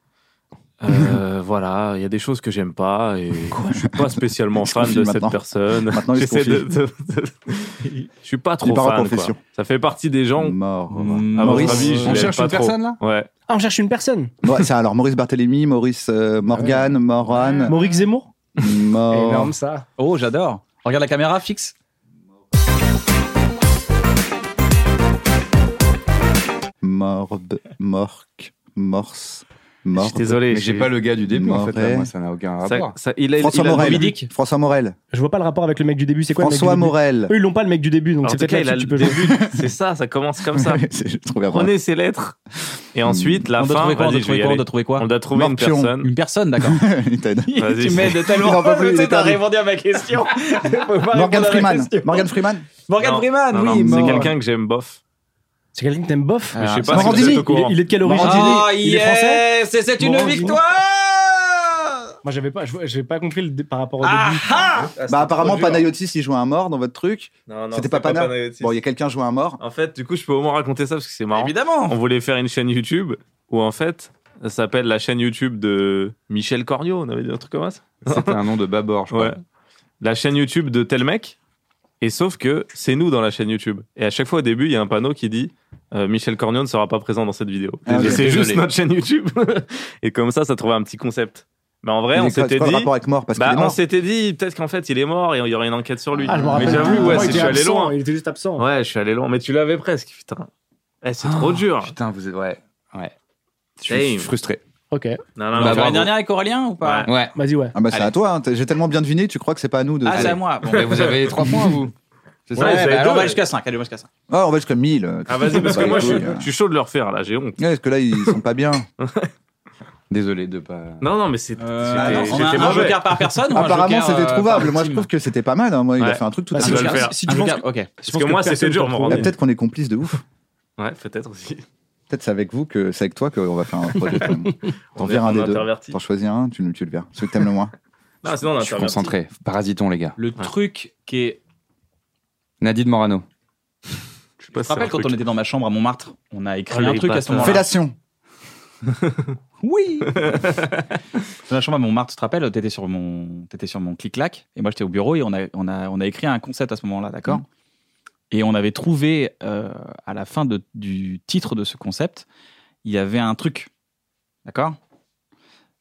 S6: Euh, [laughs] voilà, il y a des choses que j'aime pas et je suis pas spécialement
S3: Il se
S6: fan
S3: confie
S6: de
S3: maintenant.
S6: cette personne.
S3: Maintenant, il se
S6: J'essaie de,
S3: confie.
S6: de- de- Je suis pas trop
S3: Il part en
S6: fan.
S3: confession.
S6: quoi. Ça fait partie des gens.
S3: Mort.
S6: À votre
S3: Maurice.
S6: avis, je
S4: On
S6: l'aime
S4: cherche
S6: pas
S4: une
S6: trop.
S4: personne, là
S6: Ouais.
S5: Ah, on cherche une personne.
S3: Ouais, c'est alors Maurice Barthélémy, Maurice euh, Morgane, Morane.
S5: Maurice Zemmour.
S3: Mort.
S5: Énorme ça.
S2: Oh, j'adore. Regarde la caméra fixe.
S3: Morbe. Morque. Morse.
S6: Je
S3: Mort.
S6: suis désolé.
S4: Mais j'ai pas le gars du début, en fait.
S3: Moret.
S4: là, Moi, ça n'a aucun
S6: Ça-
S4: rapport.
S6: ça- il a, il
S3: François
S6: a-
S3: Morel.
S2: Moby Dick.
S3: François Morel.
S5: Je vois pas le rapport avec le mec du début. C'est quoi
S3: François
S5: le mec du début
S3: Morel.
S5: Eux, ils l'ont pas le mec du début, donc
S6: Alors, en
S5: c'est
S6: tout
S5: peut-être
S6: cas, il
S5: là
S6: a
S5: que
S6: le
S5: tu peux jouer.
S6: début. C'est ça, ça commence comme ça.
S3: Je trouvais vraiment.
S6: Prenez ces lettres et ensuite la
S2: On doit
S6: fin.
S2: trouver quoi On doit
S6: vas-y, je vais
S2: trouver
S6: y
S2: quoi On
S6: aller.
S2: doit trouver quoi
S6: On doit trouver une
S3: Morpion.
S6: personne.
S2: Une personne, d'accord.
S3: Il t'a aidé.
S6: [laughs] Vas-y,
S2: tu m'aides
S3: Il
S2: tellement.
S3: en peut plus, il
S2: Tu
S3: est
S2: t'as
S3: perdu.
S2: répondu à
S3: [laughs]
S2: ma question. Faut
S3: Morgan
S2: pas répondre à ma
S3: Freeman.
S2: question.
S3: Morgan Freeman.
S2: Morgan
S6: Non,
S2: Freeman,
S6: non, non,
S2: oui, mort.
S6: C'est quelqu'un que j'aime bof.
S5: C'est quelqu'un que t'aimes bof
S6: Mais je sais
S2: Ah,
S6: pas si vous
S3: Morandini.
S6: êtes au
S5: il, est-
S6: courant.
S5: il est de quelle origine
S2: Ah,
S5: Il est français
S2: yes, et c'est une
S5: Morandini.
S2: victoire
S5: Moi, j'avais pas, je- j'avais pas compris le dé- par rapport au
S9: Ah
S5: début.
S9: ah
S3: Bah, apparemment, Panayotis, il jouait un mort dans votre truc.
S6: Non, non,
S3: C'était pas Pana.
S6: Panayotis.
S3: Bon, il y a quelqu'un qui joue un mort.
S6: En fait, du coup, je peux au moins raconter ça parce que c'est marrant.
S9: Évidemment.
S6: On voulait faire une chaîne YouTube où, en fait, ça s'appelle la chaîne YouTube de Michel Cornio. On avait dit un truc comme ça
S4: C'était un nom de bâbord, je crois.
S6: Ouais. La chaîne YouTube de tel mec. Et sauf que c'est nous dans la chaîne YouTube. Et à chaque fois au début, il y a un panneau qui dit euh, Michel Cornio ne sera pas présent dans cette vidéo.
S3: Ah,
S6: Et
S3: ok.
S6: c'est
S3: Désolé.
S6: juste notre chaîne YouTube. [laughs] et comme ça, ça trouvait un petit concept. Mais en vrai,
S3: Il
S6: on
S3: est- c'est
S6: s'était
S3: quoi le
S6: dit.
S3: rapport avec mort parce
S6: Bah,
S3: qu'il est
S6: on
S3: mort.
S6: s'était dit peut-être qu'en fait il est mort et il y aurait une enquête sur lui.
S5: Ah, je me rappelle
S6: mais
S5: plus.
S6: j'avoue,
S5: Moi,
S6: ouais,
S5: il
S6: c'est- je
S5: était
S6: suis allé
S5: absent,
S6: loin.
S5: Il était juste absent.
S6: Ouais, je suis allé loin. Mais tu l'avais presque, putain. Eh, c'est trop dur.
S4: Oh, Putain, vous êtes. Ouais. Ouais. Je suis-
S6: Damn.
S4: je suis frustré.
S5: Ok.
S6: Non,
S2: On
S6: non,
S2: va
S6: non,
S2: faire
S6: Bah, bravo.
S2: une dernière avec Aurélien ou pas
S6: Ouais.
S4: Ouais.
S5: Vas-y, ouais.
S3: Ah bah c'est
S4: Allez.
S3: à toi, hein. T'as- j'ai tellement bien deviné, tu crois que c'est pas à nous de...
S2: Ah, c'est à
S3: Allez.
S2: moi. Bon,
S4: Mais vous avez trois points, vous. C'est
S6: Ouais,
S2: bah,
S6: c'est
S2: alors, on
S6: deux.
S2: va jusqu'à 5. Allez, on va jusqu'à 5.
S3: Ah, on va jusqu'à 1000.
S6: Ah, vas-y, parce que
S3: Bah,
S6: moi je suis,
S3: écoute, euh,
S6: je suis chaud de le refaire là, j'ai honte.
S3: Ouais, parce que là, ils sont pas
S6: [laughs]
S3: bien.
S4: Désolé de pas.
S6: Non, non, mais c'est.
S2: Euh,
S6: c'était-
S2: ah non, on a
S6: j'étais
S2: un
S6: mauvais.
S2: joker par personne ou un
S3: Apparemment,
S2: joker,
S3: c'était
S2: euh,
S3: trouvable.
S2: par
S3: Moi, je
S2: team
S3: trouve que c'était pas mal. hein. Moi, il
S6: Ouais.
S3: a fait un truc tout
S5: Bah,
S3: à
S5: c'est
S3: fait.
S5: le
S2: joker,
S5: faire.
S2: si
S5: Un
S2: tu penses
S5: joker,
S2: que- ok.
S5: Je
S6: Parce que moi, c'était
S5: personne
S6: dur,
S5: peut
S6: mon
S5: trouver.
S6: rendez-vous.
S3: Peut-être qu'on est complices de ouf.
S6: Ouais, peut-être aussi.
S3: Peut-être c'est avec vous que c'est avec toi qu'on va faire un
S6: [laughs]
S3: projet. quand même. T'en
S6: On est-
S3: verras un
S6: on est
S3: des deux.
S6: intervertis.
S3: T'en choisis un, tu, le- tu le verras. Celui que t'aimes le moins.
S6: Non, sinon, on a
S4: Je suis
S6: interverti.
S4: concentré. Parasitons, les gars.
S2: Le truc qui est.
S4: Nadine Morano.
S6: Je sais
S2: Tu
S6: pas
S2: te rappelles quand on était dans ma chambre à Montmartre On a écrit
S6: Oh,
S2: un
S6: les
S2: truc à
S6: bâtards.
S2: ce moment-là.
S3: Fellation.
S2: [laughs] Oui Dans la chambre à Montmartre, tu te rappelles T'étais sur mon, t'étais sur mon clic-clac et moi j'étais au bureau et on a, on, a, on a écrit un concept à ce moment-là, d'accord Et on avait trouvé euh, à la fin de- du titre de ce concept, il y avait un truc, d'accord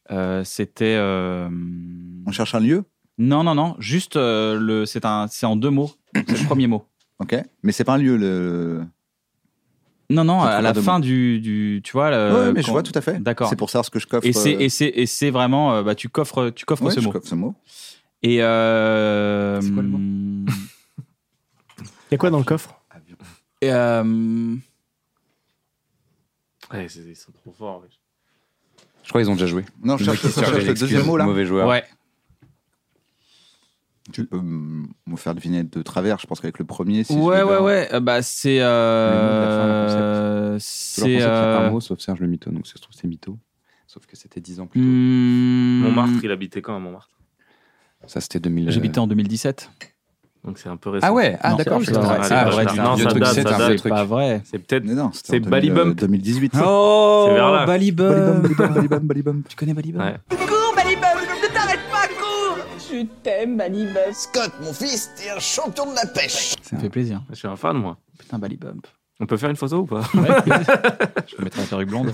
S2: Euh, C'était. euh,
S3: On cherche un lieu.
S2: Non, non, non, juste euh, le, c'est un, c'est en deux mots, Donc, c'est le premier mot.
S3: Ok. Mais c'est pas un lieu, le.
S2: Non, non,
S3: Ça te
S2: à
S3: fait
S2: la
S3: pas de
S2: fin du, du, tu vois. le-
S3: ouais, mais je
S2: Euh, quand-
S3: vois tout à fait.
S2: D'accord.
S3: C'est pour ça ce que je coffre.
S2: Et c'est,
S3: euh,
S2: et c'est, et c'est vraiment, euh, bah, tu coffres, tu coffres
S3: ouais,
S2: ce
S3: je
S2: mot.
S3: coffre ce mot.
S2: Et euh,
S3: C'est quoi le
S5: Il y a quoi dans le coffre
S2: [laughs] et, euh,
S6: Ouais, c'est- ils sont trop forts. wesh.
S4: Je crois qu'ils ont déjà joué.
S3: Non, je cherche, je cherche le deuxième mot là.
S4: Mauvais joueur.
S2: ouais.
S3: Tu peux me me faire deviner de travers. Je pense qu'avec le premier, si je
S2: ouais,
S3: devais
S2: ouais,
S3: en-
S2: ouais. euh, Bah, c'est, euh,
S4: C'est
S2: c'est,
S4: qu'il y a
S2: euh,
S4: un mot, sauf Serge le mytho, donc ça se trouve c'est mytho. Sauf que c'était 10 ans plus tôt.
S2: hmm,
S6: Montmartre, il habitait quand à Montmartre
S4: Ça c'était 2000. euh,
S2: J'habitais en 2017.
S6: Donc c'est un peu récent.
S4: Ah ouais, ah
S2: Non,
S4: d'accord,
S2: c'est
S4: putain,
S2: pas vrai,
S4: ah,
S2: c'est pas
S4: je-
S2: vrai,
S4: putain,
S2: ça
S4: un vieux
S2: date,
S4: truc,
S6: ça
S4: c'est un
S6: date,
S4: vrai
S6: c'est
S2: C'est
S4: truc.
S2: pas vrai.
S6: C'est peut-être.
S3: Mais non, c'était
S6: C'est
S3: en 2000,
S6: Bally
S3: euh,
S6: Bump.
S3: 2018.
S2: Oh,
S6: C'est vers là.
S2: Balibum.
S3: Balibum, Balibum, Balibum, Balibum.
S2: Tu connais Balibum
S6: Ouais.
S13: Je t'aime, Manibus.
S14: Scott, mon fils, t'es un champion de la pêche.
S3: Ah.
S2: Ça me fait plaisir.
S6: Je suis un fan, moi.
S2: Putain, Balibum.
S6: On peut faire une photo ou pas [laughs]
S2: Ouais, je peux mettre la perruque blonde.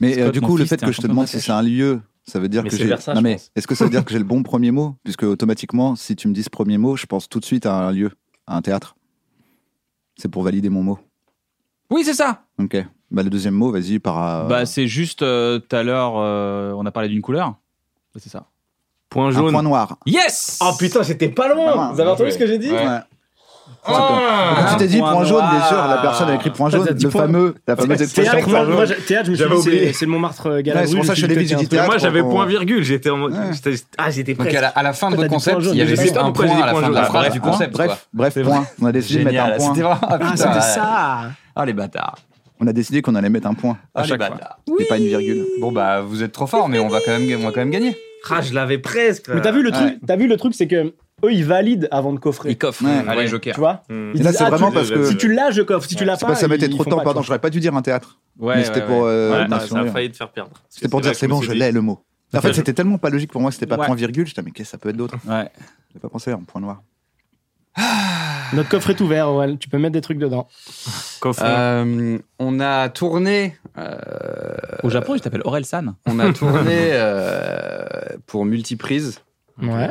S3: Mais euh,
S2: Scott,
S3: du
S2: mon
S3: coup, le
S2: fils,
S3: fait
S2: t'es
S3: que
S2: un
S3: je te
S2: champion
S3: demande
S2: de
S3: si
S2: pêche.
S3: c'est un lieu, ça veut dire
S6: Mais
S3: que
S6: c'est
S3: j'ai.
S6: vers ça,
S3: non
S6: je
S3: mais
S6: pense.
S3: est-ce que ça veut dire que j'ai le bon premier
S2: [laughs]
S3: mot Puisque automatiquement, si tu me dis ce premier mot, je pense tout de suite à un lieu, à un théâtre. C'est pour valider mon mot.
S2: Oui, c'est ça.
S3: Ok. Bah le deuxième mot, vas-y par. euh,
S2: Bah, c'est juste, euh, tout à l'heure, euh, on a parlé d'une couleur. Bah, C'est ça.
S6: Point
S3: un
S6: jaune.
S3: point noir.
S2: Yes
S5: Oh putain, j'étais pas
S3: Pas mal,
S5: loin Vous avez
S3: bien
S5: entendu ce que j'ai dit
S3: Ouais.
S6: Oh
S3: tu t'es dit
S2: point
S3: point, jaune,
S2: noir.
S3: bien sûr. La personne a écrit point
S5: Putain,
S3: jaune,
S5: t'as dit
S3: le
S5: point-
S3: fameux, la fameuse expression
S5: Théâtre,
S3: point
S5: moi,
S3: jaune.
S5: je- théâtre, je me suis
S6: J'avais
S5: dit,
S6: oublié.
S5: c'est- c'est le Montmartre
S3: Ouais,
S5: Galabru.
S3: c'est pour ça que je l'ai dit, j'ai dit
S6: Mais moi
S3: théâtre,
S6: j'avais
S3: on-
S6: point virgule, j'étais en mode.
S3: Ouais.
S6: j'étais- Ah, j'étais
S4: Donc à
S6: presque.
S4: la, à la fin de
S5: Toi,
S4: votre
S5: t'as dit
S4: concept,
S5: point
S4: il y
S5: jaune,
S4: avait
S5: mais
S4: juste
S6: je sais
S4: un
S6: pas pourquoi
S4: point
S6: j'ai
S4: à
S6: dit
S4: la fin
S6: point
S4: de
S6: jaune.
S4: la
S6: Ah,
S4: phrase
S6: bref,
S4: du concept.
S3: Bref, bref, point. On a décidé de mettre un point.
S4: Ah,
S5: Ah, c'était ça
S4: Ah les bâtards.
S3: On a décidé qu'on allait mettre un point.
S4: Ah, les
S3: chaque fois.
S4: bâtards.
S3: Et pas une virgule.
S4: Bon bah vous êtes trop fort, mais on va quand même, on va quand même gagner.
S6: Ah, je l'avais presque. là.
S5: Mais t'as vu le truc
S3: Euh, Ouais.
S5: T'as vu le truc, c'est que eux, ils valident avant de coffrer.
S4: coffre.
S3: Ouais.
S4: Allez
S5: Tu
S4: Joker.
S5: vois
S6: Hmm.
S5: Ils
S3: Là,
S5: disent,
S3: c'est
S5: ah,
S3: vraiment
S6: tu-
S3: parce que.
S6: euh,
S5: Si tu l'as, je coffre. Si tu l'as
S3: C'est
S5: pas.
S3: pas ça mettait
S5: ils
S3: trop de
S5: font
S3: temps,
S5: pas,
S3: pardon,
S5: tu vois.
S3: j'aurais pas dû dire un théâtre.
S2: Ouais,
S3: mais c'était
S2: ouais,
S3: pour.
S2: ouais.
S3: euh,
S6: Ouais,
S3: bien
S6: non, ça
S3: sûr,
S6: a
S3: ouais.
S6: failli te faire perdre.
S3: C'était pour dire c'est bon, je l'ai le mot. En fait, c'était tellement pas logique pour moi, c'était pas
S2: Ouais.
S3: point virgule. J'étais, mais qu'est-ce que ça peut être d'autre
S2: Ouais.
S3: J'ai pas pensé en point noir.
S5: Notre coffre est ouvert, ouais. Tu peux mettre des trucs dedans.
S6: Coffre.
S4: Euh, on a tourné. euh,
S2: Au Japon, il s'appelle Aurel San.
S4: on a
S2: [laughs]
S4: tourné euh, pour Multiprise,
S5: Ouais.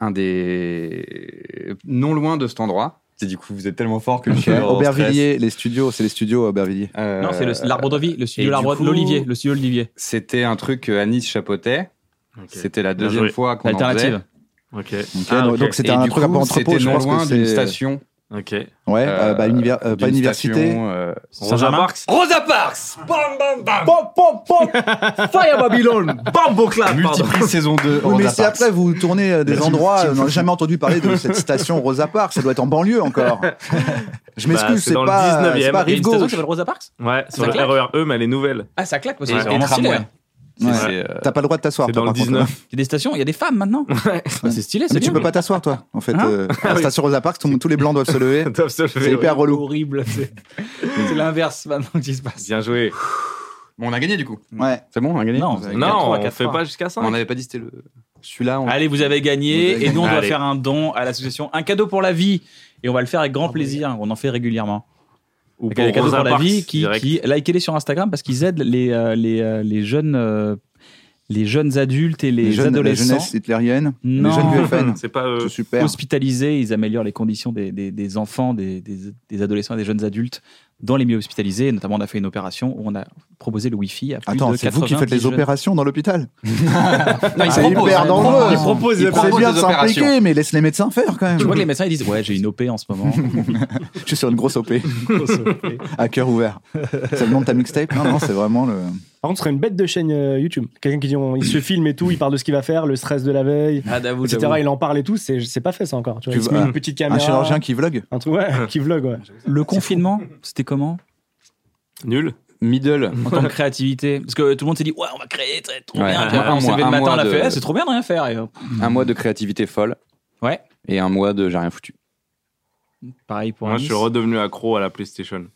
S4: un des non loin de cet endroit. C'est du coup vous êtes tellement fort [laughs] que je suis en stress.
S3: Aubervilliers, les studios, c'est les studios à Aubervilliers.
S4: Euh,
S2: Non, c'est le- l'arbre de vie, le
S4: et
S2: studio
S4: du
S2: l'arbre
S4: coup-
S2: l'Olivier, le studio Olivier.
S4: C'était un truc que Anis chapeautait.
S6: Ok.
S4: C'était la
S6: Bien
S4: deuxième
S6: joué.
S4: fois qu'on en faisait.
S2: L'alternative.
S6: Ok.
S3: Ok,
S6: Ah,
S3: donc-
S6: ok.
S3: Donc c'était
S4: Et
S3: un
S4: du
S3: truc un peu
S4: coup,
S3: entrepôt,
S4: c'était
S3: je
S4: non
S3: pense que
S4: loin d'une
S3: c'est.
S4: station.
S6: Ok.
S3: Ouais, euh, bah, univers-
S4: d'une
S3: euh, pas université.
S4: station, euh,
S6: Rosa
S2: Saint-Germain.
S6: Parks.
S9: Rosa Parks Bam, bam, bam
S5: Pom, pom, pom
S9: Fire Babylon Bambo Clap pardon.
S4: Multiprise saison 2.
S3: Oui, mais
S4: Rosa
S3: si
S4: Parks.
S3: après vous tournez euh, des endroits, euh, on n'a jamais entendu parler de cette station Rosa Park, ça doit être en banlieue encore. Je
S6: Bah,
S3: m'excuse,
S6: c'est
S3: c'est
S6: dans le
S3: pas,
S6: 19e,
S3: c'est pas
S6: il y a
S3: rive
S2: Une station qui
S3: gauche.
S2: s'appelle Rosa Parks
S6: Ouais, sur
S2: Ça
S6: le
S2: claque.
S6: RER E, mais elle est nouvelle.
S2: Ah, ça claque parce
S4: Et-
S2: que c'est
S4: et
S2: vraiment stylé.
S4: tramway. C'est-
S3: Ouais.
S4: c'est, euh,
S3: T'as pas le droit de t'asseoir.
S6: C'est
S3: toi,
S6: dans le
S3: par contre.
S6: 19.
S2: Il y a des stations, il y a des femmes
S6: [laughs]
S2: maintenant. Bah, c'est stylé,
S3: Mais
S2: c'est
S3: tu
S2: bien.
S3: peux pas t'asseoir, toi, en fait.
S2: Hein
S3: euh, à la station Rosa Parks, tout- tous les blancs doivent se lever.
S6: Doivent se
S3: C'est
S6: lever, ouais.
S3: hyper relou.
S2: horrible. C'est c'est l'inverse maintenant qui se passe.
S6: Bien joué.
S4: Bon, on a gagné du coup.
S3: Ouais.
S4: C'est bon, on a gagné
S2: Non,
S4: Vous avez
S2: c'est- quatre,
S6: Non,
S2: trois,
S6: on
S2: quatre,
S6: fait
S2: trois.
S6: pas jusqu'à 5.
S4: On n'avait pas dit c'était le. Celui-là, on...
S2: Allez, vous avez gagné
S4: Vous avez
S2: et nous on doit
S6: gagné.
S2: faire un don à l'association Un cadeau pour la vie et on va le faire avec
S6: Ah,
S2: grand plaisir. On en fait régulièrement.
S6: Ou
S2: Un cadeau pour la
S6: Parks,
S2: vie qui,
S6: direct.
S2: qui likez-les sur Instagram parce qu'ils aident les euh, les, euh, les jeunes euh, les jeunes adultes et les,
S3: jeunes, la
S2: adolescents
S3: jeunesse hitlérienne,
S2: Non.
S3: les jeunes du FN.
S6: C'est pas. euh,
S3: C'est super.
S2: hospitalisés. Ils améliorent les conditions des, des- des enfants, des, des- des adolescents et des jeunes adultes dans les milieux hospitalisés. Et Notamment, on a fait une opération où on a proposé le Wi-Fi à plus
S3: Attends,
S2: de
S3: c'est vous qui
S2: 90
S3: faites les
S2: jeunes. [laughs]
S3: opérations dans l'hôpital
S4: Non, il
S3: C'est
S4: propose.
S3: hyper
S4: Il
S3: dangereux.
S4: propose.
S3: C'est
S4: il propose
S3: bien
S4: des
S3: de
S4: opérations.
S3: s'impliquer, mais laisse les médecins faire quand
S2: Tu
S3: même.
S2: vois que les médecins ils disent ouais j'ai une OP en ce moment.
S3: [laughs] Je suis sur une grosse OP, à cœur ouvert. C'est le nom de ta mixtape Non, non, c'est vraiment le.
S5: Par contre, ce serait une bête de chaîne euh, YouTube. Quelqu'un qui dit on- il se filme et tout, il parle de ce qu'il va faire, le stress de la veille,
S2: ah d'avoue,
S5: etc.
S2: d'avoue.
S5: Il en parle et tout. C'est c'est pas fait ça encore. Tu vois,
S3: Tu
S5: il se
S3: vois,
S5: met une petite caméra.
S3: Un chirurgien qui vlog
S5: un truc ouais, [laughs] qui vlog. Ouais.
S2: Le confinement c'était comment
S6: Nul.
S4: Middle.
S2: en tant
S6: [laughs]
S2: que créativité Parce que tout le monde s'est dit, ouais, on va créer, c'est trop
S4: Ouais,
S2: bien. Puis
S4: un
S2: après, on s'est
S4: mois-
S2: levé le
S4: un
S2: matin,
S4: mois
S2: on l'a
S4: de-
S2: fait, Eh, c'est trop bien de rien faire. Et, euh,
S4: Un mois de créativité folle.
S2: Ouais.
S4: Et un mois de j'ai rien foutu.
S2: pareil pour
S6: Moi,
S2: Anis.
S6: je suis redevenu accro à la PlayStation.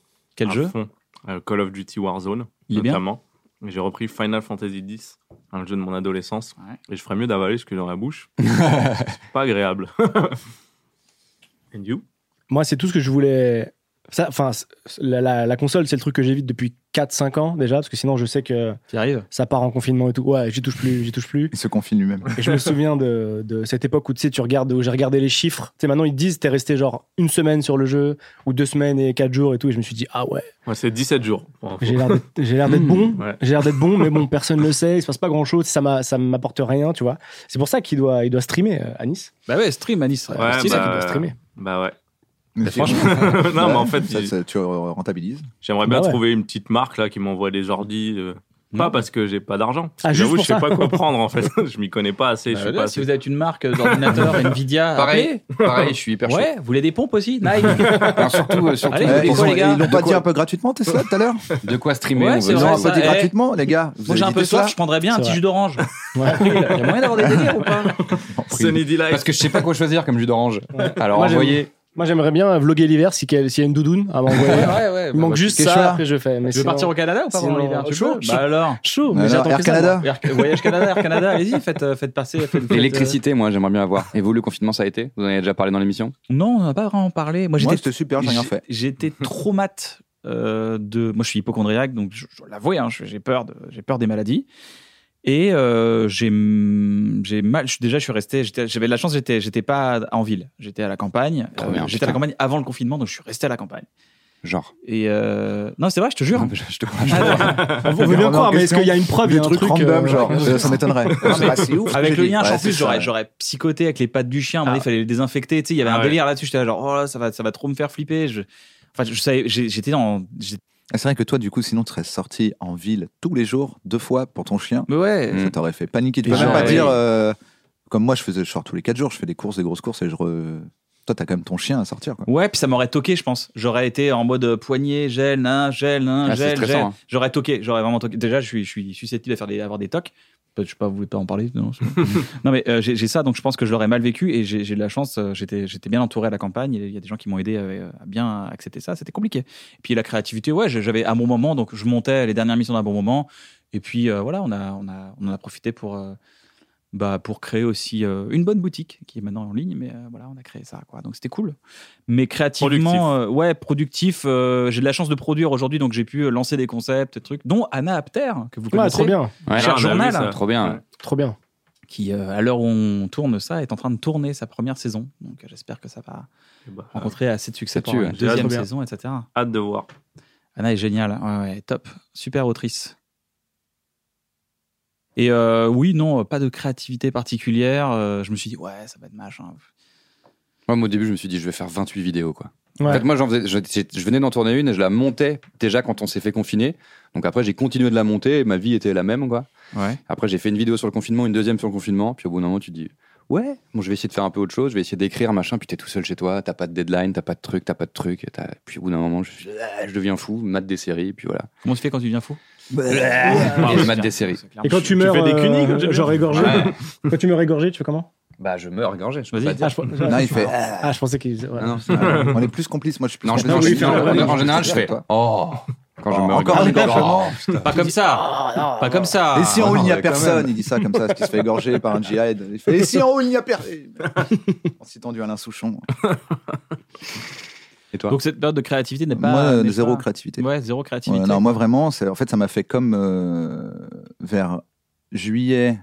S6: à
S2: Quel jeu
S6: fond. Euh, Call of Duty Warzone,
S2: Il est bien
S6: notamment. Et J'ai repris Final Fantasy X, un jeu de mon adolescence.
S2: Ouais.
S6: Et je ferais mieux d'avaler ce que j'ai dans la
S2: [laughs]
S6: bouche. c'est pas agréable. [laughs] And you
S5: Moi, c'est tout ce que je voulais. Ça, enfin, c- la, la- la console, c'est le truc que j'évite depuis 4-5 ans déjà, parce que sinon, je sais que
S2: qui arrive
S5: ça part en confinement et tout. Ouais, j'y touche plus, j'y touche plus.
S3: Il se confine lui-même.
S5: Et je me souviens de, de cette époque où tu sais, tu regardes, où j'ai regardé les chiffres. Tu sais, maintenant ils te disent, t'es resté genre une semaine sur le jeu, ou deux semaines et quatre jours et tout. Et je me suis dit, ah ouais,
S6: Ouais, c'est 17 jours. pour info.
S5: j'ai
S6: [laughs]
S5: l'air d'être- j'ai l'air d'être
S4: Mmh,
S5: bon,
S6: ouais.
S5: j'ai l'air d'être bon, mais bon, personne ne le sait, il se passe pas grand chose, ça m'a- ça m'apporte rien, tu vois. C'est pour ça qu'il doit, il doit streamer euh, à Nice.
S2: Bah ouais, stream, Anis. Ouais,
S6: Ouais,
S5: C'est ça
S6: bah,
S5: qu'il doit streamer.
S6: Bah ouais. [laughs]
S3: franchement,
S6: non, mais en fait,
S3: ça,
S6: il-
S3: ça, tu euh,
S6: [laughs]
S3: rentabilises.
S6: j'aimerais bien
S5: Bah ouais.
S6: trouver une petite marque là qui m'envoie des ordi. euh, Pas parce que j'ai pas d'argent. Parce
S5: Ah,
S6: que
S5: juste
S6: J'avoue, je
S5: pour
S6: sais
S3: [laughs]
S5: ça.
S6: pas quoi prendre en fait. [laughs] je m'y connais pas assez. je
S2: Bah,
S6: sais
S2: là,
S6: pas
S2: si
S6: assez-
S2: vous êtes une marque
S6: [laughs]
S2: d'ordinateur, Nvidia,
S4: Pareil, pareil, je suis hyper
S2: appelez.
S4: chaud.
S2: Ouais, vous voulez des pompes aussi
S4: [laughs]
S2: Nike.
S4: Alors, surtout, euh, surtout
S2: Allez,
S3: Eh,
S2: vous
S3: ils
S2: quoi,
S3: ont-
S2: les gars
S3: ils l'ont
S4: De
S3: pas
S4: quoi-
S3: dit un peu gratuitement, Tesla, tout à
S2: [laughs]
S3: l'heure
S4: de quoi streamer
S2: Ouais,
S4: on
S2: c'est
S4: veut
S3: Ils l'ont
S2: vrai,
S3: un
S4: savoir.
S3: peu
S2: ça,
S3: dit
S2: eh.
S3: gratuitement, les gars. Vous
S2: Moi, j'ai
S3: avez
S2: un
S3: dit
S2: peu
S3: Tesla
S2: soif, je prendrais bien un
S5: C'est
S2: petit
S5: vrai.
S2: jus d'orange.
S5: Ouais.
S2: Ah Il y a moyen d'avoir des délires
S4: [laughs]
S2: ou pas
S6: Sunny Delight.
S4: Parce que je sais pas quoi choisir comme jus d'orange. Alors
S5: Moi, j'aime-
S4: envoyez.
S5: Moi, j'aimerais bien vloguer l'hiver si quel- s'il y a une doudoune à m'envoyer.
S2: Ouais, ouais, ouais. bah,
S5: Il manque juste
S3: quelque
S5: ça,
S3: chose.
S5: après je fais. Mais
S2: Tu veux
S5: sinon-
S2: partir au Canada ou pas pendant
S5: sinon,
S2: l'hiver Tu
S5: chaud,
S2: peux
S5: chaud.
S2: Bah alors
S5: Chaud, mais
S3: Alors,
S5: j'attends
S3: Air
S5: que ça,
S3: Canada.
S5: moi.
S2: Air- Voyage Canada, Air Canada, allez-y, faites, euh,
S4: [laughs]
S2: faites passer. faites- faites, euh,
S4: L'électricité, moi, j'aimerais bien avoir. Et vous, le confinement, ça a été Vous en avez déjà parlé dans l'émission
S2: Non, on n'a pas vraiment parlé. Moi,
S3: Moi,
S2: j'étais
S3: c'était super, j'ai rien
S2: J'ai-
S3: fait.
S4: [laughs]
S2: J'étais traumate euh, de. Moi, je suis hypochondriaque, donc je, je l'avoue, hein, je- j'ai peur, de- j'ai peur des maladies. Et euh, j'ai, j'ai mal. Je, suis- déjà, je suis resté. j'étais- J'avais de la chance. J'étais, j'étais pas en ville. J'étais à la campagne. Euh,
S4: Trop bien,
S2: j'étais à
S4: putain.
S2: la campagne avant le confinement, donc je suis resté à la campagne.
S4: Genre.
S2: Et euh, non, c'est vrai, je te jure.
S4: Non, mais je, je te crois.
S2: Ah, d'accord.
S5: [laughs] On veut bien
S3: Regarde,
S5: croire,
S3: en
S5: mais est-ce
S3: question,
S5: qu'il y a une preuve, il y
S3: Des
S5: a un
S3: trucs
S5: truc.
S3: random,
S5: euh,
S3: genre, euh, ça m'étonnerait. Ah, c'est ouf,
S2: Avec
S3: j'ai
S2: le
S3: dit.
S2: lien,
S3: Ouais,
S2: en
S3: c'est ça,
S2: plus,
S3: Ah
S2: j'aurais,
S3: ouais.
S2: j'aurais psychoté avec les pattes du chien. À un moment donné, il fallait le désinfecter. Tu sais, il y avait
S6: Ah
S2: un
S6: ouais.
S2: délire là-dessus. J'étais là, genre, oh là, ça va, ça va trop me faire flipper. Je... Enfin, je savais, j'ai- j'étais dans. j'étais-
S3: Ah, C'est vrai que toi, du coup, sinon, tu serais sorti en ville tous les jours, deux fois pour ton chien.
S2: Mais ouais,
S3: Ça t'aurait fait paniquer. Tu
S2: Et
S3: peux même
S2: genre,
S3: pas
S2: ouais.
S3: dire. euh, Comme moi, je faisais, je sors tous les quatre jours, je fais des courses, des grosses courses et je. re- Toi, t'as quand même ton chien à sortir. Quoi.
S2: Ouais, puis ça m'aurait toqué, je pense. J'aurais été en mode euh, poignée, gel, nain, gel, nain,
S4: Ah, c'est
S2: gel,
S4: stressant,
S2: gel.
S4: hein.
S2: J'aurais toqué, j'aurais vraiment toqué. Déjà, je suis, je suis susceptible à faire des, à avoir des tocs. Peut-être, Je sais pas, vous voulez pas en parler Non, c'est-
S4: [laughs]
S2: non mais euh, j'ai j'ai ça, donc je pense que je l'aurais mal vécu et j'ai j'ai de la chance. euh, J'étais j'étais bien entouré à la campagne. Il y a des gens qui m'ont aidé euh, à bien accepter ça. C'était compliqué. Et puis la créativité, ouais, j'avais à mon moment, donc je montais les dernières missions d'un bon moment. Et puis euh, voilà, on a, on a, on en a profité pour. euh, bah, pour créer aussi euh, une bonne boutique qui est maintenant en ligne, mais euh, voilà, on a créé ça, quoi. Donc c'était cool. Mais créativement, euh, ouais, productif. euh, j'ai de la chance de produire aujourd'hui, donc j'ai pu euh, lancer des concepts, des trucs, dont Anna Apter, que vous
S5: Ouais,
S2: connaissez,
S5: Ah, trop bien,
S4: Ouais,
S2: Cher
S6: non, on a
S2: journal,
S6: vu ça.
S4: Trop bien.
S6: Ouais.
S5: trop bien.
S2: qui euh, à l'heure où on tourne ça est en train de tourner sa première saison. Donc euh, j'espère que ça va
S6: Bah,
S2: rencontrer assez de succès
S4: ça
S2: pour
S4: tue,
S2: la
S4: hein.
S2: deuxième
S6: Trop bien.
S2: saison, etc.
S6: Hâte de voir.
S2: Anna est géniale, ouais, ouais, top, super autrice. Et euh, oui, non, pas de créativité particulière. euh, je me suis dit, ouais, ça va être machin.
S4: Moi, moi, au début, je me suis dit, je vais faire 28 vidéos, quoi. En
S5: Ouais.
S4: fait, moi, j'en faisais- je, je- je venais d'en tourner une et je la montais déjà quand on s'est fait confiner. Donc après, j'ai continué de la monter et ma vie était la même, quoi.
S2: Ouais.
S4: Après, j'ai fait une vidéo sur le confinement, une deuxième sur le confinement. Puis au bout d'un moment, tu te dis, ouais, bon, je vais essayer de faire un peu autre chose, je vais essayer d'écrire, machin. Puis t'es tout seul chez toi, t'as pas de deadline, t'as pas de truc, t'as pas de truc. et t'as- Puis au bout d'un moment, je, je deviens fou, mate des séries, puis voilà.
S2: Comment tu fais quand tu deviens fou
S3: Bah,
S4: Euh,
S3: euh,
S4: Et je mate des séries.
S5: Et quand tu meurs,
S6: fais des cunis, comme
S5: euh,
S6: j'ai dit.
S5: genre égorgé,
S4: Ouais.
S2: [laughs]
S5: quand tu meurs égorgé, tu fais comment
S4: Bah, je meurs gorgé. Je peux
S2: Vas-y.
S4: pas dire.
S5: ah, je,
S3: Non, il fait.
S5: ah, je pensais qu'il. ouais.
S4: Ah non, c'est-
S3: Ah, on est plus complices. Moi, je suis plus
S4: non, je-
S3: complice.
S4: non,
S5: oui,
S4: je-
S5: fais un
S4: non,
S5: vrai
S4: en général, je fais.
S3: Toi.
S4: Oh Quand je
S3: Oh,
S4: meurs
S3: encore
S4: gorgé.
S3: un égorgement.
S2: Pas comme ça. Pas comme ça.
S3: Et si en
S4: Ah,
S3: haut il n'y
S4: ouais,
S3: a
S4: quand
S3: personne
S4: même.
S3: Il dit ça comme ça, parce qu'il se fait égorger par un djihad. Il fait, et si en haut il n'y a personne
S4: [laughs]
S3: En citant du Alain Souchon.
S4: Et toi
S2: Donc cette période de créativité n'est pas.
S3: Moi, euh,
S2: n'est
S3: zéro
S2: pas-
S3: créativité.
S2: Ouais, zéro
S3: Ouais,
S2: créativité.
S3: non, moi vraiment, c'est- en fait, ça m'a fait comme euh, vers juillet,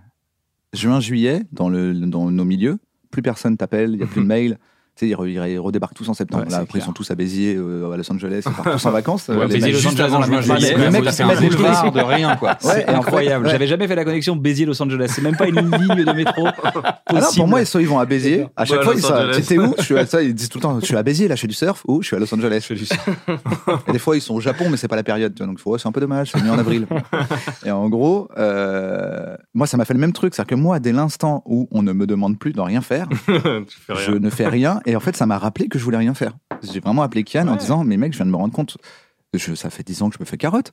S3: juin-juillet, dans, le, dans nos milieux. Plus personne t'appelle, il n'y a
S2: [laughs]
S3: plus de mail. Tu sais, ils, re- ils re- redébarquent tous en septembre.
S2: Ouais,
S3: Là,
S2: c'est
S3: après, ils
S2: clair.
S3: sont tous à Béziers, euh, à Los Angeles, ils partent tous
S2: [laughs]
S3: en vacances. euh,
S4: Ouais,
S3: les
S4: mais
S3: mecs.
S2: Béziers, Los
S4: juste
S2: Angeles,
S4: avant
S2: on
S4: juin,
S2: l'a pas
S4: juillet,
S2: fait.
S4: le mec
S3: Le mec
S4: a
S3: qui
S4: fait
S3: se
S4: un
S3: met des
S4: boulevard
S3: trucs.
S4: de rien, quoi.
S3: Ouais,
S4: C'est
S3: et en fait,
S4: incroyable.
S3: ouais.
S2: J'avais jamais fait la connexion Béziers-Los Angeles. C'est même pas une ligne de métro.
S3: Ah non, pour
S2: possible.
S3: moi, ils, sont- ils vont à Béziers. À chaque fois,
S6: Ouais, Bah, Los
S3: ils sont.
S6: Angeles.
S3: T'étais
S6: [laughs]
S3: où je suis à,
S2: [laughs]
S3: ça, Ils disent tout le temps Je suis à Béziers, là, je fais du surf, ou je suis à Los Angeles. Et des fois, ils sont au Japon, mais c'est pas la période. tu vois, donc, faut, ouais, c'est un peu dommage, c'est mis en
S6: [laughs]
S3: avril. Et en gros, euh, moi, ça m'a fait le même truc. C'est-à-dire que moi, dès l'instant où on ne me demande plus de rien faire,
S6: [laughs] tu fais
S3: je
S6: rien.
S3: ne fais rien. Et en fait, ça m'a rappelé que je voulais rien faire. J'ai vraiment appelé Kian en disant Mais mec, je viens de me rendre compte. Je, ça fait 10 ans que je me fais carotte.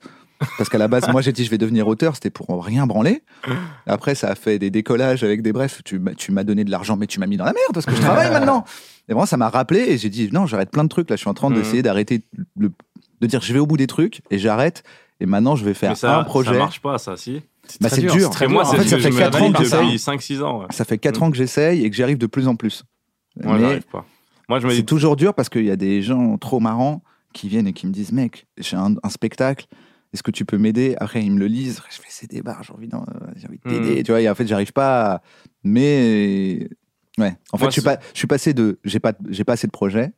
S3: Parce qu'à la base, moi, j'ai dit je vais devenir auteur, c'était pour rien branler. [laughs] Après, ça a fait des décollages avec des brefs. Tu, m'as- tu m'as donné de l'argent, mais tu m'as mis dans la merde parce que je
S6: [laughs]
S3: travaille maintenant. Et vraiment, ça m'a rappelé et j'ai dit non, j'arrête plein de trucs. Là, je suis en train
S6: Mhm.
S3: d'essayer d'arrêter le- de dire je vais au bout des trucs et j'arrête. Et maintenant, je vais faire
S6: Mais ça,
S3: un projet.
S6: ça marche pas, ça, si.
S3: Bah, c'est dur.
S6: Très moi,
S3: en
S6: c'est
S3: fait, ça fait 4 ans que
S6: depuis
S3: j'essaye.
S6: 5-6 ans. ouais.
S3: Ça fait 4 ans que j'essaye et que j'arrive de plus en plus.
S6: Moi,
S3: Mais-
S6: j'arrive pas. Moi, je me
S3: c'est
S6: dis,
S3: toujours dur parce qu'il y a des gens trop marrants qui viennent et qui me disent Mec, j'ai un, un spectacle, est-ce que tu peux m'aider Après, ils me le lisent. Je fais C'est des barres, j'ai envie, d'en- j'ai envie de
S6: Hmm.
S3: t'aider. Tu vois, et en fait, j'arrive pas. à- Mais. Ouais. En fait,
S6: Moi,
S3: je, suis
S6: c'est-
S3: pas, je suis passé de j'ai pas, j'ai pas assez de projets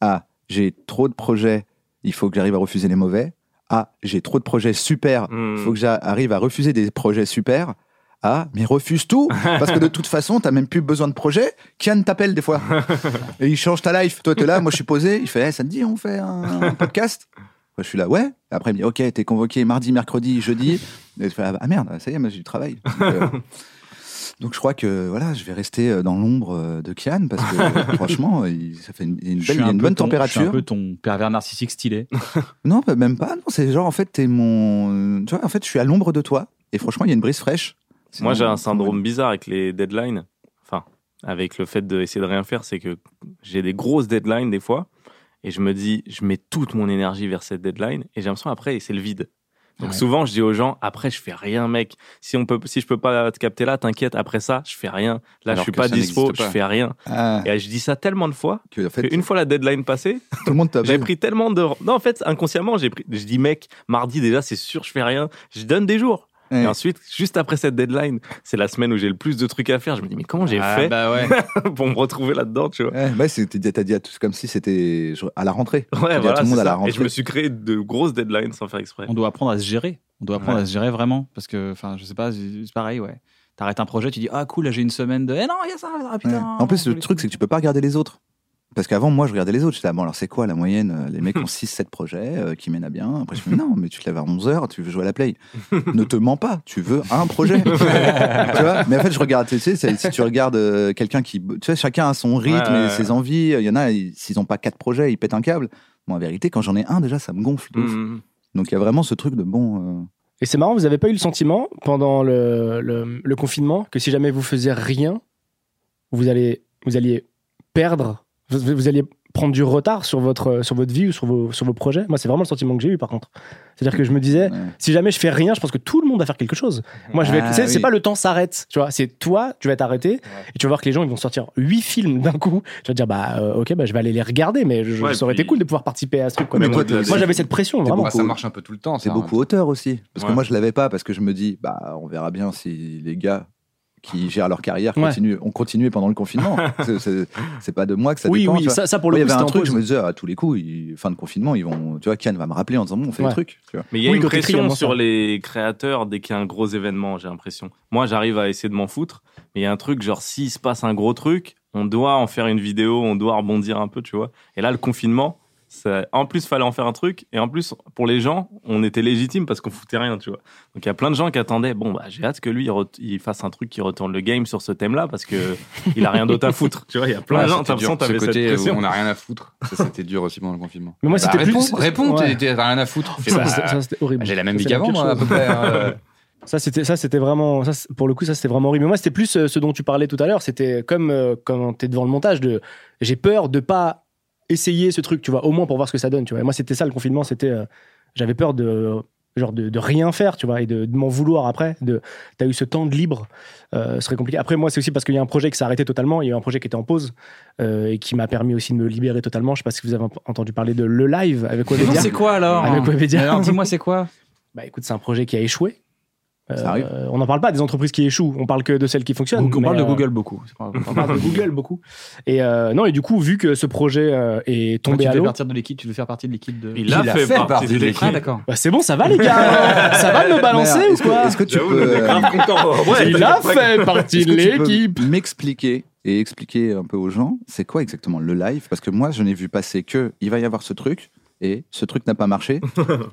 S3: à j'ai trop de projets, il faut que j'arrive à refuser les mauvais à j'ai trop de projets super,
S6: Hmm.
S3: faut que j'arrive à refuser des projets super. Ah, mais refuse tout, parce que de toute façon, t'as même plus besoin de projet. Kian t'appelle des fois.
S6: [laughs]
S3: Et il change ta life. Toi, t'es là, moi, je suis posé. Il fait, Eh, ça te dit, on fait un, un podcast Moi, Je suis là, ouais. Après, il me dit, ok, t'es convoqué mardi, mercredi, jeudi. Et je fais, ah merde, ça y est, moi, j'ai du travail. Donc, euh, donc, je crois que voilà, je vais rester dans l'ombre euh, de Kian, parce que euh, franchement, il, ça fait une, une belle-
S2: Je
S3: il
S2: suis
S3: y a
S2: un
S3: une
S2: peu
S3: bonne
S2: ton- Je suis
S3: température.
S2: un peu ton pervers
S6: [laughs]
S2: narcissique stylé.
S3: Non, bah, même pas. Non, c'est genre, en fait, t'es mon. Tu vois, en fait, je suis à l'ombre de toi. Et franchement, il y a une brise fraîche. C'est
S6: moi,
S3: mon-
S6: j'ai un syndrome bizarre avec les deadlines. Enfin, avec le fait d'essayer de rien faire, c'est que j'ai des grosses deadlines des fois. Et je me dis, je mets toute mon énergie vers cette deadline. Et j'ai l'impression, après, c'est le vide. Donc souvent, je dis aux gens, après, je fais rien, mec. Si, on peut, si je peux pas te capter là, t'inquiète, après ça, je fais rien. Là,
S4: Alors
S6: je suis
S4: que
S6: pas
S4: ça
S6: dispo,
S4: n'existe
S6: je
S4: pas.
S6: fais rien.
S3: Ah,
S6: Et je dis ça tellement de fois
S3: que, en fait,
S6: qu'une fois la deadline passée,
S3: [laughs] tout le monde t'a
S6: J'avais pris tellement de. Non, en fait, inconsciemment, j'ai pris. Je dis, mec, mardi déjà, c'est sûr, je fais rien. Je donne des jours.
S3: Ouais.
S6: Et ensuite, juste après cette deadline, c'est la semaine où j'ai le plus de trucs à faire. Je me dis, mais comment j'ai fait
S4: bah
S6: [laughs]
S4: ouais.
S6: pour me retrouver là-dedans, tu vois
S3: Ouais, bah, c'est- t'as dit- t'as dit à tous comme si c'était genre à la rentrée. T'as dit
S6: Ouais,
S3: à
S6: voilà.
S3: tout le
S6: c'est
S3: monde à
S6: ça.
S3: la
S6: Et
S3: rentrée.
S6: je me suis créé de grosses deadlines sans faire exprès.
S2: On doit apprendre à se gérer. On doit apprendre
S6: Ouais.
S2: à se gérer vraiment. Parce que, enfin, je sais pas, c'est c'est pareil, ouais. T'arrêtes un projet, tu dis, ah cool, là j'ai une semaine de. Eh non, il y a ça, ah,
S3: Ouais.
S2: putain.
S3: En plus, le truc, c'est que tu peux pas regarder les autres. Parce qu'avant, moi, je regardais les autres. J'étais là, bon, alors c'est quoi la moyenne euh, Les
S6: [laughs]
S3: mecs ont 6-7 projets euh, qui mènent à bien. Après, je me dis, non, mais tu te lèves à 11h, tu veux jouer à la
S6: [laughs]
S3: play. ne te mens pas, tu veux un projet. tu vois Mais en fait, je regarde, tu sais, c'est- si tu regardes euh, quelqu'un qui. Tu sais, chacun a son rythme
S6: Ouais, ouais,
S3: et
S6: ouais.
S3: ses envies. Il y en a, ils- s'ils ont pas quatre projets, ils pètent un câble. Bon, en vérité, quand j'en ai un, déjà, ça me gonfle. de ouf.
S6: Mhm.
S3: Donc, il y a vraiment ce truc de bon. euh,
S5: Et c'est marrant, vous avez pas eu le sentiment pendant le, le- le confinement que si jamais vous faisiez rien, vous allez vous alliez perdre, vous, vous alliez prendre du retard sur votre sur votre vie ou sur vos sur vos projets. Moi, c'est vraiment le sentiment que j'ai eu par contre. C'est-à-dire que je me disais,
S3: ouais.
S5: si jamais je fais rien, je pense que tout le monde va faire quelque chose. Moi, je vais.
S3: Ah,
S5: être- c'est c'est
S3: oui.
S5: pas le temps s'arrête, tu vois. C'est toi, tu vas t'arrêter et tu vas voir que les gens ils vont sortir huit films d'un coup. Tu vas te dire bah euh, ok, bah je vais aller les regarder, mais je,
S6: Ouais,
S5: ça aurait été
S6: puis-
S5: cool de pouvoir participer à ce truc. quoi.
S3: Mais
S6: Même
S3: toi,
S6: au-delà
S3: t'es-
S6: des-
S5: Moi, j'avais cette pression vraiment.
S4: Bah, Ça marche un peu tout le temps.
S3: C'est
S4: ça,
S5: hein.
S3: beaucoup auteur aussi. Parce
S6: Ouais.
S3: que moi, je l'avais pas, parce que je me dis, bah, on verra bien si les gars qui gèrent leur carrière
S5: Ouais.
S3: continuent, ont continué pendant le
S5: [laughs]
S3: confinement. C'est- c'est c'est pas de moi que ça
S5: oui,
S3: dépend. tu
S5: oui,
S3: vois.
S5: ça, ça pour
S3: Moi,
S5: le
S3: il y
S5: coup,
S3: avait
S5: c'était
S3: un
S5: en
S3: truc,
S5: pause.
S3: je me disais, à tous les coups, ils- fin de confinement, ils vont, tu vois, Kian va me rappeler en disant, bon, on fait
S5: Ouais.
S3: le truc. tu vois.
S6: Mais il y a
S5: Oui,
S6: une
S5: quand t'écris, il y a
S6: pression
S5: moins
S6: sur
S5: ça.
S6: les créateurs dès qu'il y a un gros événement, j'ai l'impression. Moi, j'arrive à essayer de m'en foutre, mais il y a un truc, genre, s'il se passe un gros truc, on doit en faire une vidéo, on doit rebondir un peu, tu vois. Et là, le confinement, Ça- en plus, fallait en faire un truc. Et en plus, pour les gens, on était légitime parce qu'on foutait rien, tu vois. Donc il y a plein de gens qui attendaient. Bon, bah, j'ai hâte que lui, il, re- il fasse un truc qui retourne le game sur ce thème-là parce que [laughs] il a rien d'autre à foutre. Tu vois, il y a plein
S4: Ouais,
S6: de gens.
S4: c'était
S6: T'as l'impression
S4: dur.
S6: que t'avais
S4: Ce
S6: cette
S4: côté où
S6: pression.
S4: on n'a rien à foutre, [laughs] ça c'était dur aussi pendant le confinement.
S5: Mais moi,
S4: Bah,
S5: c'était plus.
S4: réponds, réponds,
S5: Ouais.
S4: t'es- t'es- t'as rien à [laughs] foutre. Fais
S5: Ça,
S4: pas-
S5: c'était- ça, c'était horrible.
S4: J'ai la même
S5: Ça,
S4: vie
S5: c'est la
S4: qu'avant,
S5: pire
S4: moi, à
S5: chose.
S4: peu près. [laughs] hein.
S5: Ça, c'était, ça, c'était vraiment. Ça, c'est- pour le coup, ça, c'était vraiment horrible. Mais moi, c'était plus euh, ce dont tu parlais tout à l'heure. C'était comme euh, quand t'es devant le montage de. J'ai peur de pas essayer ce truc, tu vois, au moins pour voir ce que ça donne, tu vois. Et moi, c'était ça le confinement. C'était. euh, j'avais peur de. Genre de, de rien faire, tu vois, et de, de m'en vouloir après. De, t'as eu ce temps de libre, euh, ce serait compliqué. Après, moi, c'est aussi parce qu'il y a un projet qui s'est arrêté totalement. Il y a eu un projet qui était en pause euh, et qui m'a permis aussi de me libérer totalement. Je sais pas si vous avez ent- entendu parler de le live avec
S2: Mais non,
S5: Webedia.
S2: c'est quoi alors
S5: Avec Webedia.
S2: Alors, dis-moi, c'est quoi
S5: Bah écoute, c'est un projet qui a échoué. Euh,
S3: Ça arrive.
S5: on n'en parle pas des entreprises qui échouent, on parle que de celles qui fonctionnent.
S2: Google- On
S5: mais,
S2: parle de
S5: euh,
S2: Google beaucoup. C'est pas-
S5: On [laughs] parle de Google beaucoup. Et euh, non, et du coup, vu que ce projet euh, est tombé
S2: tu
S5: à
S2: veux
S5: l'eau,
S2: partir de l'équipe, tu veux faire partie de l'équipe de.
S6: Il a
S4: Il a
S6: fait,
S4: fait
S6: partie
S4: partie
S6: de
S4: de
S6: l'équipe.
S2: Ah d'accord.
S5: bah, c'est bon, ça va
S3: [laughs]
S5: les gars, ça va me balancer
S3: Merde,
S5: ou
S3: est-ce que-
S5: quoi
S3: euh, Est-ce que tu
S6: J'avoue,
S3: peux.
S6: j'étais
S3: euh,
S6: grave content.
S5: [laughs]
S6: Ouais,
S5: Il a fait partie
S3: Est-ce
S5: de
S3: que tu peux
S5: l'équipe.
S3: M'expliquer et expliquer un peu aux gens, c'est quoi exactement le live Parce que moi, je n'ai vu passer que il va y avoir ce truc et ce truc n'a pas
S6: [laughs]
S3: marché,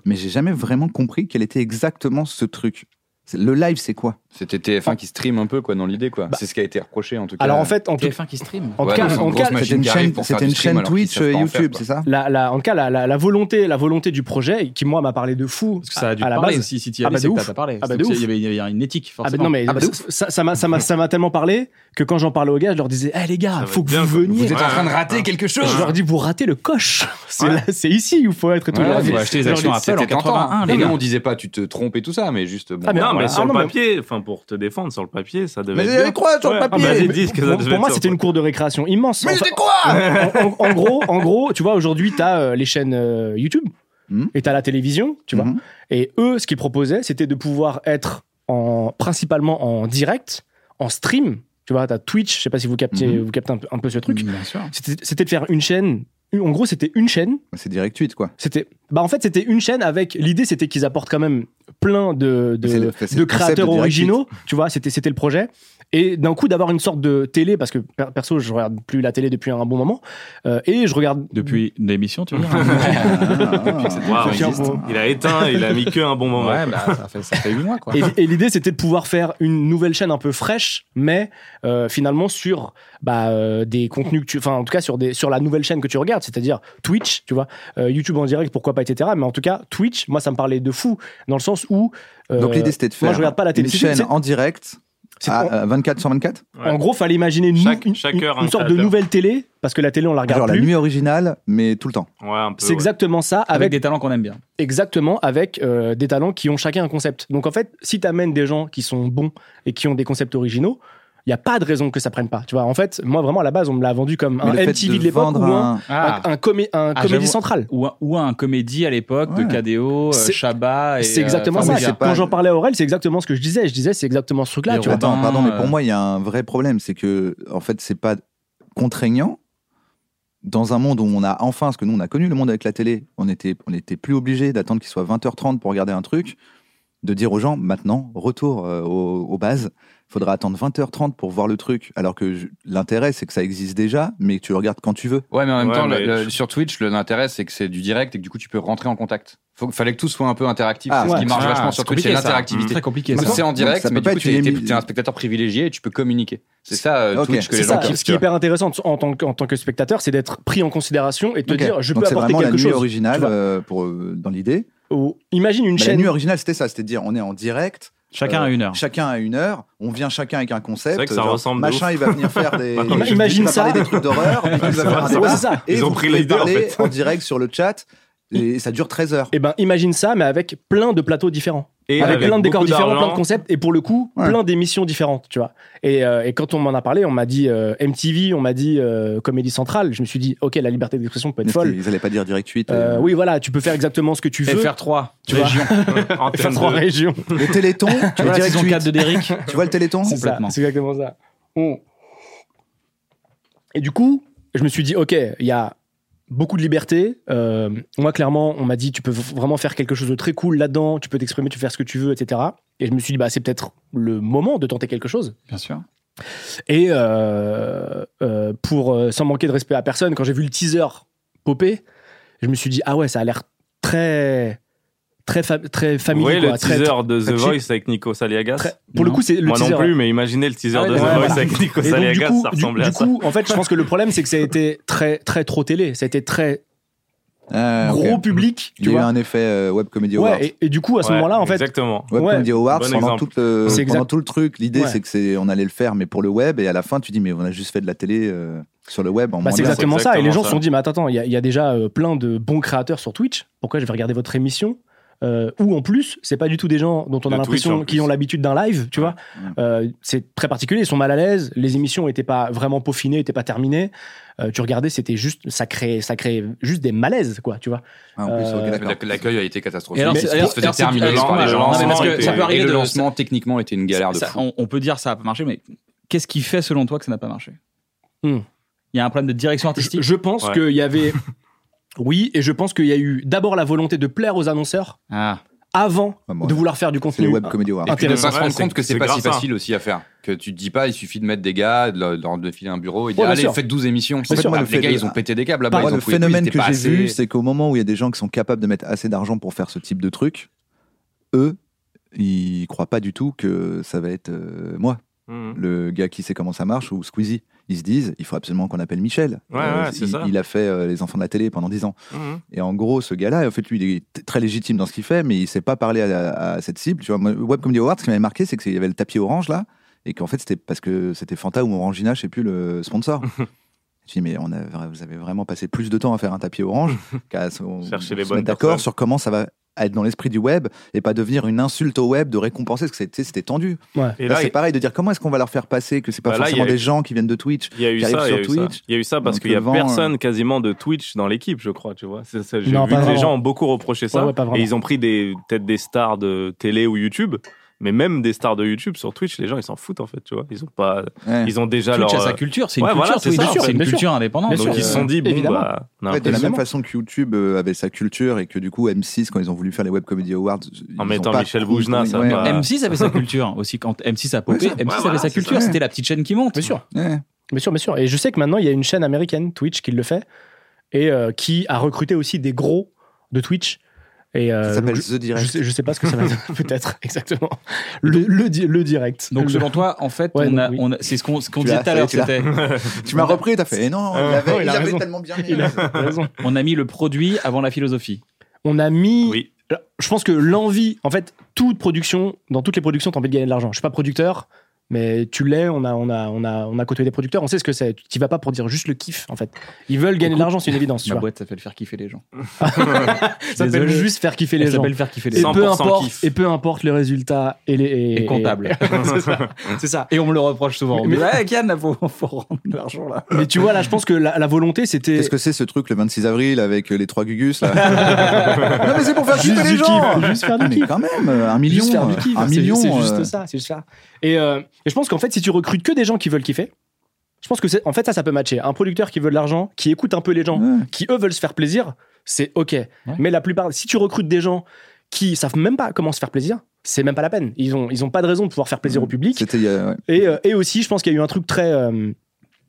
S3: mais j'ai jamais vraiment compris quel était exactement ce truc. C'est- Le live, c'est quoi Ah.
S4: C'était TF1 qui stream un peu, quoi, dans l'idée, quoi. C'est ce qui a été reproché, en tout cas.
S5: Alors en fait, en tout,
S2: TF1 qui stream.
S5: en tout
S4: Ouais,
S5: cas,
S4: non, c'est
S5: en
S4: une
S5: tout cas,
S4: grosse machine
S3: C'était une
S4: qui arrive
S3: chaîne,
S4: pour faire
S3: c'était
S4: du
S3: une
S4: stream
S3: chaîne
S4: alors qu'ils
S3: Twitch,
S4: savent pas en
S3: YouTube,
S4: faire, quoi.
S3: c'est ça
S5: la, la- en tout cas, la, la- la volonté, la volonté du projet qui moi m'a parlé de fou.
S2: Parce que ça a dû
S5: à la
S2: parler
S5: base.
S2: aussi. Si tu
S5: Ah, bah, de
S2: c'est que
S5: ouf.
S2: t'as pas parlé.
S5: Ah, bah, de
S2: Donc,
S5: ouf.
S2: Il y avait- il y avait une éthique,
S5: Ah bah
S2: forcément.
S5: non mais
S2: Ah, bah, de ouf.
S5: ça ça m'a ça m'a ça m'a tellement parlé que quand j'en parlais aux gars, je leur disais "Eh les gars,
S6: Ça va
S5: faut
S6: être
S5: que
S6: bien,
S5: vous
S6: quoi.
S5: veniez."
S4: Vous êtes en train de rater quelque chose.
S5: Je leur dis, vous ratez le coche. [laughs] C'est là- c'est ici où il faut être et tout.
S4: Ouais,
S5: Je leur
S4: faut
S5: dis-
S2: acheter les
S5: je leur
S2: actions
S5: dis,
S2: Apple en
S4: C'était tentant,
S2: 81,
S4: hein.
S2: les
S4: Non,
S2: gars.
S4: mais on disait pas tu te trompes et tout ça, mais juste. Bon,
S5: Ah, mais
S6: Non,
S5: non,
S6: mais
S5: voilà.
S6: sur
S5: Ah,
S6: le
S5: non, mais-
S6: papier, enfin pour te défendre, sur le papier, ça devait.
S3: Mais
S6: être bien.
S3: les croix sur le
S6: Ouais,
S3: papier
S6: bah, j'ai dit que ça
S5: Pour,
S6: devait
S5: pour
S6: être
S5: moi,
S6: sur-
S5: c'était une cour de récréation immense. Enfin,
S3: quoi
S5: en, en- en gros, en gros, tu vois, aujourd'hui, t'as euh, les chaînes euh, YouTube
S3: Mhm.
S5: et t'as la télévision, tu vois.
S3: Mhm.
S5: Et eux, ce qu'ils proposaient, c'était de pouvoir être en, principalement en direct, en stream. Tu vois, t'as Twitch, je sais pas si vous captez,
S3: Mhm.
S5: vous captez un, peu- un peu ce truc.
S3: Hmm,
S2: Bien sûr.
S5: C'était c'était de faire une chaîne. En gros, c'était une chaîne
S3: C'est direct 8 quoi.
S5: C'était, bah en fait, c'était une chaîne avec l'idée, c'était qu'ils apportent quand même plein de, de,
S3: C'est le- c'est
S5: de
S3: le concept
S5: créateurs
S3: de Direct
S5: originaux. Tu vois, c'était, c'était le projet. Et d'un coup, d'avoir une sorte de télé, parce que per- perso, je regarde plus la télé depuis un bon moment. euh, et je regarde.
S2: Depuis l'émission,
S5: [laughs]
S2: tu vois.
S6: Waouh,
S5: Depuis un bon-
S6: il a
S5: [laughs]
S6: éteint, il a mis que un bon moment.
S2: Ouais, bah, ça fait, ça fait 8 mois, quoi.
S5: Et, et l'idée, c'était de pouvoir faire une nouvelle chaîne un peu fraîche, mais euh, finalement sur bah, euh, des contenus que tu, enfin en tout cas sur des sur la nouvelle chaîne que tu regardes, c'est-à-dire Twitch, tu vois, euh, YouTube en direct, pourquoi pas, etc. Mais en tout cas, Twitch, moi, ça me parlait de fou dans le sens où euh,
S3: Donc l'idée c'était de faire
S5: moi, je regarde pas la télé.
S3: une
S5: C'est- c'est-
S3: chaîne en direct
S5: c'est-
S3: à
S5: on-
S3: euh, 24 sur 24
S6: Ouais.
S5: En gros, fallait imaginer une,
S6: Chaque-
S5: une-
S6: chaque
S5: une-
S6: heure,
S5: une
S6: un
S5: sorte de
S6: créateur.
S5: nouvelle télé, parce que la télé, on la regarde
S3: Genre la
S5: plus.
S3: nuit originale mais tout le temps.
S6: Ouais, un peu,
S5: c'est
S6: ouais.
S5: exactement ça,
S2: Avec
S5: avec,
S2: des talents qu'on aime bien.
S5: exactement avec euh, des talents qui ont chacun un concept. Donc en fait, si tu amènes des gens qui sont bons et qui ont des concepts originaux, il n'y a pas de raison que ça prenne pas. Tu vois, en fait, moi vraiment à la base, on me l'a vendu comme
S3: Mais
S5: un
S3: le fait
S5: MTV de l'époque
S3: vendre
S5: ou un,
S3: un-
S5: un, un comé- un
S2: Ah,
S5: comédie
S2: j'avoue.
S5: centrale.
S2: Ou un, ou un comédie à l'époque
S3: Ouais.
S2: de KDO, euh,
S4: Ah,
S5: C'est-
S2: Chabat. et,
S5: C'est exactement
S2: euh,
S5: ça.
S3: mais
S2: Farmiga.
S3: c'est pas-
S5: Quand j'en parlais à Aurel, c'est exactement ce que je disais. Je disais, c'est exactement ce truc-là.
S2: Les
S5: Tu vois.
S3: Attends,
S2: Robin,
S3: pardon, mais pour
S2: euh,
S3: moi, il y a un vrai problème, c'est que en fait, c'est pas contraignant. Dans un monde où on a enfin ce que nous on a connu, le monde avec la télé, on était, on était plus obligé d'attendre qu'il soit 20h30 pour regarder un truc, de dire aux gens maintenant retour euh, aux, aux bases, faudra attendre 20h30 pour voir le truc, alors que je- l'intérêt c'est que ça existe déjà, mais que tu le regardes quand tu veux.
S4: Ouais, mais en même
S6: Ouais,
S4: temps, le-
S6: mais
S4: le-
S6: je-
S4: sur Twitch, le- l'intérêt, c'est que c'est du direct et que du coup, tu peux rentrer en contact. Faut, fallait que tout soit un peu interactif.
S3: Ah,
S4: c'est ce
S5: ouais.
S4: qui marche
S2: Ah,
S4: vachement
S2: c'est
S4: sur Twitch, c'est
S2: compliqué, ça.
S6: Mm.
S4: l'interactivité.
S2: Très compliqué,
S4: Donc,
S2: ça.
S4: C'est en direct,
S3: ça peut
S4: mais
S3: pas
S4: du coup,
S3: être
S4: t'es
S3: une
S4: t'es-
S3: émi-
S4: t'es un spectateur privilégié et tu peux communiquer. C'est ça, euh,
S3: Ok.
S4: Twitch, que
S3: C'est
S4: les
S5: C'est
S4: gens
S5: ça.
S4: kiffent.
S5: Ce qui est
S4: tu vois.
S5: hyper intéressant en tant que, en tant que spectateur, c'est d'être pris en considération et de te
S3: Ok.
S5: dire, je peux
S3: Donc c'est
S5: apporter
S3: vraiment la
S5: quelque
S3: nuit
S5: chose. tu
S3: originale
S5: vois.
S3: euh, pour, euh, dans l'idée.
S5: Ou- imagine une
S3: Bah, la
S5: chaîne.
S3: nuit originale c'était ça, c'était de dire on est en direct,
S2: Chacun
S3: Euh,
S2: à une heure.
S3: Chacun à une heure. On vient chacun avec un concept.
S6: C'est vrai que ça
S3: genre,
S6: ressemble de
S3: Machin, il va venir faire
S6: [laughs]
S3: des.
S6: Maintenant
S5: que je Imagine
S3: il va
S5: ça.
S3: parler des trucs
S5: [laughs]
S3: d'horreur. il va faire un
S5: Ouais,
S3: débat,
S5: c'est ça.
S3: Et
S6: Ils ont
S3: vous
S6: pris
S3: pouvez
S6: l'idée, en
S3: parler
S6: fait.
S3: en direct sur le chat. Et ça dure 13 heures.
S5: Et Mm. ben imagine ça, mais avec plein de plateaux différents,
S6: Et
S5: avec, plein de décors
S6: beaucoup
S5: différents, plein de
S6: d'argent.
S5: concepts, et pour le coup,
S3: Ouais.
S5: plein d'émissions différentes, tu vois. Et, euh, et quand on m'en a parlé, on m'a dit euh, MTV, on m'a dit euh, Comédie Centrale. Je me suis dit, ok, la liberté d'expression peut être folle.
S3: Ils allaient pas dire direct 8.
S5: Euh, oui, voilà, tu peux faire exactement ce que tu veux.
S2: FR3.
S5: tu vois. [laughs]
S6: En
S5: Faire
S6: termes
S5: trois
S6: de-
S5: régions.
S3: Le téléthon, tu
S2: Tu vois
S3: vois
S2: la
S3: direct
S2: saison 4 de
S3: 8.
S2: Derrick
S3: [laughs] Tu vois le téléthon
S5: C'est ça,
S2: Complètement.
S5: C'est exactement ça. On- Et du coup, je me suis dit, ok, il y a beaucoup de liberté. Euh, moi, clairement, on m'a dit, tu peux v- vraiment faire quelque chose de très cool là-dedans, tu peux t'exprimer, tu peux faire ce que tu veux, etc. Et je me suis dit, bah, c'est peut-être le moment de tenter quelque chose.
S2: Bien sûr.
S5: Et euh, euh, pour, euh, sans manquer de respect à personne, quand j'ai vu le teaser popper, je me suis dit, ah ouais, ça a l'air très, très, fa- très familier.
S6: Vous voyez
S5: quoi,
S6: le
S5: très-
S6: teaser de The
S5: très cheap.
S6: Voice avec Nico Saliagas
S5: très- pour le coup, c'est le
S6: Moi
S5: teaser.
S6: non plus, mais imaginez le teaser
S2: Ah ouais,
S6: de The
S5: d'accord.
S6: Voice avec Nico
S5: Et donc, du
S6: Saliagas,
S5: coup,
S6: ça
S5: du-
S6: ressemblait
S5: du
S6: à ça.
S5: coup, en fait, je pense que le problème, c'est que ça a été très, très trop télé. Ça a été très
S3: Ah, ok.
S5: gros public,
S3: Il y
S5: tu
S3: a eu
S5: vois.
S3: un effet euh, Web Comedy Awards.
S5: Ouais, et, et du coup, à ce
S6: Ouais,
S5: moment-là, en fait,
S6: Exactement.
S3: Web
S5: Ouais,
S3: Comedy Awards,
S6: bon
S3: pendant,
S6: exemple.
S3: tout le,
S5: C'est exact.
S3: pendant tout le truc, l'idée
S5: Ouais.
S3: c'est que c'est on allait le faire, mais pour le web, et à la fin tu dis, mais on a juste fait de la télé euh, sur le web en
S5: Bah,
S3: moins
S5: c'est
S3: bien.
S5: exactement,
S6: c'est
S5: ça. Et les
S6: exactement
S5: gens
S6: ça.
S5: se sont dit, mais attends, attends, il y, a- il y a déjà euh, plein de bons créateurs sur Twitch. Pourquoi je vais regarder votre émission Euh, Ou en plus, c'est pas du tout des gens dont on
S6: De
S5: a
S6: Twitch,
S5: l'impression
S6: en
S5: qui
S6: plus.
S5: ont l'habitude d'un live, tu vois. Euh, c'est très particulier. Ils sont mal à l'aise. Les émissions n'étaient pas vraiment peaufinées, n'étaient pas terminées. Euh, tu regardais, c'était juste, ça créait, ça créait juste des malaises, quoi, tu vois.
S3: Ah, en plus,
S5: Euh,
S3: ok, d'accord.
S4: L'ac- L'accueil a été catastrophique.
S2: Et alors,
S4: Mais
S2: c'est-
S4: on se
S2: alors,
S4: faisait
S2: alors, c'est-
S4: terminer
S2: alors,
S4: par les
S2: c'est-
S4: gens.
S2: non, mais parce que
S4: Et
S2: ça peut arriver
S4: le
S2: de-
S4: lancement, techniquement, était une galère de
S2: Ça,
S4: fou.
S2: on, on peut dire ça a pas marché, mais qu'est-ce qui fait selon toi que ça n'a pas marché Il
S5: Hmm.
S2: y a un problème de direction
S5: Je,
S2: artistique.
S5: je pense
S6: Ouais.
S5: qu'il
S3: [laughs]
S5: y avait, oui, et je pense qu'il y a eu d'abord la volonté de plaire aux annonceurs
S2: Ah.
S5: avant
S3: Ah, bon,
S5: de vouloir faire du
S3: C'est les
S5: contenu.
S3: Web Comedy Awards.
S4: Et puis de
S5: Intéressant.
S4: pas se rendre
S6: Ouais,
S4: compte
S6: c'est-
S4: que c'est
S6: c'est
S4: pas
S6: grave
S4: si
S6: ça.
S2: hein.
S4: facile aussi à faire. Que tu te dis pas, il suffit de mettre des gars, de leur- de leur de filer un bureau et de dire,
S5: Ouais, bien
S4: allez,
S5: sûr.
S4: faites 12 émissions.
S5: sûr.
S4: C'est pas
S3: Moi,
S4: grave,
S3: le
S4: les
S3: fait
S4: gars,
S3: de-
S4: ils ont pété des câbles
S3: Moi,
S4: là-bas. ils en
S3: le
S4: pouvaient plus,
S3: phénomène
S4: c'était
S3: que
S4: pas
S3: j'ai
S4: assez-
S3: vu, c'est qu'au moment où il y a des gens qui sont capables de mettre assez d'argent pour faire ce type de truc, eux, ils croient pas du tout que ça va être euh, moi,
S4: Hmm.
S6: Mhm.
S3: le gars qui sait comment ça marche, ou Squeezie. Ils se disent, il faut absolument qu'on appelle Michel.
S6: Ouais, ouais, c'est
S3: il,
S6: ça.
S3: il a fait euh, Les Enfants de la télé pendant 10 ans.
S6: Mhm.
S3: Et en gros, ce gars-là, en fait, lui, il est t- très légitime dans ce qu'il fait, mais il sait pas parler à, à cette cible. Tu vois, moi, Web Comedy Awards, ce qui m'avait marqué, c'est qu'il y avait le tapis orange, là, et qu'en fait, c'était parce que c'était Fanta ou Orangina, je sais plus, le sponsor.
S6: [laughs]
S3: Je dis, mais on a- vous avez vraiment passé plus de temps à faire un tapis
S6: [laughs]
S3: orange qu'à se- on-
S6: Chercher
S3: se
S6: les
S3: mettre
S6: bonnes
S3: d'accord
S6: personnes.
S3: sur comment ça va être dans l'esprit du web et pas devenir une insulte au web de récompenser parce que c'était- c'était tendu.
S6: Et
S3: Là,
S6: là,
S3: c'est pareil de dire comment est-ce qu'on va leur faire passer que c'est pas
S6: Bah là, il y
S3: forcément
S6: a eu-
S3: des gens qui viennent de Twitch.
S6: il y a eu
S3: qui arrive
S6: ça. Il y a
S3: sur
S6: eu ça.
S3: Twitch.
S6: Il y a eu ça parce
S3: Donc,
S6: qu'il y a
S3: le vent, euh,
S6: personne quasiment de Twitch dans l'équipe, je crois. Tu vois, C'est ça, j'ai
S5: Non,
S6: vu
S5: pas
S6: que les
S5: vraiment.
S6: gens ont beaucoup reproché ça
S5: Ouais, ouais, pas vraiment.
S6: et ils ont pris des peut-être des stars de télé ou YouTube. Mais même des stars de YouTube sur Twitch, les gens ils s'en foutent en fait, tu vois. Ils ont pas,
S3: Ouais.
S6: ils ont déjà
S2: Twitch
S6: leur.
S2: a sa
S6: euh,
S2: culture, c'est une
S6: ouais,
S2: culture
S6: voilà, c'est
S2: Twitch,
S6: ça,
S2: c'est une
S5: bien sûr.
S2: culture indépendante.
S5: Bien
S2: donc
S6: Donc
S5: sûr.
S6: ils se sont dit bon
S5: Évidemment.
S6: bah, on a un
S3: Ouais,
S6: peu
S3: de la même
S5: Évidemment.
S3: façon que YouTube euh, avait sa culture et que du coup M6 quand ils ont voulu faire les Web Comedy Awards ils ont
S6: mettant
S3: pas
S6: Michel
S3: cru-
S6: Boujna, ça
S3: ouais,
S6: va pas-
S2: M6 avait sa culture aussi quand M6 a popé, M6 avait
S6: voilà,
S2: sa
S6: c'est
S2: culture,
S3: ça.
S2: c'était la petite chaîne qui monte.
S5: Bien sûr.
S3: ouais.
S5: Bien sûr, bien sûr. Et je sais que maintenant, il y a une chaîne américaine, Twitch, qui le fait, et euh, qui a recruté aussi des gros de Twitch. Et, euh,
S3: ça s'appelle
S5: donc,
S3: The
S5: je,
S3: Direct
S5: je sais, je sais pas ce que
S3: [laughs]
S5: ça va donner, peut-être, exactement. Le, le, di- le direct.
S2: Donc
S5: Le-
S2: selon toi, en fait,
S5: Ouais,
S2: on a,
S5: donc, oui.
S2: on a- c'est ce qu'on ce qu'on
S3: Tu
S2: disait
S3: l'as,
S2: tout à
S3: ça y est,
S2: l'heure,
S3: tu l'as.
S2: c'était
S3: [laughs] tu m'as repris t'as fait eh non il
S6: Euh,
S3: l'avait
S5: non, il
S3: il
S5: a
S3: l'avait
S5: raison.
S3: tellement bien mis.
S5: Il a [laughs] raison.
S2: on a mis le produit avant la philosophie.
S5: On a mis.
S6: Oui.
S5: Je pense que l'envie, en fait, toute production, dans toutes les productions, t'as envie de gagner de l'argent. Je suis pas producteur, mais tu l'es. On a, on a, on a, on a côtoyé des producteurs. On sait ce que c'est. Tu vas pas pour dire juste le kiff, en fait. Ils veulent gagner de l'argent, c'est une évidence. Tu
S2: Ma
S5: vois.
S2: boîte s'appelle faire kiffer
S3: [laughs]
S2: les gens.
S5: Ça s'appelle
S2: Désolé.
S5: juste faire kiffer les
S2: Elle
S5: gens.
S2: s'appelle faire kiffer les
S5: Et
S2: gens.
S5: peu
S6: 100%
S5: importe,
S6: kiff.
S5: et peu importe les résultats et les
S2: Et comptable.
S5: c'est ça. [laughs] C'est ça.
S2: Et on me le reproche souvent. On me
S5: Mais-
S2: dit, ouais, Kian, faut, faut rendre de l'argent là.
S5: Mais tu vois là, je pense que la, la volonté c'était
S3: Qu'est-ce que c'est ce truc le 26 avril avec euh, les trois Gugus
S5: [laughs]
S3: là Non mais c'est pour faire
S5: Juste
S3: kiffer les
S5: du
S3: gens
S5: kiff, juste faire du
S3: Ah, Mais
S5: kiff.
S3: quand même, euh, un million,
S5: Juste faire du
S3: euh,
S5: kiff, hein,
S3: un
S5: c'est-
S3: million.
S5: C'est juste
S3: euh,
S5: ça, c'est juste ça. Et, euh, et je pense qu'en fait, si tu recrutes que des gens qui veulent kiffer, je pense que c'est en fait ça, ça peut matcher. Un producteur qui veut de l'argent, qui écoute un peu les gens,
S3: ouais.
S5: qui eux veulent se faire plaisir, c'est ok. Mais la plupart, si tu recrutes des gens qui savent même pas comment se faire plaisir, c'est même pas la peine. Ils ont, ils ont pas de raison de pouvoir faire plaisir au public.
S3: C'était il y a- ouais.
S5: Et, euh, et aussi, je pense qu'il y a eu un truc très. euh,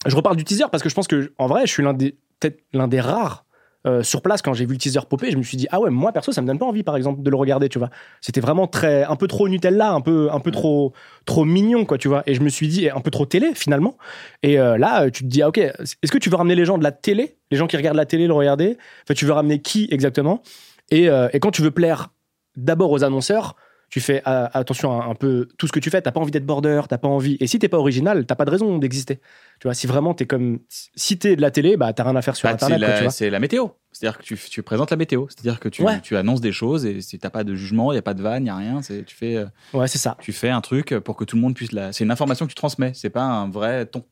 S5: je reparle du teaser parce que je pense que, en vrai, je suis l'un des, peut-être l'un des rares euh, sur place quand j'ai vu le teaser popper. Je me suis dit, ah ouais, moi perso, ça me donne pas envie, par exemple, de le regarder, tu vois. C'était vraiment très, un peu trop Nutella, un peu, un peu trop, trop mignon, quoi, tu vois. Et je me suis dit, et un peu trop télé, finalement. Et euh, là, euh, tu te dis, ah ok, est-ce que tu veux ramener les gens de la télé, les gens qui regardent la télé, le regarder Enfin, tu veux ramener qui exactement et, euh, et quand tu veux plaire d'abord aux annonceurs, tu fais euh, attention à un peu tout ce que tu fais. T'as pas envie d'être border, t'as pas envie. Et si t'es pas original, t'as pas de raison d'exister. Tu vois, si vraiment t'es comme. Si t'es de la télé, bah t'as rien à faire sur
S2: Bah, c'est
S5: Internet. quoi, tu
S2: la,
S5: vois.
S2: c'est la météo. C'est-à-dire que tu, tu présentes la météo. C'est-à-dire que tu,
S5: Ouais.
S2: tu annonces des choses et si t'as pas de jugement, il n'y a pas de vanne, il n'y a rien. c'est- Tu fais, euh,
S5: Ouais, c'est ça.
S2: tu fais un truc pour que tout le monde puisse la. C'est une information que tu transmets, c'est pas un vrai ton.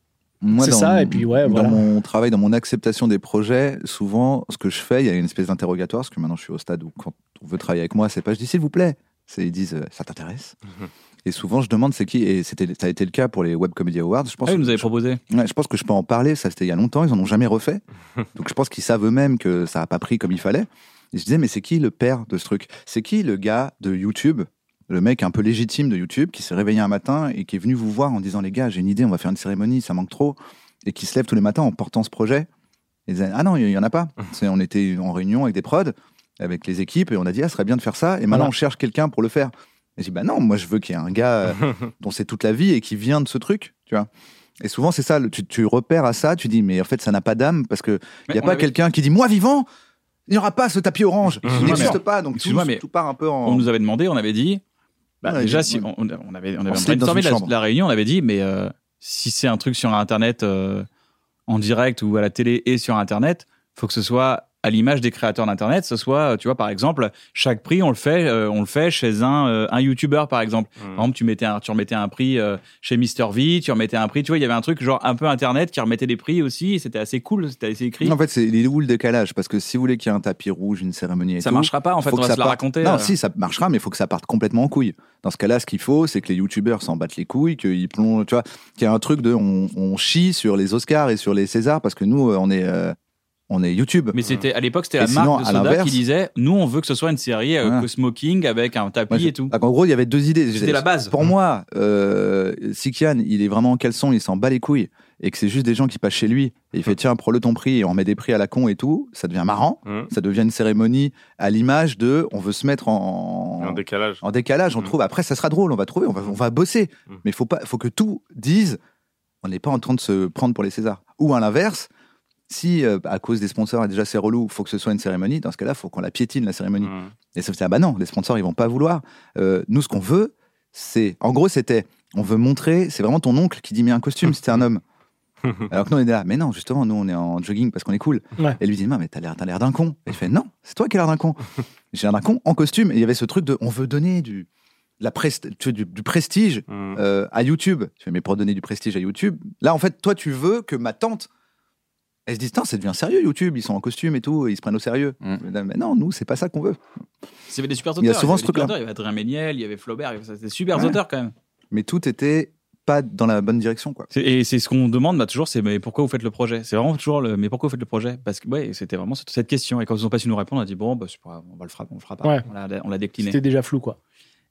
S3: Moi,
S5: C'est
S3: dans-
S5: ça, et puis ouais,
S3: dans
S5: voilà.
S3: mon travail, dans mon acceptation des projets, souvent, ce que je fais, il y a une espèce d'interrogatoire, parce que maintenant je suis au stade où quand on veut travailler avec moi, c'est pas je dis s'il vous plaît, C'est- ils disent euh, ça t'intéresse. Et souvent, je demande c'est qui, et c'était, ça a été le cas pour les Web Comedy Awards. Je pense,
S2: Ah, vous nous avez
S3: je,
S2: proposé.
S3: ouais, je pense que je peux en parler, ça c'était il y a longtemps, ils en ont jamais refait. [laughs] Donc je pense qu'ils savent eux-mêmes que ça a pas pris comme il fallait. Et je disais, mais c'est qui le père de ce truc C'est qui le gars de YouTube le mec un peu légitime de YouTube qui s'est réveillé un matin et qui est venu vous voir en disant les gars j'ai une idée on va faire une cérémonie ça manque trop et qui se lève tous les matins en portant ce projet Ils disaient, ah non, il n'y en a pas. C'est- on était en réunion avec des prods, avec les équipes, et on a dit, ah, ce serait bien de faire ça, et maintenant
S5: Voilà.
S3: on cherche quelqu'un pour le faire. Et j'ai dit, bah non, moi je veux qu'il y ait un gars euh, dont c'est toute la vie et qui vient de ce truc, tu vois. Et souvent, c'est ça, le- tu, tu repères à ça, tu dis, mais en fait, ça n'a pas d'âme, parce qu'il
S4: Mais
S3: n'y a
S4: on
S3: pas
S4: avait-
S3: quelqu'un qui dit, moi vivant, il n'y aura pas ce tapis orange. Il
S2: Excuse-moi,
S3: n'existe
S2: Mmh. mais-
S3: pas, donc tout,
S2: excuse-moi, mais-
S3: tout part un peu en.
S2: On nous avait demandé, on avait dit. bah,
S3: Ouais,
S2: déjà,
S3: ouais.
S2: si on, on avait, on avait
S3: En slip dans
S2: brainstormé
S3: une
S2: la,
S3: chambre.
S2: la réunion, on avait dit, mais euh, si c'est un truc sur Internet euh, en direct ou à la télé et sur Internet, faut que ce soit à l'image des créateurs d'Internet, ce soit, euh, tu vois, par exemple, chaque prix, on le fait, euh, on le fait chez un, euh, un YouTuber, par exemple.
S3: Hmm.
S2: Par exemple, tu, mettais un, tu remettais un prix euh, chez Mister V, tu remettais un prix, tu vois, il y avait un truc genre un peu Internet qui remettait des prix aussi, et c'était assez cool, c'était assez écrit.
S3: En fait, c'est il est où le décalage Parce que si vous voulez qu'il y ait un tapis rouge, une cérémonie et
S2: ça
S3: tout,
S2: marchera pas, en fait,
S3: faut
S2: on
S3: que
S2: va
S3: ça
S2: se la
S3: parte-
S2: raconter.
S3: Non,
S2: euh.
S3: si, ça marchera, mais il faut que ça parte complètement en couille. Dans ce cas-là, ce qu'il faut, c'est que les youtubeurs s'en battent les couilles, qu'ils plongent, tu vois, qu'il y a un truc de on, on chie sur les Oscars et sur les Césars parce que nous, euh, on est, euh, on est YouTube.
S2: Mais c'était à l'époque, c'était
S3: Et
S2: la
S3: sinon,
S2: marque de
S3: à
S2: Soda
S3: l'inverse-
S2: qui disait Nous, on veut que ce soit une série euh,
S3: Voilà.
S2: co-smoking avec un tapis
S3: Moi, je-
S2: et tout.
S3: Donc, en gros, il y avait deux idées.
S2: C'était la base. Mm.
S3: Pour moi, euh, Sikian, il est vraiment en caleçon, il s'en bat les couilles et que c'est juste des gens qui passent chez lui et il fait tiens, prends-le ton prix et on met des prix à la con et tout, ça devient marrant.
S4: Hmm.
S6: Mhm.
S8: Mm.
S3: Ça devient une cérémonie à l'image de on veut se mettre en,
S6: Un décalage.
S3: en décalage, on
S6: Mhm.
S3: trouve. Après, ça sera drôle, on va trouver, on va, on va bosser.
S6: Mhm.
S3: Mais faut pas, faut que tout dise, on n'est pas en train de se prendre pour les Césars. Ou à l'inverse, si euh, à cause des sponsors, et déjà c'est relou, faut que ce soit une cérémonie, dans ce cas-là, faut qu'on la piétine, la cérémonie.
S6: Mhm.
S3: Et ça ah bah non, les sponsors, ils vont pas vouloir. Euh, nous, ce qu'on veut, c'est. En gros, c'était. On veut montrer. C'est vraiment ton oncle qui dit, mais un costume, c'était un homme. Alors que nous, on est là. Mais non, justement, nous, on est en jogging parce qu'on est cool.
S5: Ouais.
S3: Et lui dit, non, mais t'as l'air, t'as l'air d'un con. Et il fait, non, c'est toi qui as l'air d'un con. J'ai l'air d'un con en costume. Et il y avait ce truc de. On veut donner du. de La prest- tu vois, du, du prestige
S6: Mhm.
S3: euh, à YouTube. Tu fais, mais pour donner du prestige à YouTube, là, en fait, toi, tu veux que ma tante. Elle se dit, Tain, ça devient sérieux YouTube, ils sont en costume et tout, ils se prennent au sérieux.
S4: Mm.
S3: Mais non, nous, c'est pas ça qu'on veut.
S2: Il y avait des super auteurs.
S3: Il y a souvent
S2: avait
S3: ce
S2: des super
S3: truc-là.
S2: auteurs, Il y avait Adrien Méniel, il y avait Flaubert, il y avait- c'était des super
S3: Ouais.
S2: auteurs quand même.
S3: mais tout était pas dans la bonne direction quoi.
S2: C'est- Et c'est ce qu'on demande bah, toujours c'est mais pourquoi vous faites le projet C'est vraiment toujours le mais pourquoi vous faites le projet Parce que ouais, c'était vraiment cette, cette question. Et quand ils ont pas su nous répondre, on a dit bon, bah, c'est pas grave, on va le faire, on le fera pas.
S5: Ouais.
S2: On l'a- On l'a décliné.
S5: C'était déjà flou, quoi.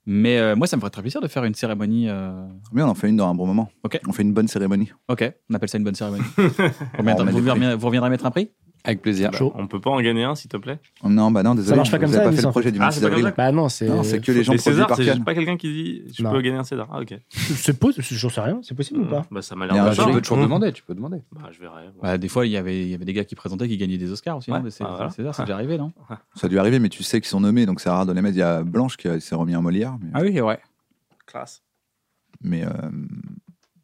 S2: Mais euh, moi, ça me ferait très plaisir de faire une cérémonie. euh,
S3: Mais on en fait une dans un bon moment.
S2: Ok.
S3: On fait une bonne cérémonie.
S2: Ok, on appelle ça une bonne [laughs] cérémonie. vous, reviendrez-
S3: met des
S2: vous
S3: prix.
S2: reviendrez- vous reviendrez mettre un prix
S4: Avec plaisir.
S5: Chaud.
S6: On peut pas en gagner un, s'il te plaît
S3: Non, bah non, désolé.
S5: marche pas
S3: vous
S5: comme
S3: avez
S5: ça,
S3: pas
S5: les
S3: fait le
S5: gens.
S3: projet du
S6: Ah,
S3: 26
S6: c'est pas comme
S3: avril.
S5: Bah non, c'est.
S3: Non, c'est que les gens
S6: Les
S3: produits
S6: Césars,
S3: par
S6: c'est
S3: Cannes.
S6: juste pas quelqu'un qui dit je
S5: Non.
S6: peux gagner un César. Ah, ok.
S5: C'est possible, j'en sais rien, c'est possible ou pas
S6: Bah, ça
S3: Il
S6: m'a
S3: y a
S6: l'air
S3: un
S6: d'achat.
S3: jeu.
S4: Tu peux
S3: Mmh.
S4: toujours demander, tu peux demander.
S6: [laughs] Bah, je verrai. ouais.
S2: Bah, Des fois, il y avait il y avait des gars qui présentaient qui gagnaient des Oscars aussi.
S6: Ouais.
S2: non, des Cé-
S6: Ah, voilà.
S2: des Césars,
S6: [laughs]
S2: c'est déjà arrivé, non
S3: Ça a dû arriver, mais tu sais qu'ils sont nommés, donc c'est rare de les mettre. Il y a Blanche qui euh, s'est remis en Molière, mais,
S2: Ah oui, ouais.
S6: Classe.
S3: mais, euh,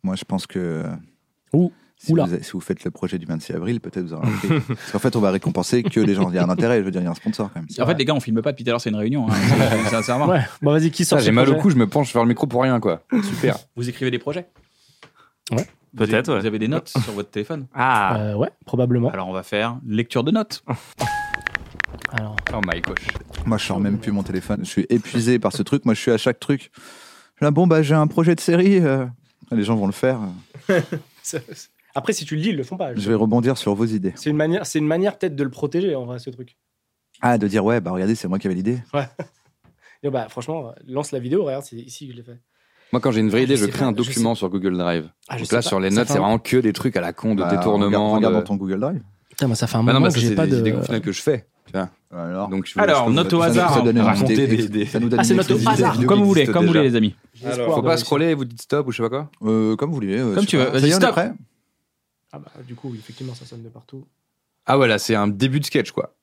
S3: moi je pense que.
S5: Ouh.
S3: Si
S5: Oula.
S3: vous, si vous faites le projet du 26 avril, peut-être vous aurez un prix. [laughs] Parce qu'en fait, on va récompenser que les gens. Il y a un intérêt, je veux dire, il y a un sponsor quand même.
S2: En fait, les gars, on filme pas depuis tout à l'heure, c'est une réunion. hein. Sincèrement.
S5: Ouais, bon, vas-y, qui
S4: Ça,
S5: sort
S4: j'ai
S5: ce
S4: mal au
S5: projet
S4: cou, je me penche vers le micro pour rien, quoi. [laughs] Super.
S2: Vous écrivez des projets Vous avez-
S6: Peut-être,
S2: Vous
S6: ouais.
S2: avez des notes sur votre téléphone
S6: Ah
S5: Euh, ouais, probablement.
S2: Alors, on va faire lecture de notes.
S5: Alors,
S4: Oh my gosh.
S3: Moi, je sors même plus mon téléphone. Je suis épuisé par ce truc. Moi, je suis à chaque truc. Je suis là, bon, bah j'ai un projet de série. euh, Les gens vont le faire.
S5: [laughs] après, si tu le lis, ils le font pas.
S3: Je vais rebondir sur vos idées.
S5: C'est une manière, c'est une manière peut-être de le protéger en vrai, ce truc.
S3: Ah, de dire, ouais, bah regardez, c'est moi qui avais l'idée.
S5: [laughs] Et bah, franchement, lance la vidéo, regarde, c'est ici que je l'ai fait.
S4: Moi, quand j'ai une vraie
S5: Ah, je
S4: idée, je
S5: sais
S4: crée
S5: pas,
S4: un
S5: je
S4: document sur Google Drive.
S5: Ah, je
S4: Donc
S5: sais
S4: là,
S5: pas,
S4: sur les
S5: ça
S4: notes,
S5: fait
S4: c'est
S5: un-
S4: vraiment que des trucs à la con, de
S3: Bah,
S4: détournement.
S3: Regarde, regarde
S4: de-
S3: dans ton Google Drive.
S5: Putain, moi, ça fait un
S4: Bah non,
S5: moment
S4: mais
S5: que
S4: ça,
S5: j'ai
S4: c'est
S5: pas
S4: des
S5: de.
S4: idées qu'au final, que je fais. tu vois.
S3: Alors,
S4: Donc, je-
S2: Alors,
S4: je peux vous-
S2: note au
S4: ça nous-
S2: hasard,
S4: ça donne
S2: hein.
S4: une
S2: Racontez
S4: idée.
S3: des idées. Ça nous donne
S5: Ah, c'est
S3: une
S5: notre
S3: exclusivité.
S5: hasard.
S3: Vidéo
S2: Comme
S3: qui
S2: vous voulez,
S3: existe
S2: comme vous
S3: déjà.
S2: voulez, les amis.
S5: J'ai l'espoir
S4: Faut
S5: de
S4: pas
S5: réussir.
S4: scroller, vous dites stop ou je sais pas quoi.
S3: Euh, comme vous voulez. euh,
S2: Comme
S3: je
S2: tu
S3: sais
S2: veux.
S3: pas.
S2: Vas-y,
S3: Ça y est, on est
S2: stop.
S3: prêt
S5: Ah bah, du coup, oui, effectivement, ça sonne de partout.
S4: Ah ouais, là, c'est un début de sketch,
S3: [laughs]
S4: quoi.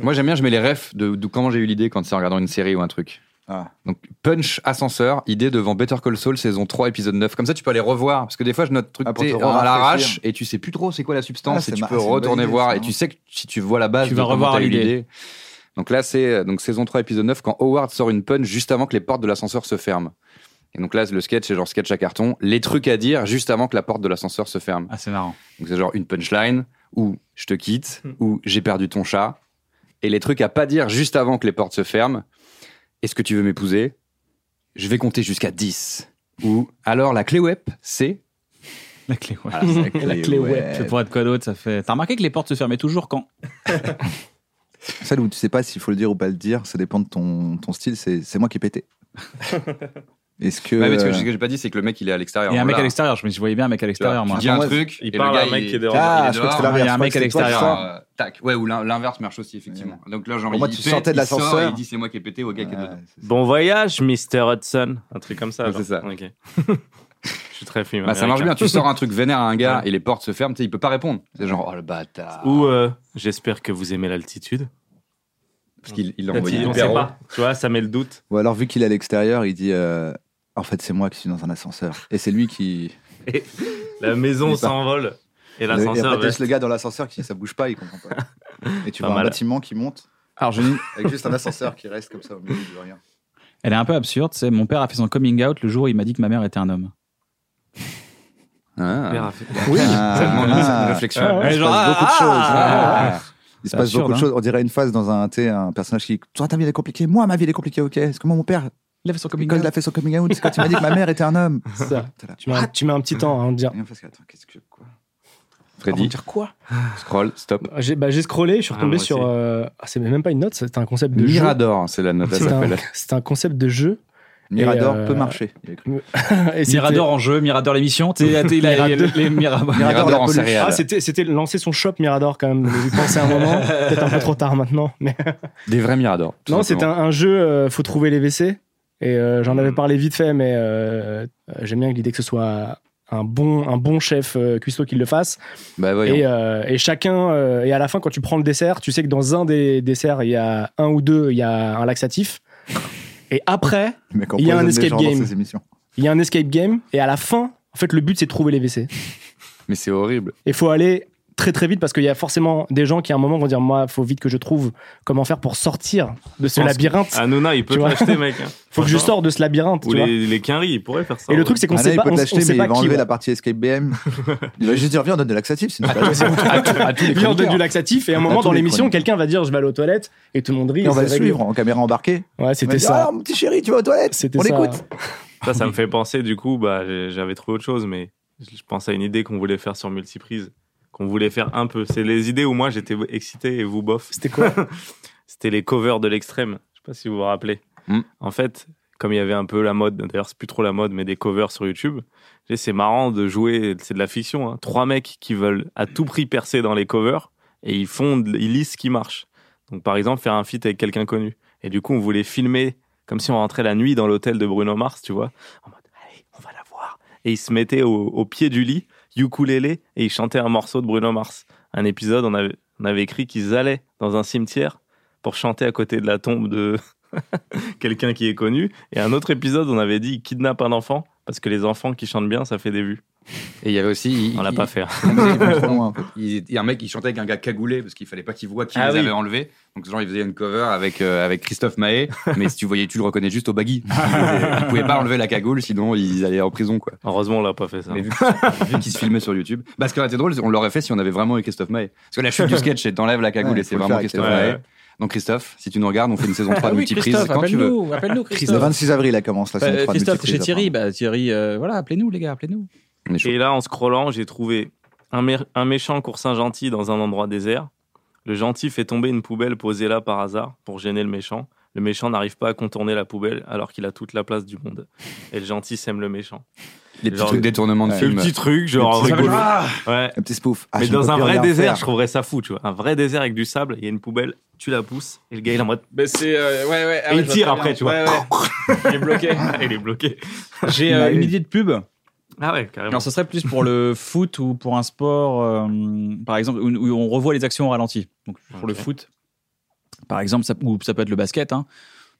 S4: Moi, j'aime bien, je mets les refs de, de comment j'ai eu l'idée quand c'est en regardant une série ou un truc.
S3: Ah.
S4: Donc, punch, ascenseur, idée devant Better Call Saul, saison 3, épisode 9. Comme ça, tu peux aller revoir. Parce que des fois, je note truc
S3: Ah, pour
S4: t'es-
S3: te
S4: à l'arrache
S3: rafraîchir.
S4: et tu sais plus trop c'est quoi la
S3: Ah,
S4: substance.
S3: c'est
S4: et tu
S3: ma-
S4: peux
S3: c'est une bonne
S4: retourner
S3: idée,
S4: voir
S3: ça,
S4: et tu
S3: hein.
S4: sais que si tu vois la base,
S2: Tu
S4: de
S2: vas
S4: comment
S2: revoir
S4: t'as eu
S2: l'idée.
S4: Donc là, c'est euh, donc saison 3, épisode 9, quand Howard sort une punch juste avant que les portes de l'ascenseur se ferment. Et donc là, le sketch, c'est genre sketch à carton. Les trucs à dire juste avant que la porte de l'ascenseur se ferme.
S2: Ah, c'est marrant.
S4: Donc c'est genre une punchline, ou je te quitte, ou j'ai perdu ton chat, et les trucs à pas dire juste avant que les portes se ferment. Est-ce que tu veux m'épouser Je vais compter jusqu'à 10. Ou alors la clé web, c'est...
S2: La clé, ouais.
S4: Voilà,
S2: [laughs]
S4: c'est Ah, la
S5: La
S4: clé.
S5: clé web.
S2: Ça pourrait être quoi d'autre Ça fait. T'as remarqué que les portes se fermaient toujours quand
S4: Ah,
S3: Celle
S6: [laughs]
S3: où tu sais pas s'il faut le dire ou pas le dire, ça dépend de ton, ton style. C'est c'est moi qui ai pété. Est-ce que. euh,
S4: Ouais, mais ce que j'ai- que j'ai pas dit, c'est que le mec, il est à l'extérieur.
S2: Il y a un mec
S4: Voilà.
S2: à l'extérieur. Je me je voyais bien un mec à
S4: Tu vois,
S2: l'extérieur,
S4: tu
S2: moi.
S4: dis un
S3: Attends,
S4: truc,
S6: il
S4: et le
S6: parle
S4: gars,
S6: à un mec qui est dehors.
S3: Ah,
S4: il est
S3: je crois que
S4: dehors.
S3: c'est l'inverse.
S2: Il y a un
S3: Je crois
S2: mec
S3: que
S2: à
S3: c'est toi qui
S2: l'extérieur.
S3: sors.
S4: Euh, tac, ouais, ou l'in- l'inverse marche aussi, effectivement. Donc là, genre,
S3: Pour moi,
S4: il
S3: tu
S4: pète,
S3: sortais de
S4: il sort
S3: l'ascenseur.
S4: et Il dit, c'est moi qui ai pété au gars qui est dedans.
S3: Ouais, c'est ça.
S6: Bon voyage, Mr. Hudson. Un truc comme ça.
S4: Ouais,
S6: genre.
S4: c'est ça.
S6: Ok. [laughs] Je suis très film.
S4: Bah, ça marche bien,
S6: américain.
S4: tu sors un truc vénère à un gars et les portes se ferment, tu sais, il peut pas répondre. C'est genre, oh le bâtard.
S6: Ou euh, j'espère que vous aimez l'altitude.
S4: Parce qu'il il l'a
S6: Peut-être
S4: envoyé.
S6: il- On sait pas. Bah, Tu vois, ça met le doute.
S3: Ou alors, vu qu'il est à l'extérieur, il dit euh, En fait, c'est moi qui suis dans un ascenseur. Et c'est lui qui.
S6: La
S3: Il
S6: maison
S3: est pas-
S6: s'envole et
S3: Et
S6: l'ascenseur.
S3: après,
S6: va-
S3: t'as juste le gars dans l'ascenseur qui ça bouge pas, il comprend
S6: [laughs]
S3: pas. Et tu
S6: Pas
S3: vois un
S6: mal.
S3: bâtiment qui monte. [laughs]
S2: Alors, je dis-
S3: Avec juste un ascenseur qui reste comme ça au milieu de rien.
S2: Elle est un peu absurde. C'est mon père a fait son coming out le jour où il m'a dit que ma mère était un homme.
S4: Ah.
S3: Oui,
S6: [laughs]
S3: Ah.
S4: Ça demande une certaine réflexion.
S3: Il se
S5: Ah,
S3: passe beaucoup de choses. Ah, Il se
S2: C'est
S3: passe
S2: absurde,
S3: beaucoup de
S2: hein.
S3: choses. On dirait une phase dans un, tu sais, un personnage qui. Toi, ta vie elle est compliquée. Moi, ma vie elle est compliquée. Ok. Est-ce que moi, mon père,
S2: Il a fait son coming
S3: quand il
S2: out.
S3: a fait son coming out, c'est quand il m'a dit que ma mère était un homme. Ah,
S5: C'est ça.
S3: T'es là,
S5: Tu mets, un, tu mets un petit temps à en dire.
S3: Rien parce que attends, qu'est-ce que quoi
S4: Freddy,
S2: dire quoi
S4: scroll, stop.
S5: J'ai bah, j'ai scrollé, je suis
S6: Ah,
S5: retombé
S6: moi
S5: sur.
S6: aussi.
S5: euh, ah, c'est même pas une note, c'est un concept de jeu.
S4: Mirador, c'est la note, elle
S5: C'est un,
S4: s'appelle.
S5: c'est un concept de jeu.
S3: Mirador
S5: Et, euh,
S3: peut marcher.
S5: [laughs] Et c'était-
S2: Mirador en jeu, Mirador l'émission. Tu sais, il a- il a-
S5: Mirador.
S2: les Mirador.
S4: Mirador en
S3: la peluche.
S4: céréales.
S5: Ah, c'était c'était lancer son shop Mirador quand même. J'ai pensé un moment, peut-être un peu trop tard maintenant. Mais
S4: Des vrais Mirador. tout
S5: non, c'est un,
S4: simplement.
S5: un jeu. euh, faut trouver les WC. Et euh, j'en avais
S6: Mm.
S5: parlé vite fait, mais euh, euh, j'aime bien l'idée que ce soit un bon un bon chef euh, cuistot qui le fasse.
S4: Bah voyons.
S5: Et, euh, et chacun euh, et à la fin quand tu prends le dessert, tu sais que dans un des desserts il y a un ou deux, il y a un laxatif. Et après,
S3: Mais quand
S5: Il y a
S3: on
S5: un
S3: poisonne
S5: escape
S3: les gens
S5: game.
S3: Dans ces émissions.
S5: il y a un escape game. Et à la fin, en fait, le but c'est de trouver les WC.
S4: Mais c'est horrible.
S5: Et faut aller très très vite parce qu'il y a forcément des gens qui à un moment vont dire moi faut vite que je trouve comment faire pour sortir de ce
S6: pense
S5: labyrinthe.
S6: Hanouna, il peut
S5: Tu
S6: te
S5: vois.
S6: l'acheter, mec. hein.
S5: Faut que je sorte de ce labyrinthe.
S6: Ou
S5: tu vois.
S6: les, les quinries, ils pourraient faire ça.
S5: Et le
S6: ouais.
S5: truc c'est qu'on
S3: Anna,
S5: sait
S3: Ah, il
S5: pas,
S3: peut
S5: on,
S3: te
S5: on
S3: l'acheter,
S5: sait
S3: mais
S5: pas
S3: il va
S5: qui.
S3: enlever
S5: ouais.
S3: la partie escape [laughs] BM. Il va juste dire Viens, on donne de laxatif. Sinon, c'est pas [laughs] possible.
S5: Il en donne du laxatif et à un
S3: À
S5: moment
S3: tous
S5: dans
S3: les
S5: l'émission
S3: chroniques.
S5: quelqu'un va dire je vais aller aux toilettes et tout le monde rit.
S3: Et on va
S5: c'est
S3: le
S5: réglé.
S3: suivre en caméra embarquée.
S5: Ouais
S3: On va
S5: c'était
S3: dire,
S5: ça.
S3: Ah, mon petit chéri, tu vas aux toilettes.
S5: C'était
S3: on
S5: ça.
S3: écoute.
S6: Ça, ça me fait penser, du coup, bah, j'ai- j'avais trouvé autre chose, mais je je pensais à une idée qu'on voulait faire sur Multiprise, qu'on voulait faire un peu. C'est les idées où moi j'étais excité et vous bof.
S5: C'était quoi
S6: [laughs] C'était les covers de l'extrême. Je sais pas si vous vous rappelez.
S4: Mm.
S6: En fait, comme il y avait un peu la mode, d'ailleurs c'est plus trop la mode, mais des covers sur YouTube, j'ai dit, c'est marrant de jouer, c'est de la fiction. hein. Trois mecs qui veulent à tout prix percer dans les covers et ils font, de- ils lisent ce qui marche. Donc par exemple, faire un feat avec quelqu'un connu. Et du coup, on voulait filmer comme si on rentrait la nuit dans l'hôtel de Bruno Mars, tu vois, en mode allez, on va la voir. Et ils se mettaient au, au pied du lit, ukulélé, et ils chantaient un morceau de Bruno Mars. Un épisode, on avait, on avait écrit qu'ils allaient dans un cimetière pour chanter à côté de la tombe de [laughs] quelqu'un qui est connu. Et un autre épisode, on avait dit kidnappe un enfant parce que les enfants qui chantent bien, ça fait des vues.
S4: Et il y avait aussi. il-
S6: On l'a
S4: il-
S6: pas fait. hein.
S3: Ils vont trop loin, en fait.
S4: Il il y a un mec qui chantait avec un gars cagoulé parce qu'il fallait pas qu'il voit qui
S6: Ah
S4: les
S6: oui.
S4: avait enlevés. Donc genre il faisait une cover avec euh, avec Christophe [laughs] Mahé, mais si tu voyais tu le reconnais juste au [laughs] baggy. il pouvait pas enlever la cagoule sinon ils allaient en prison quoi.
S6: Heureusement, on l'a pas fait ça.
S4: Mais vu vu qu'il se filmait sur YouTube, parce que c'était drôle, on l'aurait fait si on avait vraiment eu Christophe Mahé. Parce que la [laughs] chute du sketch c'est t'enlèves la cagoule
S3: Ouais,
S4: et c'est
S3: faut le
S4: vraiment
S3: faire avec
S4: Christophe Ah
S6: Christophe.
S4: Mahé. Donc Christophe, si tu nous regardes, on fait une saison 3 de multiprise quand tu veux.
S2: Ah appelle-nous,
S3: Le 26 avril, elle commence la saison
S2: Euh,
S3: 3 de
S2: Christophe,
S3: Multiprise,
S2: chez Thierry,
S3: apparemment.
S2: bah, Thierry, euh, voilà, appelez-nous, les gars, appelez-nous.
S4: On est chaud.
S6: Et là, en scrollant, j'ai trouvé un, mé- un méchant course un gentil dans un endroit désert. Le gentil fait tomber une poubelle posée là par hasard pour gêner le méchant. Le méchant n'arrive pas à contourner la poubelle alors qu'il a toute la place du monde. Et le gentil sème le méchant.
S4: Les petits
S6: genre-
S4: trucs détournements de
S3: Ouais.
S4: film.
S6: truc,
S3: genre, rigolo.
S2: Ah
S6: Ouais.
S3: Un petit spoof. Ah,
S6: Mais
S3: je ne
S6: dans
S3: peux
S6: un
S3: plus
S6: vrai
S3: rien
S6: désert,
S3: faire.
S6: je trouverais ça fou, tu vois. Un vrai désert avec du sable, il y a une poubelle, tu la pousses, et le gars, il est en mode.
S2: Bah, c'est. euh, ouais, ah ouais.
S6: et il tire après, tu vois.
S2: Il est bloqué.
S6: [laughs] il est bloqué.
S2: J'ai euh,
S3: Bah,
S2: une
S3: oui.
S2: idée de pub.
S6: Ah ouais, carrément.
S2: Alors, ce serait plus pour le foot ou pour un sport, euh, par exemple, où, où on revoit les actions au ralenti. Donc, pour le
S6: Ok.
S2: foot, par exemple, ça, ou ça peut être le basket. hein. Donc,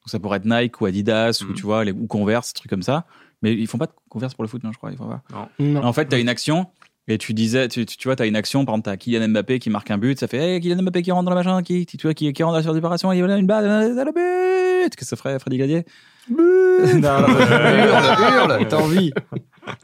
S2: ça pourrait être Nike ou Adidas ou,
S6: Mhm.
S2: tu vois, les, ou Converse, des trucs comme ça. Mais ils font pas de Converse pour le foot, non, je crois. Ils font pas.
S5: Non.
S2: En fait, tu as une action et tu disais, tu, tu- tu vois, tu as une action, par exemple, tu as Kylian Mbappé qui marque un but, ça fait hey, Kylian Mbappé qui rentre dans la machin, qui, tu vois, qui, qui rentre dans la surdéparation, il y a une balle, euh, le [laughs] but Qu'est-ce que ça ferait, Freddy Gadier
S4: Hurle, hurle, t'as envie.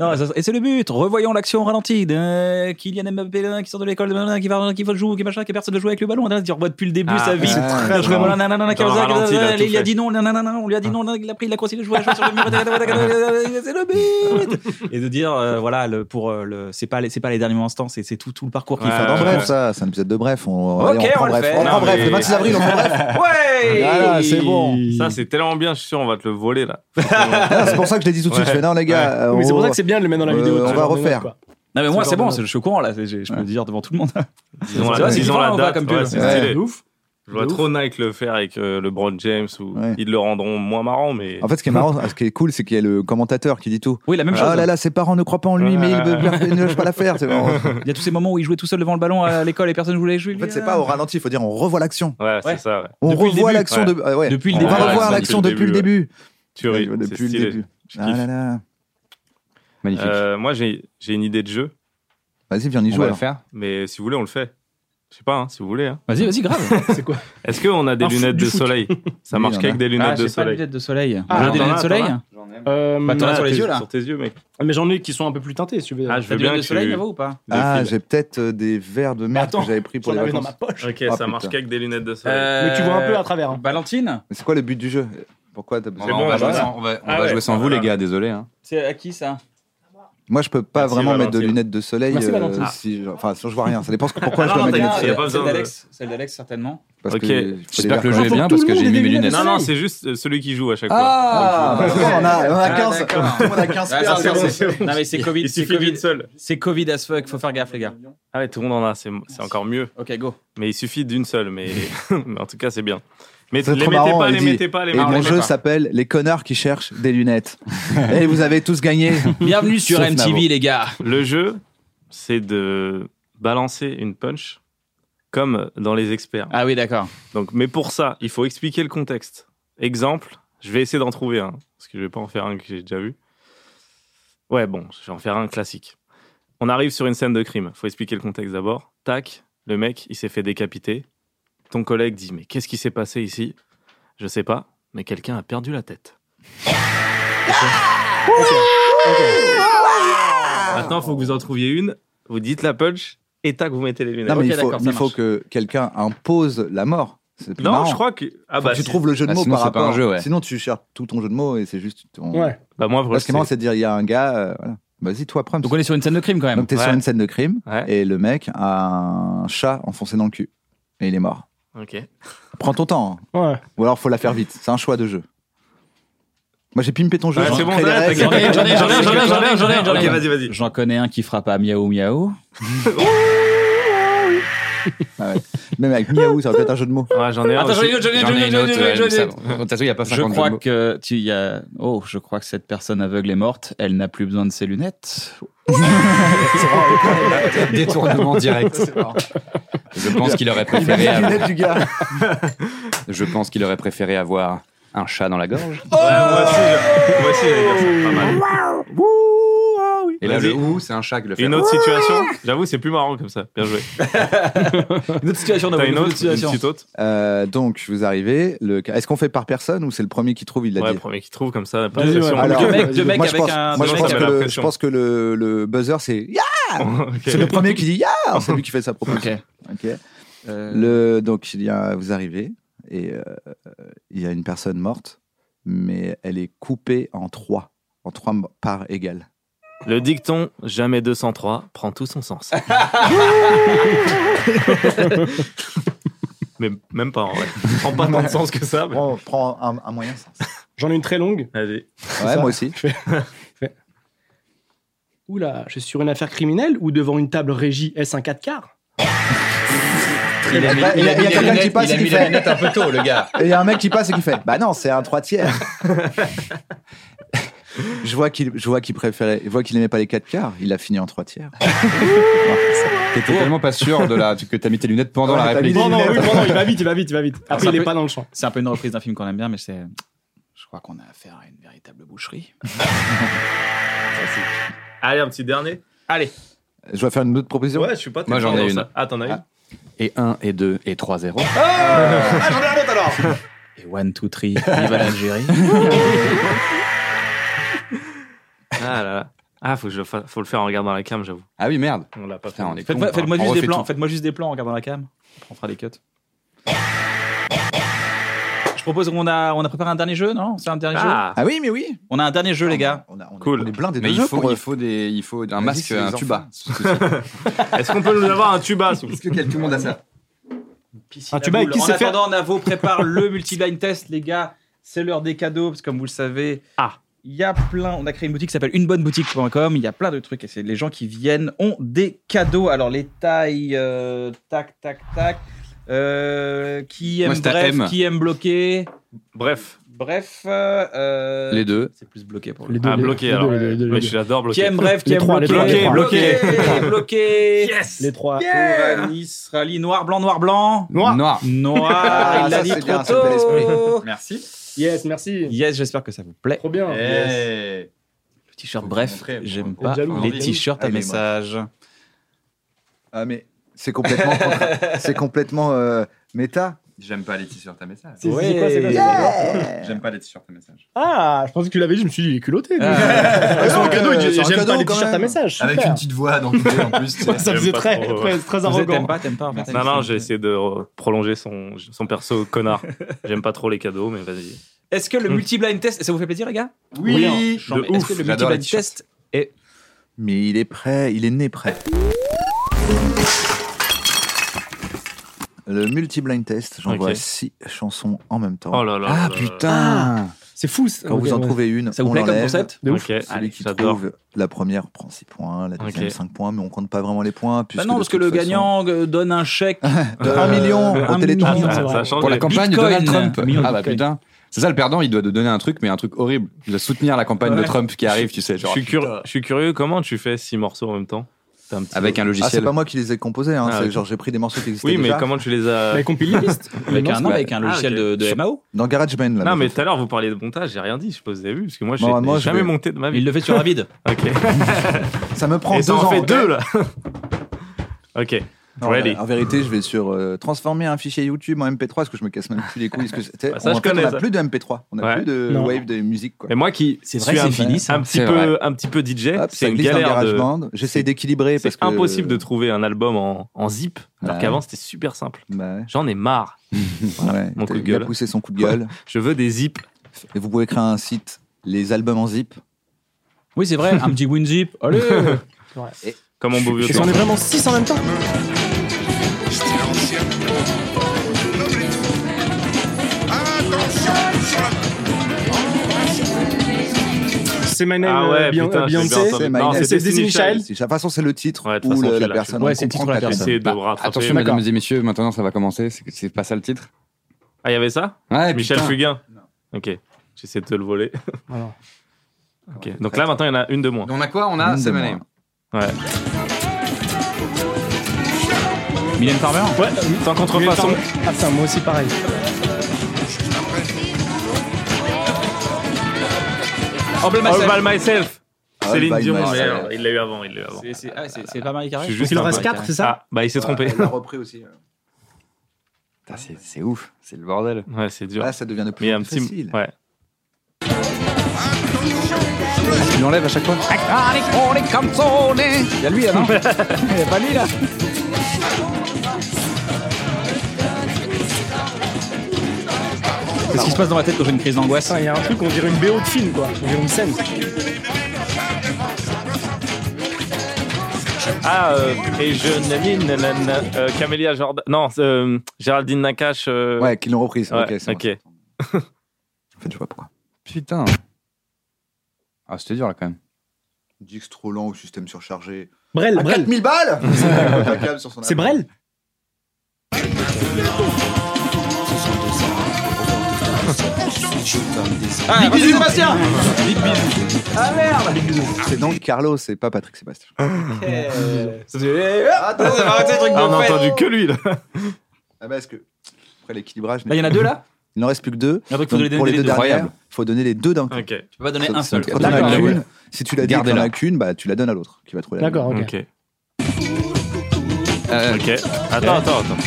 S2: Non, ça- et c'est le but. Revoyons l'action ralentie. Euh, Kylian Mbappé euh, qui sort de l'école, euh, qui va, qui va jouer, qui machin, qui a personne de jouer avec le ballon. On voit depuis le début
S6: Ah,
S2: sa vie.
S6: c'est
S2: très
S6: drôle. Dans le ralenti, il a tout
S2: Il a
S6: fait.
S2: dit non, nanana, on lui a dit non, il a pris, il a croisé le joueur, il a joué sur le mur. euh, C'est le but. Et de dire euh, voilà, le, pour euh, le, c'est pas les, c'est pas les derniers instants, c'est c'est tout tout le parcours qu'il
S6: Ouais,
S2: fait.
S3: Dans
S6: ouais,
S3: Bref,
S6: ouais.
S3: ça, c'est un épisode de Bref. On,
S2: Ok,
S3: allez, on
S2: on
S3: prend
S2: le
S3: Bref.
S2: fait.
S3: On prend
S6: Non,
S3: Bref,
S6: mais-
S3: le 26 avril, on prend Bref.
S2: [laughs] Ouais.
S3: Voilà, Ah c'est bon.
S6: Ça, c'est tellement bien, je suis sûr, on va te le voler là.
S3: [laughs] Ah, c'est pour ça que je l'ai dit tout de suite.
S6: Ouais.
S3: Je fais, non, les gars, euh,
S5: Oui, mais c'est
S3: on-
S5: pour ça que c'est bien de le mettre dans la
S3: Euh,
S5: vidéo.
S3: on
S5: tu
S3: va
S5: vois,
S3: refaire.
S5: quoi.
S2: Non Ah, mais moi
S5: C'est
S2: c'est bon,
S5: leur
S2: c'est- je suis au courant là, c'est- je je peux le dire devant tout le monde.
S6: Ils ont
S2: C'est
S6: la,
S2: vrai, c'est
S6: ils ont la
S2: différent,
S6: date,
S2: hein, comme
S6: ouais,
S2: pub.
S6: c'est
S3: Ouais.
S6: stylé.
S5: De ouf.
S6: Je vois
S5: De
S6: trop Nike le faire avec euh, LeBron James ou
S3: Ouais.
S6: ils le rendront moins marrant, mais.
S3: En fait, ce qui est marrant, ce qui est cool, c'est qu'il y a le commentateur qui dit tout.
S2: Oui, la même chose.
S3: Ah là là, ses parents ne croient pas en lui, mais il veut- il ne lâche pas l'affaire. C'est- En en
S2: Il y a tous ces moments où il jouait tout seul devant le ballon à l'école et personne ne voulait jouer.
S3: fait, c'est pas au ralenti, il faut dire on revoit l'action.
S6: Ouais,
S2: Ouais.
S6: c'est ça, ouais.
S3: On
S2: Depuis le
S3: revoit
S2: début,
S3: l'action
S6: ouais.
S3: de- ah ouais.
S2: Depuis le
S3: On
S2: début.
S3: va
S6: Ouais,
S3: revoir
S6: ouais,
S3: l'action depuis le début.
S6: Tu ris, c'est
S3: Depuis le
S6: stylé.
S3: début.
S6: Je
S3: Ah
S6: kiffe.
S3: là là.
S4: Magnifique.
S6: Euh, moi, j'ai j'ai une idée de jeu,
S3: Vas-y, viens, on y
S4: on
S3: joue.
S4: va le
S3: alors.
S4: faire.
S6: mais si vous voulez, on le fait. Je sais pas, hein, si vous voulez. hein.
S2: Vas-y, vas-y,
S6: [laughs]
S2: grave.
S5: C'est quoi
S6: Est-ce qu'on a des
S5: Un foot
S6: lunettes
S5: du
S6: de
S5: foot.
S6: soleil
S2: [laughs]
S6: [laughs] Ça
S3: Oui, il
S6: marche
S3: y en
S6: qu'avec des
S2: Ah,
S6: lunettes
S2: j'ai
S6: de
S2: pas de
S6: soleil.
S2: lunettes de soleil.
S5: Ah,
S2: J'ai
S5: t'en
S2: des lunettes de
S6: as,
S2: soleil
S6: t'en
S5: Euh,
S2: Bah, t'en as
S6: Ah,
S2: sur les
S6: tes-
S2: yeux, là.
S6: Sur tes yeux, mec.
S5: Mais j'en ai qui sont un peu plus teintés, si tu veux.
S6: Ah, je
S2: T'as
S6: veux
S2: des
S6: bien
S2: lunettes
S6: que
S2: de soleil,
S6: tu.
S2: Navo, ou pas
S6: de
S3: Ah,
S6: fil.
S3: j'ai peut-être euh, des verres de merde
S5: Attends,
S3: que j'avais pris pour
S5: J'en
S3: les
S5: avais dans ma
S3: vacances.
S5: poche.
S6: Ok,
S3: Ah,
S6: ça marche
S3: putain.
S6: qu'avec des lunettes de soleil.
S5: Mais tu vois un peu à travers. hein.
S2: Valentine
S3: Mais C'est quoi le but du jeu Pourquoi t'as
S4: On
S3: besoin
S4: va-
S6: bon,
S4: on va
S6: bah,
S4: jouer
S6: voilà.
S4: sans- on va- on
S6: Ah
S4: va
S6: ouais,
S4: jouer sans vous,
S6: voilà.
S4: les gars, désolé. hein.
S2: C'est à qui ça
S3: Moi, je peux pas
S6: Merci,
S3: vraiment mettre de
S6: Valentine.
S3: lunettes de soleil.
S5: Merci,
S3: euh,
S5: Valentine.
S3: si je- Enfin, si je vois rien. Ça dépend ce- pourquoi
S6: Ah,
S3: je dois
S6: non,
S3: mettre des
S6: t'as-
S3: lunettes de
S6: y a
S3: soleil.
S6: pas besoin
S2: Celle
S6: de-
S2: d'Alex, celle d'Alex certainement.
S3: Parce
S6: Ok.
S3: que il faut
S4: J'espère
S3: des
S4: que le
S3: verres
S4: jeu est
S3: corrects.
S4: bien
S5: Tout
S4: parce
S5: le
S4: que
S5: monde
S4: j'ai
S5: a
S4: mis
S5: des
S4: mes
S5: lunettes
S4: lunettes.
S5: de
S6: Non, non,
S5: soleil.
S6: c'est juste euh, celui qui joue à chaque fois.
S3: Ah,
S6: [laughs]
S2: Ah,
S3: on a, on a 15.
S2: d'accord.
S3: [laughs] on a 15
S2: Ah,
S3: paires.
S2: ça, c'est-
S6: bon,
S2: c'est- Non mais c'est Covid,
S6: Il
S2: c'est
S6: suffit d'une
S2: Covid,
S6: seule.
S2: c'est Covid as fuck, faut faire gaffe les gars.
S6: Ah ouais, tout le monde en a, c'est c'est encore mieux.
S2: Ok, go.
S6: Mais il suffit d'une seule, mais, [laughs] mais en tout cas, c'est bien. Mais
S3: C'est
S6: les
S3: trop
S6: mettez
S3: marrant,
S6: pas,
S3: il
S6: les
S3: dit.
S6: mettez pas, les
S3: Et
S6: mettez
S3: mon
S6: pas.
S3: jeu s'appelle Les connards qui cherchent des lunettes. Et vous avez tous gagné.
S2: Bienvenue sur
S3: Sauf Navo.
S2: MTV les gars.
S6: Le jeu, c'est de balancer une punch comme dans les experts.
S2: Ah oui, d'accord.
S6: Donc, mais pour ça, il faut expliquer le contexte. Exemple, je vais essayer d'en trouver un, parce que je vais pas en faire un que j'ai déjà vu. Ouais, bon, je vais en faire un classique. On arrive sur une scène de crime. Faut expliquer le contexte d'abord. Tac, le mec, il s'est fait décapiter. Ton collègue dit mais qu'est-ce qui s'est passé ici Je sais pas, mais quelqu'un a perdu la tête.
S2: Ah.
S6: Maintenant, faut que vous en trouviez une. Vous dites la punch et tac, vous mettez les lunettes.
S3: Non, mais
S2: Ok,
S3: il faut,
S2: d'accord, ça
S3: il faut
S2: marche.
S3: que quelqu'un impose la mort. C'est plus
S6: Non,
S3: marrant.
S6: je crois que ah
S3: Faut que
S6: bah
S3: tu
S6: si.
S3: trouves le jeu de
S4: Ah,
S3: mots
S4: sinon,
S3: par
S4: c'est pas un
S3: rapport.
S4: jeu, ouais.
S3: Sinon, tu cherches tout ton jeu de mots et c'est juste. ton-
S5: Ouais.
S6: Bah moi,
S3: Là, ce qui est marrant,
S6: c'est-
S3: c'est de dire il y a un gars. euh, voilà. Vas-y, toi, prends.
S2: Donc on est sur une scène de crime quand même.
S3: Donc, t'es sur
S6: Ouais.
S3: une scène de crime
S6: Ouais.
S3: et le mec a un chat enfoncé dans le cul. Et il est mort.
S6: Ok.
S3: Prends ton temps. hein.
S5: Ouais.
S3: Ou alors, faut la faire vite. C'est un choix de jeu. Moi, j'ai pimpé ton jeu.
S6: Ouais,
S3: j'ai
S6: c'est bon,
S3: créé des
S6: t'as-
S3: règles.
S6: t'as-
S2: J'en ai, j'en ai, j'en ai, j'en ai, j'en ai, j'en ai, j'en ai.
S6: Ok, vas-y, vas-y.
S2: J'en connais un qui frappe à miaou miaou.
S3: Ah Même avec Miaou, ça va peut-être un jeu de mots.
S6: Ouais, j'en ai un.
S2: Attends,
S6: aussi.
S2: j'en ai, j'en ai,
S4: J'en ai une
S2: j'en ai,
S4: autre.
S2: j'en ai,
S4: euh,
S2: j'en ai.
S4: ça- De toute façon, il n'y a pas
S2: Je
S4: 50 jeux de
S2: crois
S4: mots.
S2: que tu y as. Oh, je crois que cette personne aveugle est morte. Elle n'a plus besoin de ses lunettes.
S4: [laughs] Détournement direct. Je pense qu'il aurait préféré avoir-
S3: du gars.
S4: [laughs] Je pense qu'il aurait préféré avoir un chat dans la gorge.
S3: Oh
S6: Ouais, moi aussi, je- moi aussi, j'allais dire ça. Pas mal.
S4: Et
S3: Bah,
S4: là,
S6: Vas-y.
S4: le ouh, c'est un chat qui le fait.
S6: Une autre situation. J'avoue, c'est plus marrant comme ça.
S3: [laughs]
S6: Bien joué.
S2: Une autre situation,
S6: T'as
S2: Navo,
S6: une autre, une
S2: situation.
S6: petite autre.
S3: Euh, donc, vous arrivez. Le... Est-ce qu'on fait par personne ou c'est le premier qui trouve Il l'a
S6: Ouais,
S3: dit.
S6: premier qui trouve comme ça. Pas de
S5: Vas-y, ouais.
S6: pression.
S3: Alors,
S2: Deux mecs, deux
S5: Moi,
S2: mecs
S3: Moi, je
S2: avec
S3: pense,
S2: un.
S3: moi, je
S2: deux mecs
S3: pense
S2: avec
S3: que,
S6: un-
S3: le, je
S6: pression.
S3: pense que le, le buzzer, c'est Ya
S6: [laughs] Ok.
S3: C'est le premier qui dit Ya C'est lui qui fait sa
S2: un-
S3: proposition.
S2: Ok.
S3: Ok.
S2: Euh,
S3: Le, donc, il y a, vous arrivez et euh, il y a une personne morte, mais elle est coupée en trois, en trois mo- parts égales.
S6: Le dicton jamais 203 prend tout son
S3: [laughs]
S6: sens. Mais même pas en vrai. Prend pas tant de sens que ça. mais-
S3: Prends, prends un, un moyen sens.
S5: J'en ai une très longue.
S6: Vas-y.
S3: Ouais,
S5: ça.
S3: moi aussi.
S5: Oula, je suis sur une affaire criminelle ou devant une table régie S1 4 quarts
S3: Il a mis- il a- il y a quelqu'un qui passe et qui
S4: la
S3: fait.
S4: lunette
S3: [laughs]
S4: un peu tôt, le gars.
S3: Et il y a un mec qui passe et qui fait Bah non, c'est un trois tiers. je vois qu'il je vois qu'il préférait, je vois qu'il aimait pas les quatre quarts. Il a fini en trois tiers.
S4: [laughs] T'étais tellement pas sûr de la, que t'as mis tes lunettes pendant
S3: Ouais,
S4: la
S3: t'as mis
S4: réplique.
S3: des
S5: Non, non,
S3: lunettes.
S5: oui, non, non, il va vite, il va vite, il va vite. Après,
S2: ça
S5: il est
S2: peut-
S5: pas dans le champ.
S2: C'est un peu une reprise d'un film qu'on aime bien, mais c'est. Je crois qu'on a affaire à une véritable
S5: [laughs]
S2: boucherie. [laughs]
S6: Allez, un petit dernier.
S2: Allez.
S3: Je dois faire une autre proposition.
S6: Ouais, je suis pas
S4: Moi, j'en ai
S6: dans
S4: une.
S6: ça. Ah, t'en as une
S4: Et 1, et 2, et 3, 0.
S2: Et one, two, three, vive l'Algérie.
S6: Ah là là. Ah, faut, que je le fa- faut le faire en regardant la cam, j'avoue.
S4: Ah oui, merde.
S6: On l'a pas fait.
S4: Putain, on est
S2: Faites-
S4: cons,
S2: Faites-moi
S4: hein. On
S2: juste des
S4: refait
S2: plans.
S4: tout.
S2: Faites-moi juste des plans en regardant la cam. On fera les cuts. Je propose qu'on a, on a préparé un dernier jeu, non C'est un dernier
S6: Ah,
S3: Ah oui, mais oui.
S2: jeu [laughs] On a un dernier jeu, les gars.
S3: On, a, on, a-
S6: Cool.
S3: on est blindés de
S4: Mais il
S3: jeux
S4: faut,
S3: pour-
S4: il faut des, il faut un
S3: Vas-y,
S4: masque,
S3: c'est les
S4: un
S3: enfants.
S4: tuba.
S6: est-ce qu'on peut nous avoir un tuba s'il vous
S3: Est-ce
S6: plaît
S3: que quel- tout le monde a ça
S5: Un tuba avec qui
S2: en
S5: sait faire-
S2: attendant, Navo prépare le multi-blind test, les gars. C'est l'heure des cadeaux, parce que comme vous le savez,
S6: Ah.
S2: il y a plein. On a créé une boutique qui s'appelle unebonneboutique.com. Il y a plein de trucs. Et c'est les gens qui viennent ont des cadeaux. Alors les tailles, euh, tac, tac, tac. Euh, qui aime
S4: Moi, c'est à
S2: bref,
S4: M.
S2: qui aime bloquer.
S6: Bref,
S2: Bref, euh,
S4: Les deux.
S2: C'est plus bloqué pour le.
S5: Les deux,
S6: Ah,
S5: les-
S6: bloqué,
S5: les deux,
S6: alors.
S5: les deux, les deux,
S6: mais
S5: les deux.
S6: j'adore
S2: Qui
S6: bloquer.
S2: aime bref, qui
S5: Les
S2: aime
S5: trois, les
S2: bloquer.
S6: trois, les
S2: bloqué,
S6: trois. [laughs]
S2: bloqué, bloqué.
S5: Les trois.
S2: Yeah Rally noir, blanc, noir, blanc.
S4: Noir.
S2: Noir,
S3: Ah,
S2: il l'a
S3: ça,
S2: dit
S3: c'est bien,
S2: trop
S3: c'est bel esprit.
S2: [laughs] tôt.
S4: Merci.
S5: Yes, merci.
S2: Yes, j'espère que ça vous plaît.
S5: Trop bien. Yes.
S2: Le t-shirt,
S4: Faut
S2: bref,
S4: montrer,
S2: j'aime
S4: faut
S2: pas
S5: jaloux, hein.
S2: les
S5: faut jaloux.
S2: t-shirts à
S3: Ah, mais moi.
S2: message.
S3: Ah, mais c'est complètement, contra- c'est complètement euh, méta.
S4: J'aime pas les t-shirts à message.
S5: C'est c'est quoi, c'est quoi, c'est quoi
S4: J'aime pas les t-shirts à message.
S5: Ah, je pensais que tu l'avais dit, je me suis dit, il est culotté. lui.
S2: Ah.
S5: Ah, c'est un cadeau, il dit,
S3: c'est un
S5: J'aime
S3: cadeau,
S5: pas les
S3: quand
S5: t-shirts
S3: même.
S5: à message.
S4: Avec
S5: super.
S4: une petite voix dans le en plus.
S5: Ouais, Ça
S6: J'aime
S5: faisait
S6: pas
S5: très,
S6: trop,
S5: très, très
S2: Vous êtes-
S5: arrogant.
S2: T'aimes pas, t'aimes pas. en fait,
S6: Non,
S2: Alexis.
S6: non, j'ai essayé de re- prolonger son, son perso connard. J'aime pas trop les cadeaux, mais vas-y.
S2: Est-ce que le
S6: Mm.
S2: multi-blind test, ça vous fait plaisir, les gars
S5: hein.
S4: Oui.
S2: Non, mais Est-ce que le
S4: J'adore les
S2: multi-blind
S4: t-shirts.
S2: test est.
S3: Mais il est prêt, il est né prêt. Le multi-blind test, j'envoie
S6: Ok.
S3: six chansons en même temps.
S6: Oh là là.
S3: ah
S6: là là.
S3: putain
S5: Ah, C'est fou. ça.
S3: Quand vous en
S5: Ok, ouais.
S3: trouvez une,
S2: Ça vous
S3: on
S2: plaît comme
S3: l'enlève.
S2: concept
S5: De ouf.
S6: Ok,
S3: Celui qui
S6: j'adore.
S3: trouve la première prend 6 points, la deuxième
S6: Ok.
S3: 5 points, mais on compte pas vraiment les points.
S2: Bah
S3: Puisque
S2: non,
S3: de
S2: parce que
S3: toute
S2: le
S3: façon-
S2: gagnant euh, donne un chèque.
S3: De
S2: euh,
S3: 1 million
S2: un
S3: au Téléthon.
S6: Ah,
S5: million,
S6: ça,
S5: c'est vrai.
S6: ça a changé.
S4: Pour la campagne de Donald
S2: Bitcoin.
S4: Trump.
S2: Million de
S4: Ah bah
S2: Bitcoin.
S4: putain. C'est ça le perdant, il doit te donner un truc, mais un truc horrible. Il doit soutenir la campagne de
S2: Ouais.
S4: Trump qui arrive, tu sais.
S6: Je
S4: Genre,
S6: suis, cur-
S4: putain.
S6: je suis curieux, comment tu fais six morceaux en même temps T'as un petit-
S4: Avec un
S3: Ah, c'est
S4: logiciel.
S3: pas moi qui les ai composés, hein,
S6: Ah,
S3: c'est
S6: ok.
S3: genre j'ai pris des morceaux qui existaient
S6: Oui, mais
S3: déjà.
S6: comment tu les as.
S5: Bah, compile
S6: [laughs]
S5: les pistes.
S2: Euh, [laughs] Avec un,
S3: Ouais.
S2: avec un
S6: Ah,
S2: logiciel
S6: ok.
S2: de, de MAO.
S3: Dans GarageBand, là.
S6: Non,
S3: mais
S6: mais tout à l'heure, vous parliez de montage, j'ai rien dit, je suppose, vous avez vu, parce que moi, j'ai
S3: Bon, moi,
S6: j'ai
S3: je
S6: jamais
S3: vais-
S6: monté de ma
S2: Il
S6: vie.
S2: le fait sur Avid.
S6: [laughs] Ok.
S3: ça me prend
S6: Et
S3: deux
S6: ça
S3: ans.
S6: en fait deux, là [laughs] Ok.
S3: Non,
S6: Ready.
S3: En vérité, je vais sur euh, transformer un fichier YouTube en MP3 parce que je me casse même plus les couilles. Parce que c'est-
S6: Bah, ça,
S3: en
S6: je
S3: fait,
S6: connais,
S3: on
S6: ça.
S3: n'a plus de MP3, on n'a
S6: Ouais.
S3: plus de
S5: Non.
S3: wave de musique. Quoi.
S6: Et moi qui
S2: C'est vrai,
S6: suis
S2: c'est
S6: un,
S2: fini, ça.
S6: un petit
S4: C'est
S6: peu, un petit peu DJ,
S3: Hop, ça
S6: c'est une
S3: glisse dans
S6: galère de.
S3: GarageBand. J'essaye d'équilibrer parce
S6: C'est
S3: que.
S6: impossible de trouver un album en, en zip, alors
S3: Ouais.
S6: qu'avant c'était super simple.
S3: Bah, ouais,
S6: J'en ai marre.
S3: ouais,
S6: Mon
S3: t'as-
S6: coup de
S3: il a
S6: gueule.
S3: poussé son coup de gueule.
S6: [laughs] Je veux des zips.
S3: Et vous pouvez créer un site, les albums en zip.
S2: Oui, c'est vrai,
S3: [laughs]
S2: un petit WinZip. Allez
S6: Comme mon beau vieux
S5: Et si
S6: temps.
S5: on est vraiment 6 en même temps C'est my name,
S6: Ah ouais,
S5: euh, Beyon-
S6: putain,
S5: euh,
S6: j'ai bien
S5: Beyoncé.
S6: entendu.
S3: C'est
S6: Non,
S3: Miley.
S6: c'est Destiny Child.
S3: C'est- De toute façon, c'est le titre
S6: Ouais, de toute
S3: ou
S6: façon,
S3: le-
S6: tu
S3: la
S6: l'as,
S3: personne.
S2: Ouais,
S3: on
S2: c'est le titre
S3: comprend
S2: ou la
S3: que
S2: personne.
S6: J'essaie de
S4: Bah,
S6: me rattraper.
S4: attention,
S6: mais-
S4: mesdames et messieurs, maintenant ça va commencer. C'est c'est pas ça le titre
S6: Ah, il y avait ça
S4: Ouais,
S6: Michel
S4: putain.
S6: Fugain Ok. J'essaie de te le voler. [laughs]
S5: Voilà.
S6: Ok. Donc là, maintenant, il y en a une de moins.
S4: On a quoi On a
S3: Une de
S4: Seven
S3: moins.
S4: Name.
S6: Ouais.
S2: Mylène Farmer
S6: Ouais, sans contrefaçon.
S5: Ah putain, moi aussi pareil.
S6: All by myself.
S3: All
S6: Ah, Céline
S3: by
S6: Dion.
S3: myself.
S6: Merde, il l'a eu avant, il l'a eu avant.
S2: C'est- C'est ah, c'est- c'est pas Marie Carré
S6: Je suis
S5: Donc
S6: juste
S5: il en
S6: un
S5: reste
S6: peu-
S5: 4, c'est ça
S6: Ah, bah il s'est trompé.
S3: Elle l'a repris aussi.
S4: Putain, c'est- C'est ouf, c'est le bordel.
S6: Ouais, c'est dur.
S3: Là, ça devient de
S6: Mais il
S3: plus
S6: y a
S3: en
S6: un
S3: plus
S6: petit.
S3: facile.
S6: Ouais.
S4: Tu l'enlèves à chaque fois
S3: Il y a lui avant. pas lui là.
S2: Qu'est-ce qui se passe dans ma tête quand j'ai une crise d'angoisse
S3: [laughs]
S2: Hein. [laughs]
S5: Putain, il y a un truc, on dirait une BO de film quoi. On dirait une scène.
S6: Ah, euh, et je n'ai mis nanana, euh, Camélia Jordan. Non, euh, Géraldine Nakache. euh,
S3: Ouais, qu'ils l'ont reprise.
S6: ouais,
S3: Ok, c'est bon.
S6: ok.
S3: En fait, je vois pourquoi.
S4: Putain. Ah, c'était dur là quand même.
S3: Dix trop lent au système surchargé.
S5: Brel,
S3: À
S5: Brel.
S3: 4000
S2: [laughs]
S3: balles
S5: C'est Brel
S2: Ah, Big Sébastien
S3: C'est donc Carlos, c'est pas Patrick Sébastien.
S6: Ah, on a entendu que lui, là.
S3: Ah bah, est-ce que. Après l'équilibrage.
S2: Là, Bah, il y en a deux là
S3: Il n'en reste plus que deux.
S2: Il faut
S3: Donc,
S2: les donner
S3: pour les
S2: les
S3: deux
S2: deux.
S3: dernières,
S4: Incroyable.
S3: il faut donner les deux d'un coup.
S6: Ok.
S2: Tu peux pas donner
S3: Ça-
S2: un
S3: ça-
S2: seul.
S3: quand t'en as
S4: D'accord.
S3: qu'une, Si tu l'as dit, t'en
S4: Gardez-la.
S3: as qu'une, bah tu la donnes à l'autre qui va trouver la
S5: D'accord, ok.
S6: Ok.
S4: Euh,
S6: Ok. Attends, attends, attends.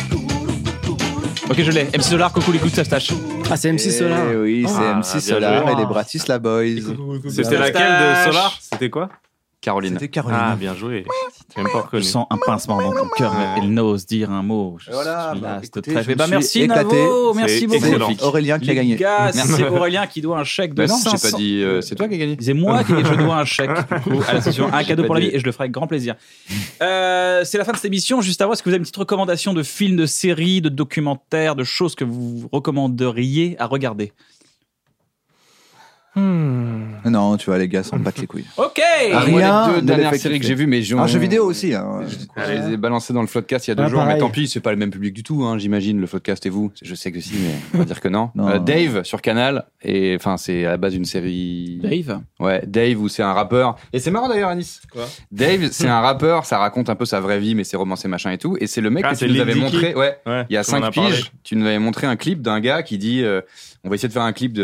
S2: Ok, je l'ai. MC Solar, coucou les coups de Sastache.
S5: Ah, c'est
S3: Eh
S5: MC Solar.
S3: Oui,
S6: Ah,
S3: c'est MC
S6: bien
S3: Solar
S6: joué.
S3: et les Bratislava Boys.
S6: C'était laquelle de Solar C'était quoi
S4: Caroline.
S3: C'était Caroline.
S6: Ah, bien joué. J'ai même pas
S2: Je
S6: reconnu.
S2: sens un pincement dans ton cœur, mais elle n'ose dire un mot. Je
S3: Voilà,
S2: suis
S3: bah,
S2: là, cette
S3: écoutez,
S2: trêve.
S3: je
S2: Eh ben,
S3: me
S2: merci
S3: suis éclaté.
S2: Navo,
S6: C'est
S2: merci beaucoup.
S6: excellent.
S3: C'est Aurélien qui a gagné.
S2: Les gars,
S4: Merci.
S2: c'est Aurélien qui doit un chèque de
S4: Bah non, j'ai
S2: 500.
S4: pas dit, euh, c'est toi qui as gagné.
S2: C'est moi
S4: [laughs]
S2: qui je dois un chèque du coup, à l'association Un
S4: J'ai
S2: cadeau
S4: pas
S2: pour la
S4: dit.
S2: vie et je le ferai avec grand plaisir. Euh, c'est la fin de cette émission. Juste avant, est-ce que vous avez une petite recommandation de films, de séries, de documentaires, de choses que vous recommanderiez à regarder
S6: Hmm.
S3: Non, tu vois, les gars, s'en battent les couilles.
S2: Ok
S3: Ah,
S4: Moi,
S3: Rien
S4: les
S3: ne
S4: deux dernières
S3: l'effet
S4: séries que
S3: kiffer.
S4: j'ai vues, mais j'ai
S3: Un jeu vidéo aussi. hein.
S4: Je les ai balancées dans le Floodcast il y a deux
S5: Ah,
S4: jours,
S5: pareil.
S4: mais tant pis, c'est pas le même public du tout, hein, j'imagine, le Floodcast et vous. Je sais que si, mais on va dire que non.
S3: [laughs] Non.
S4: Euh, Dave sur Canal, et enfin, c'est à la base d'une série.
S2: Dave
S4: Ouais, Dave, où c'est un rappeur. Et c'est marrant d'ailleurs, Anis. Dave, c'est un rappeur, ça raconte un peu sa vraie vie, mais c'est romancé machin et tout. Et c'est le mec
S6: Ah,
S4: que
S6: c'est
S4: tu nous
S6: Lil
S4: avais
S6: Dicky.
S4: montré. Ouais.
S6: Ouais,
S4: Il y a
S6: comme on
S4: cinq
S6: parlé.
S4: piges, tu nous avais montré un clip d'un gars qui dit euh, on va essayer de faire un clip de,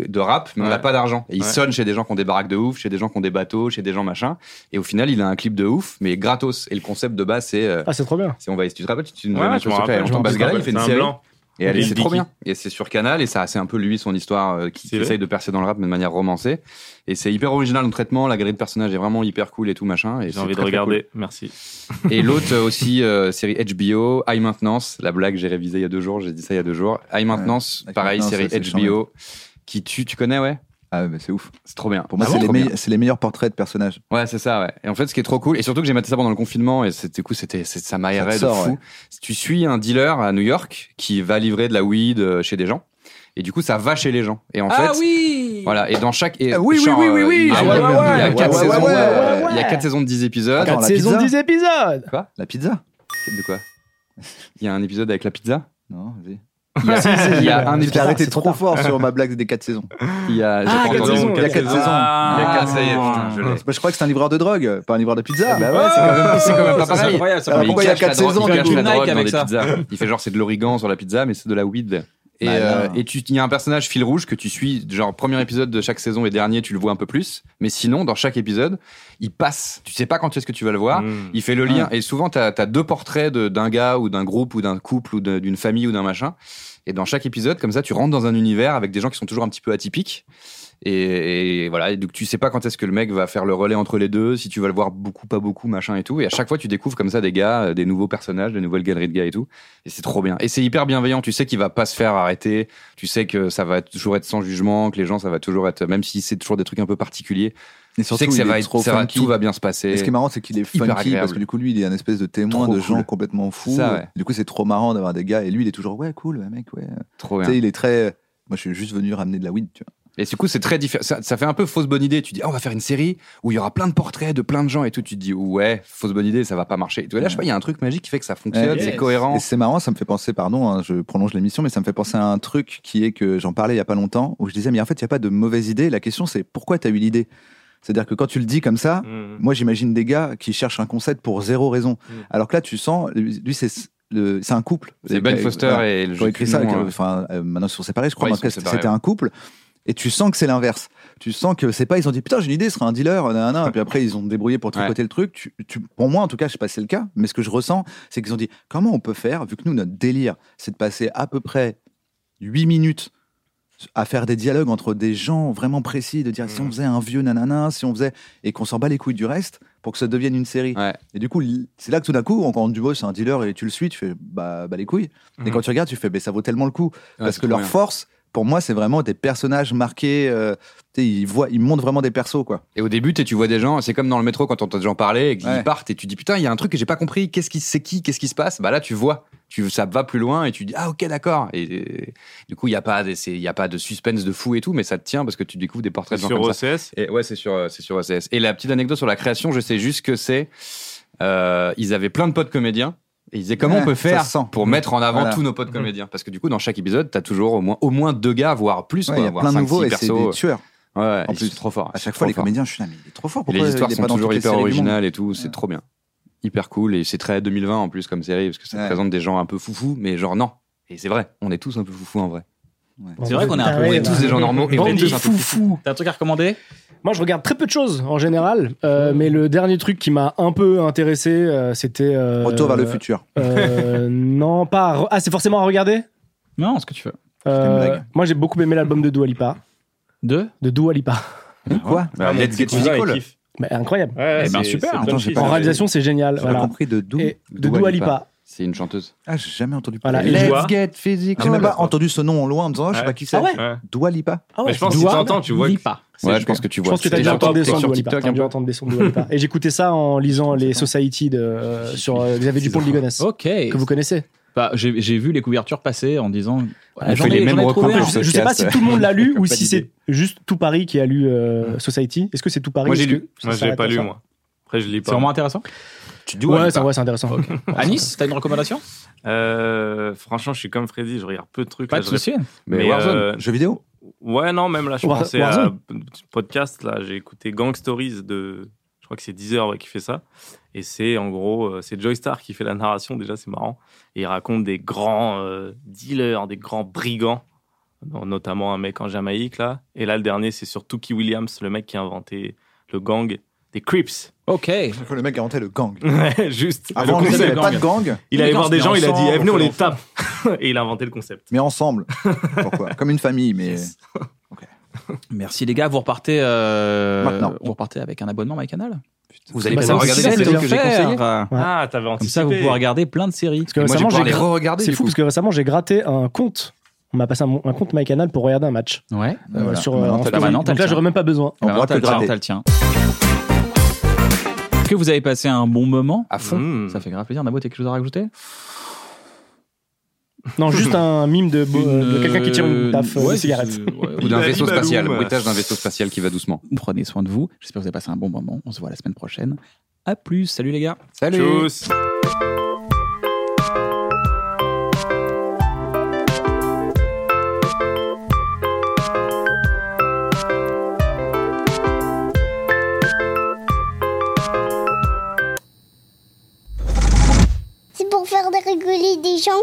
S4: de, de rap, mais on n'a
S6: Ouais.
S4: pas d'argent. Et il
S6: Ouais.
S4: sonne chez des gens qui ont des baraques de ouf, chez des gens qui ont des bateaux, chez des gens machin. Et au final, il a un clip de ouf, mais gratos. Et le concept de base, c'est. euh,
S5: Ah, c'est
S4: [laughs]
S5: trop bien.
S4: c'est on va essayer, tu te rappelles, tu nous avais
S6: Ouais,
S4: montré
S6: je m'en
S4: ce clip,
S6: rappelle.
S4: Jean Pascal, il fait une
S6: C'est un
S4: série.
S6: blanc.
S4: Et elle,
S6: Lil
S4: c'est trop
S6: Dicky.
S4: bien. Et c'est sur Canal, et ça, c'est un peu lui, son histoire, euh, qui,
S6: C'est
S4: qui
S6: vrai.
S4: essaye de percer dans le rap, mais de manière romancée. Et c'est hyper original le traitement, la grille de personnage est vraiment hyper cool et tout, machin. et
S6: J'ai
S4: c'est
S6: envie de
S4: très, très cool.
S6: regarder. Merci.
S4: Et l'autre euh, aussi, euh, série HBO, High Maintenance, la blague, j'ai révisé il y a deux jours, j'ai dit ça il y a deux jours. High Maintenance,
S3: High
S4: pareil,
S3: Maintenance,
S4: série
S3: ça, c'est
S4: HBO, qui tu, tu connais, ouais
S3: Ah, mais c'est ouf.
S4: C'est trop bien.
S3: Pour moi,
S4: Ah
S3: c'est
S4: bon
S3: les,
S4: Trop bien.
S3: meille- c'est les meilleurs portraits de personnages.
S4: Ouais, c'est ça, ouais. Et en fait, ce qui est trop cool, et surtout que j'ai maté ça pendant le confinement, et c'était coup, c'était, c'est- ça
S3: Ça te
S4: m'aérait de
S3: sort,
S4: fou.
S3: ouais.
S4: Tu suis un dealer à New York qui va livrer de la weed euh, chez des gens, et du coup, ça va chez les gens. Et en fait,
S2: oui
S4: voilà. Et dans chaque, et
S3: Ah oui, oui,
S4: genre,
S3: oui, oui,
S4: euh,
S3: oui,
S4: il y a-
S3: j'ai
S4: il y
S3: bien vu.
S4: a
S3: Ouais,
S4: quatre
S3: ouais,
S4: saisons,
S3: ouais,
S4: euh,
S5: ouais,
S4: il y a
S5: ouais.
S4: quatre saisons de 10 épisodes.
S3: Attends,
S5: Quatre
S3: la
S5: saisons,
S3: pizza
S5: 10 épisodes.
S3: La pizza
S4: De quoi Il y a un épisode avec la pizza.
S3: Non, vas-y. [laughs]
S4: Il y a, il y a un
S3: J'ai
S4: épisode. [laughs]
S3: arrêté trop fort sur ma blague des 4 saisons.
S4: Il y a, Ah, j'ai pas
S6: quatre
S4: entendu. Ah,
S6: saisons,
S3: Ah, Il
S4: Il y
S3: y a 4 saisons.
S6: quatre saisons.
S4: a quatre,
S2: Ah,
S4: ça y est, putain, je l'ai. Bah
S3: Bah, Je crois que c'est un livreur de drogue, pas un livreur de pizza.
S4: c'est quand même, Ah c'est quand même pas pareil.
S2: incroyable, ça.
S3: Alors
S4: Mais
S3: pourquoi
S4: il
S3: il y a
S4: cache la
S3: quatre
S4: drogue-
S3: saisons,
S4: Il cache
S2: Good
S4: la
S2: Night
S4: drogue dans
S2: avec
S4: des
S2: ça.
S4: pizzas. Il fait genre c'est de l'origan sur la pizza, mais c'est de la weed. Et
S3: Bah,
S4: euh,
S3: non.
S4: et tu- il y a un personnage fil rouge que tu suis, genre premier épisode de chaque saison et dernier, tu le vois un peu plus. Mais sinon, dans chaque épisode, il passe. Tu sais pas quand est-ce que tu vas le voir.
S6: Hmm.
S4: Il fait le
S3: Ah.
S4: lien. Et souvent, t'as as deux portraits de- d'un gars ou d'un groupe ou d'un couple ou de- d'une famille ou d'un machin. Et dans chaque épisode, comme ça, tu rentres dans un univers avec des gens qui sont toujours un petit peu atypiques. Et, et voilà. Et donc, tu sais pas quand est-ce que le mec va faire le relais entre les deux, si tu vas le voir beaucoup, pas beaucoup, machin et tout. Et à chaque fois, tu découvres comme ça des gars, euh, des nouveaux personnages, des nouvelles galeries de gars et tout. Et c'est trop bien. Et c'est hyper bienveillant. Tu sais qu'il va pas se faire arrêter. Tu sais que ça va toujours être sans jugement, que les gens, ça va toujours être, même si c'est toujours des trucs un peu particuliers.
S3: Et
S4: Tu sais que
S3: il
S4: ça
S3: est
S4: va être,
S3: trop
S4: ça va-
S3: funky.
S4: tout va bien se passer.
S3: Et ce qui est marrant, c'est qu'il est
S4: Hyper
S3: funky parce
S4: agréable.
S3: que du coup, lui, il est un espèce de témoin
S4: Trop
S3: de gens
S4: cool.
S3: complètement fous.
S4: Ça, ouais.
S3: Du coup, c'est trop marrant d'avoir des gars. Et lui, il est toujours, ouais, cool, ouais, mec, ouais.
S4: Trop
S3: Tu
S4: bien.
S3: sais, il est très. Moi, je suis juste venu ramener de la weed, tu vois.
S4: Et du coup, c'est très différent. Ça, ça fait un peu fausse bonne idée. Tu dis, Ah, on va faire une série où il y aura plein de portraits de plein de gens et tout. Tu te dis, ouais, fausse bonne idée, ça va pas marcher. Et tout. Et là, je sais pas, il y a un truc magique qui fait que ça fonctionne,
S3: Ouais.
S4: c'est cohérent.
S3: Et c'est marrant, ça me fait penser, pardon, hein, je prolonge l'émission, mais ça me fait penser à un truc qui est que j'en parlais il y a pas longtemps, où je disais, mais en fait, il n'y a pas de mauvaise idée. La question, c'est pourquoi tu as eu l'idée C'est-à-dire que quand tu le dis comme ça,
S6: Hmm.
S3: moi, j'imagine des gars qui cherchent un concept pour zéro raison.
S6: Mm.
S3: Alors que là, tu sens, lui, lui, c'est le- c'est un couple.
S4: C'est Ben
S3: Avec-
S4: Foster
S3: voilà.
S4: et le
S3: Qui ont écrit ça,
S4: nom,
S3: qui-
S4: euh,
S3: enfin, euh, maintenant ils sont séparés, je crois,
S4: Ouais, ils
S3: mais en tout cas,
S4: sont
S3: c'était
S4: séparés,
S3: c'était un couple. Et tu sens que c'est l'inverse. Tu sens que c'est pas, ils ont dit putain, j'ai une idée, ce sera un dealer,
S4: [laughs]
S3: euh, nanana. Et puis après, ils ont débrouillé pour tricoter le truc. Tu, tu- pour moi, en tout cas, je sais pas si c'est le cas, mais ce que je ressens, c'est qu'ils ont dit comment on peut faire, vu que nous, notre délire, c'est de passer à peu près 8 minutes à faire des dialogues entre des gens vraiment précis, de dire si
S4: Mm.
S3: on faisait un vieux nanana, si on faisait. et qu'on s'en bat les couilles du reste pour que ça devienne une série.
S4: Ouais.
S3: Et du coup, l- c'est là que tout d'un coup, on- quand on te dit, ouais, c'est un dealer et tu le suis, tu fais, bah, bah les couilles. Et quand tu regardes, tu fais, mais ça vaut tellement le coup. parce
S4: Mm-hmm. c'est
S3: que
S4: trop
S3: leur
S4: bien.
S3: force, pour moi, c'est vraiment des personnages marqués. euh, tu sais, ils, voient, ils montrent vraiment des persos, quoi.
S4: Et au début, t'es- tu vois des gens, c'est comme dans le métro quand t'entends des gens parler et qu'ils
S3: Ouais.
S4: partent et tu dis putain, il y a un truc que j'ai pas compris, qu'est-ce qui c'est qui, qu'est-ce qui se passe Bah là, tu vois, tu ça va plus loin et tu dis ah OK, d'accord. Et, et du coup, il y a pas des- c'est- il y a pas de suspense de fou et tout, mais ça te tient parce que tu découvres des portraits de gens
S6: Sur
S4: comme ça.
S6: OCS.
S4: Et ouais, c'est sur, euh, c'est sur OCS. Et la petite anecdote sur la création, je sais juste que c'est. euh, ils avaient plein de potes comédiens. Et ils disaient comment
S3: Ouais,
S4: on peut
S3: ça
S4: faire
S3: se sent.
S4: pour mettre en avant
S3: Voilà.
S4: tous nos potes
S6: Mhm.
S4: comédiens Parce que du coup, dans chaque épisode, t'as toujours au moins, au moins deux gars, voire plus.
S3: Ouais,
S4: quoi,
S3: Il y a
S4: voire
S3: plein de
S4: cinq,
S3: nouveaux
S4: six
S3: et c'est des
S4: persos. euh.
S3: tueurs.
S4: Ouais, ouais,
S3: En
S4: ils
S3: plus,
S4: sont trop forts.
S3: À
S4: Ils
S3: chaque
S4: sont trop
S3: fois, les
S4: forts.
S3: comédiens, je suis là, mais il est trop fort.
S4: Et
S3: Pourquoi
S4: les histoires
S3: il est
S4: sont
S3: pas dans
S4: toujours
S3: toutes les
S4: hyper
S3: séries du monde
S4: originales et tout, c'est trop bien. Hyper cool, et c'est très 2020 en plus comme série, parce que ça
S3: Ouais.
S4: présente des gens un peu foufous, mais genre non. Et c'est vrai, on est tous un peu foufous en vrai.
S2: C'est vrai qu'on est un peu-
S4: On
S2: Ouais,
S4: est tous
S2: bah.
S4: des gens normaux et on est
S5: Bande de
S4: tous un peu foufous.
S5: foufous.
S2: T'as un truc à recommander
S5: Moi, je regarde très peu de choses en général, euh, mais le dernier truc qui m'a un peu intéressé, euh, c'était. euh,
S3: Retour vers le futur.
S5: euh, [laughs] non, pas. à re- Ah, c'est forcément à regarder
S2: Non, ce que tu veux.
S5: Euh,
S3: une blague.
S5: Moi, j'ai beaucoup aimé l'album de Dua Lipa.
S2: Deux
S5: De Dua Lipa. [laughs]
S3: Quoi
S4: Bah, let's get
S6: cousin, il
S4: physical.
S6: kiffe.
S5: Mais incroyable.
S2: Eh
S6: Ouais,
S2: ben,
S6: c'est-
S2: super.
S6: c'est plein de
S3: Attends, j'ai
S6: filles.
S3: pas
S5: En réalisation, c'est génial.
S3: J'ai pas
S5: Voilà.
S3: compris de d'où.
S5: Et de
S3: Dua
S5: Dua
S3: Lipa.
S5: Lipa.
S4: C'est une chanteuse.
S3: Ah, j'ai jamais entendu
S5: Voilà.
S3: parler.
S5: Et-
S6: Joie.
S4: get physical.
S3: J'ai même pas entendu ce nom en loin en disant, ah, je sais
S6: Ouais.
S3: pas qui c'est.
S5: Ah ouais,
S6: Ouais.
S3: Dua Lipa.
S5: ah ouais.
S6: Mais je pense que si
S5: Dua-
S6: t'entends, tu vois. que-
S2: pas.
S4: Ouais, je pense que tu
S5: Je
S4: vois.
S5: pense que t'as
S4: T'es
S5: déjà
S4: déjà
S5: entendu des
S4: sur
S5: sons de Dua Lipa.
S4: TikTok
S5: T'as
S4: un
S5: dû
S4: peu.
S5: entendre des sons de Dua Lipa. Et j'écoutais ça en lisant les Society de, euh, sur euh, Xavier Dupont de Ligonnès,
S2: Ok.
S5: que vous connaissez.
S2: Bah, J'ai j'ai vu les couvertures passer en disant.
S4: fait
S2: j'en ai-
S4: les
S2: j'en
S4: mêmes
S2: ai
S4: Ouais,
S2: trouvé
S5: Je,
S2: un.
S4: recommandations.
S5: je sais pas
S4: podcast,
S5: si
S4: ouais.
S5: tout le monde l'a lu
S4: [laughs] J'ai
S5: ou
S4: pas
S5: si c'est
S4: d'idée.
S5: juste tout Paris qui a lu euh, Society. Est-ce que c'est tout Paris
S6: Moi, j'ai
S5: Est-ce que
S6: lu.
S5: ça
S6: Moi, j'ai
S5: s'arrête
S6: pas
S5: comme
S6: lu,
S5: ça
S6: moi. Après, je lis
S2: C'est
S6: pas.
S2: vraiment intéressant.
S5: Ouais, c'est ouais, c'est intéressant.
S2: [laughs] Anis, t'as une recommandation
S6: Euh, franchement, je suis comme Freddy, je regarde peu de trucs.
S2: Pas
S6: là,
S2: de
S6: je-
S2: souci.
S6: Mais
S4: Mais Warzone.
S6: euh,
S3: Jeux vidéo
S6: ouais, non, même là, je
S5: War-
S6: pensais à
S5: Warzone.
S6: un petit podcast. Là, j'ai écouté Gang Stories de, je crois que c'est Deezer ouais, qui fait ça. Et c'est en gros, euh, c'est Joy Star qui fait la narration. Déjà, c'est marrant. Et il raconte des grands euh, dealers, des grands brigands, dont notamment un mec en Jamaïque là. Et là, le dernier, c'est sur Tookie Williams, le mec qui a inventé le gang des Crips.
S2: Ok.
S3: Le mec a inventé le
S6: [laughs]
S3: gang.
S6: Juste.
S3: Avant,
S6: Le
S3: il n'y
S6: concept.
S3: avait pas de gang,
S6: Il allait voir des gens, il a dit,
S3: ensemble,
S6: eh, venez,
S3: on
S6: on
S3: fait
S6: les tape. [laughs] Et il a inventé le concept.
S3: mais ensemble. Pourquoi Comme une famille, mais.
S6: Yes.
S2: Merci les gars, vous repartez. euh,
S3: Maintenant.
S2: Vous repartez avec un abonnement MyCanal.
S4: Vous allez
S5: Bah,
S4: pouvoir
S5: ça
S4: regarder
S5: aussi,
S4: les
S5: c'est
S4: séries que j'ai
S2: offert.
S4: conseillées.
S5: Ouais.
S6: Ah, t'avais
S2: Comme
S6: anticipé.
S2: ça, vous pouvez regarder plein de séries.
S5: Parce que
S4: Et Moi, je vais
S5: récemment,
S4: pouvoir
S5: j'ai
S4: les
S5: gra-
S4: re-regarder.
S5: C'est
S4: du
S5: fou
S4: coup.
S5: parce que récemment, j'ai gratté un compte. On m'a passé un, un compte MyCanal pour regarder un match.
S2: Ouais.
S5: euh,
S3: Voilà.
S5: sur, euh,
S3: Maintenant,
S5: en
S3: t'as le
S5: streaming.
S2: droit.
S5: Donc là, j'aurais même pas besoin.
S3: On pourra te le gratter.
S2: le tien. Est-ce que vous avez passé un bon moment
S4: À fond.
S6: Mmh.
S2: Ça fait grave plaisir. Nabo, t'as quelque chose à rajouter
S5: [laughs] Non, juste un mime de, bo- de quelqu'un qui tire une taf euh,
S2: Ouais,
S5: de cigarette.
S2: c'est- ouais,
S4: Ou d'un
S6: Bidali
S4: vaisseau spatial.
S6: Baloum.
S4: Bruitage d'un vaisseau spatial qui va doucement.
S2: Prenez soin de vous. J'espère que vous avez passé un bon moment. On se voit la semaine prochaine. À plus. Salut les gars.
S4: Salut.
S6: Tchuss.
S13: C'est pour faire rigoler des gens.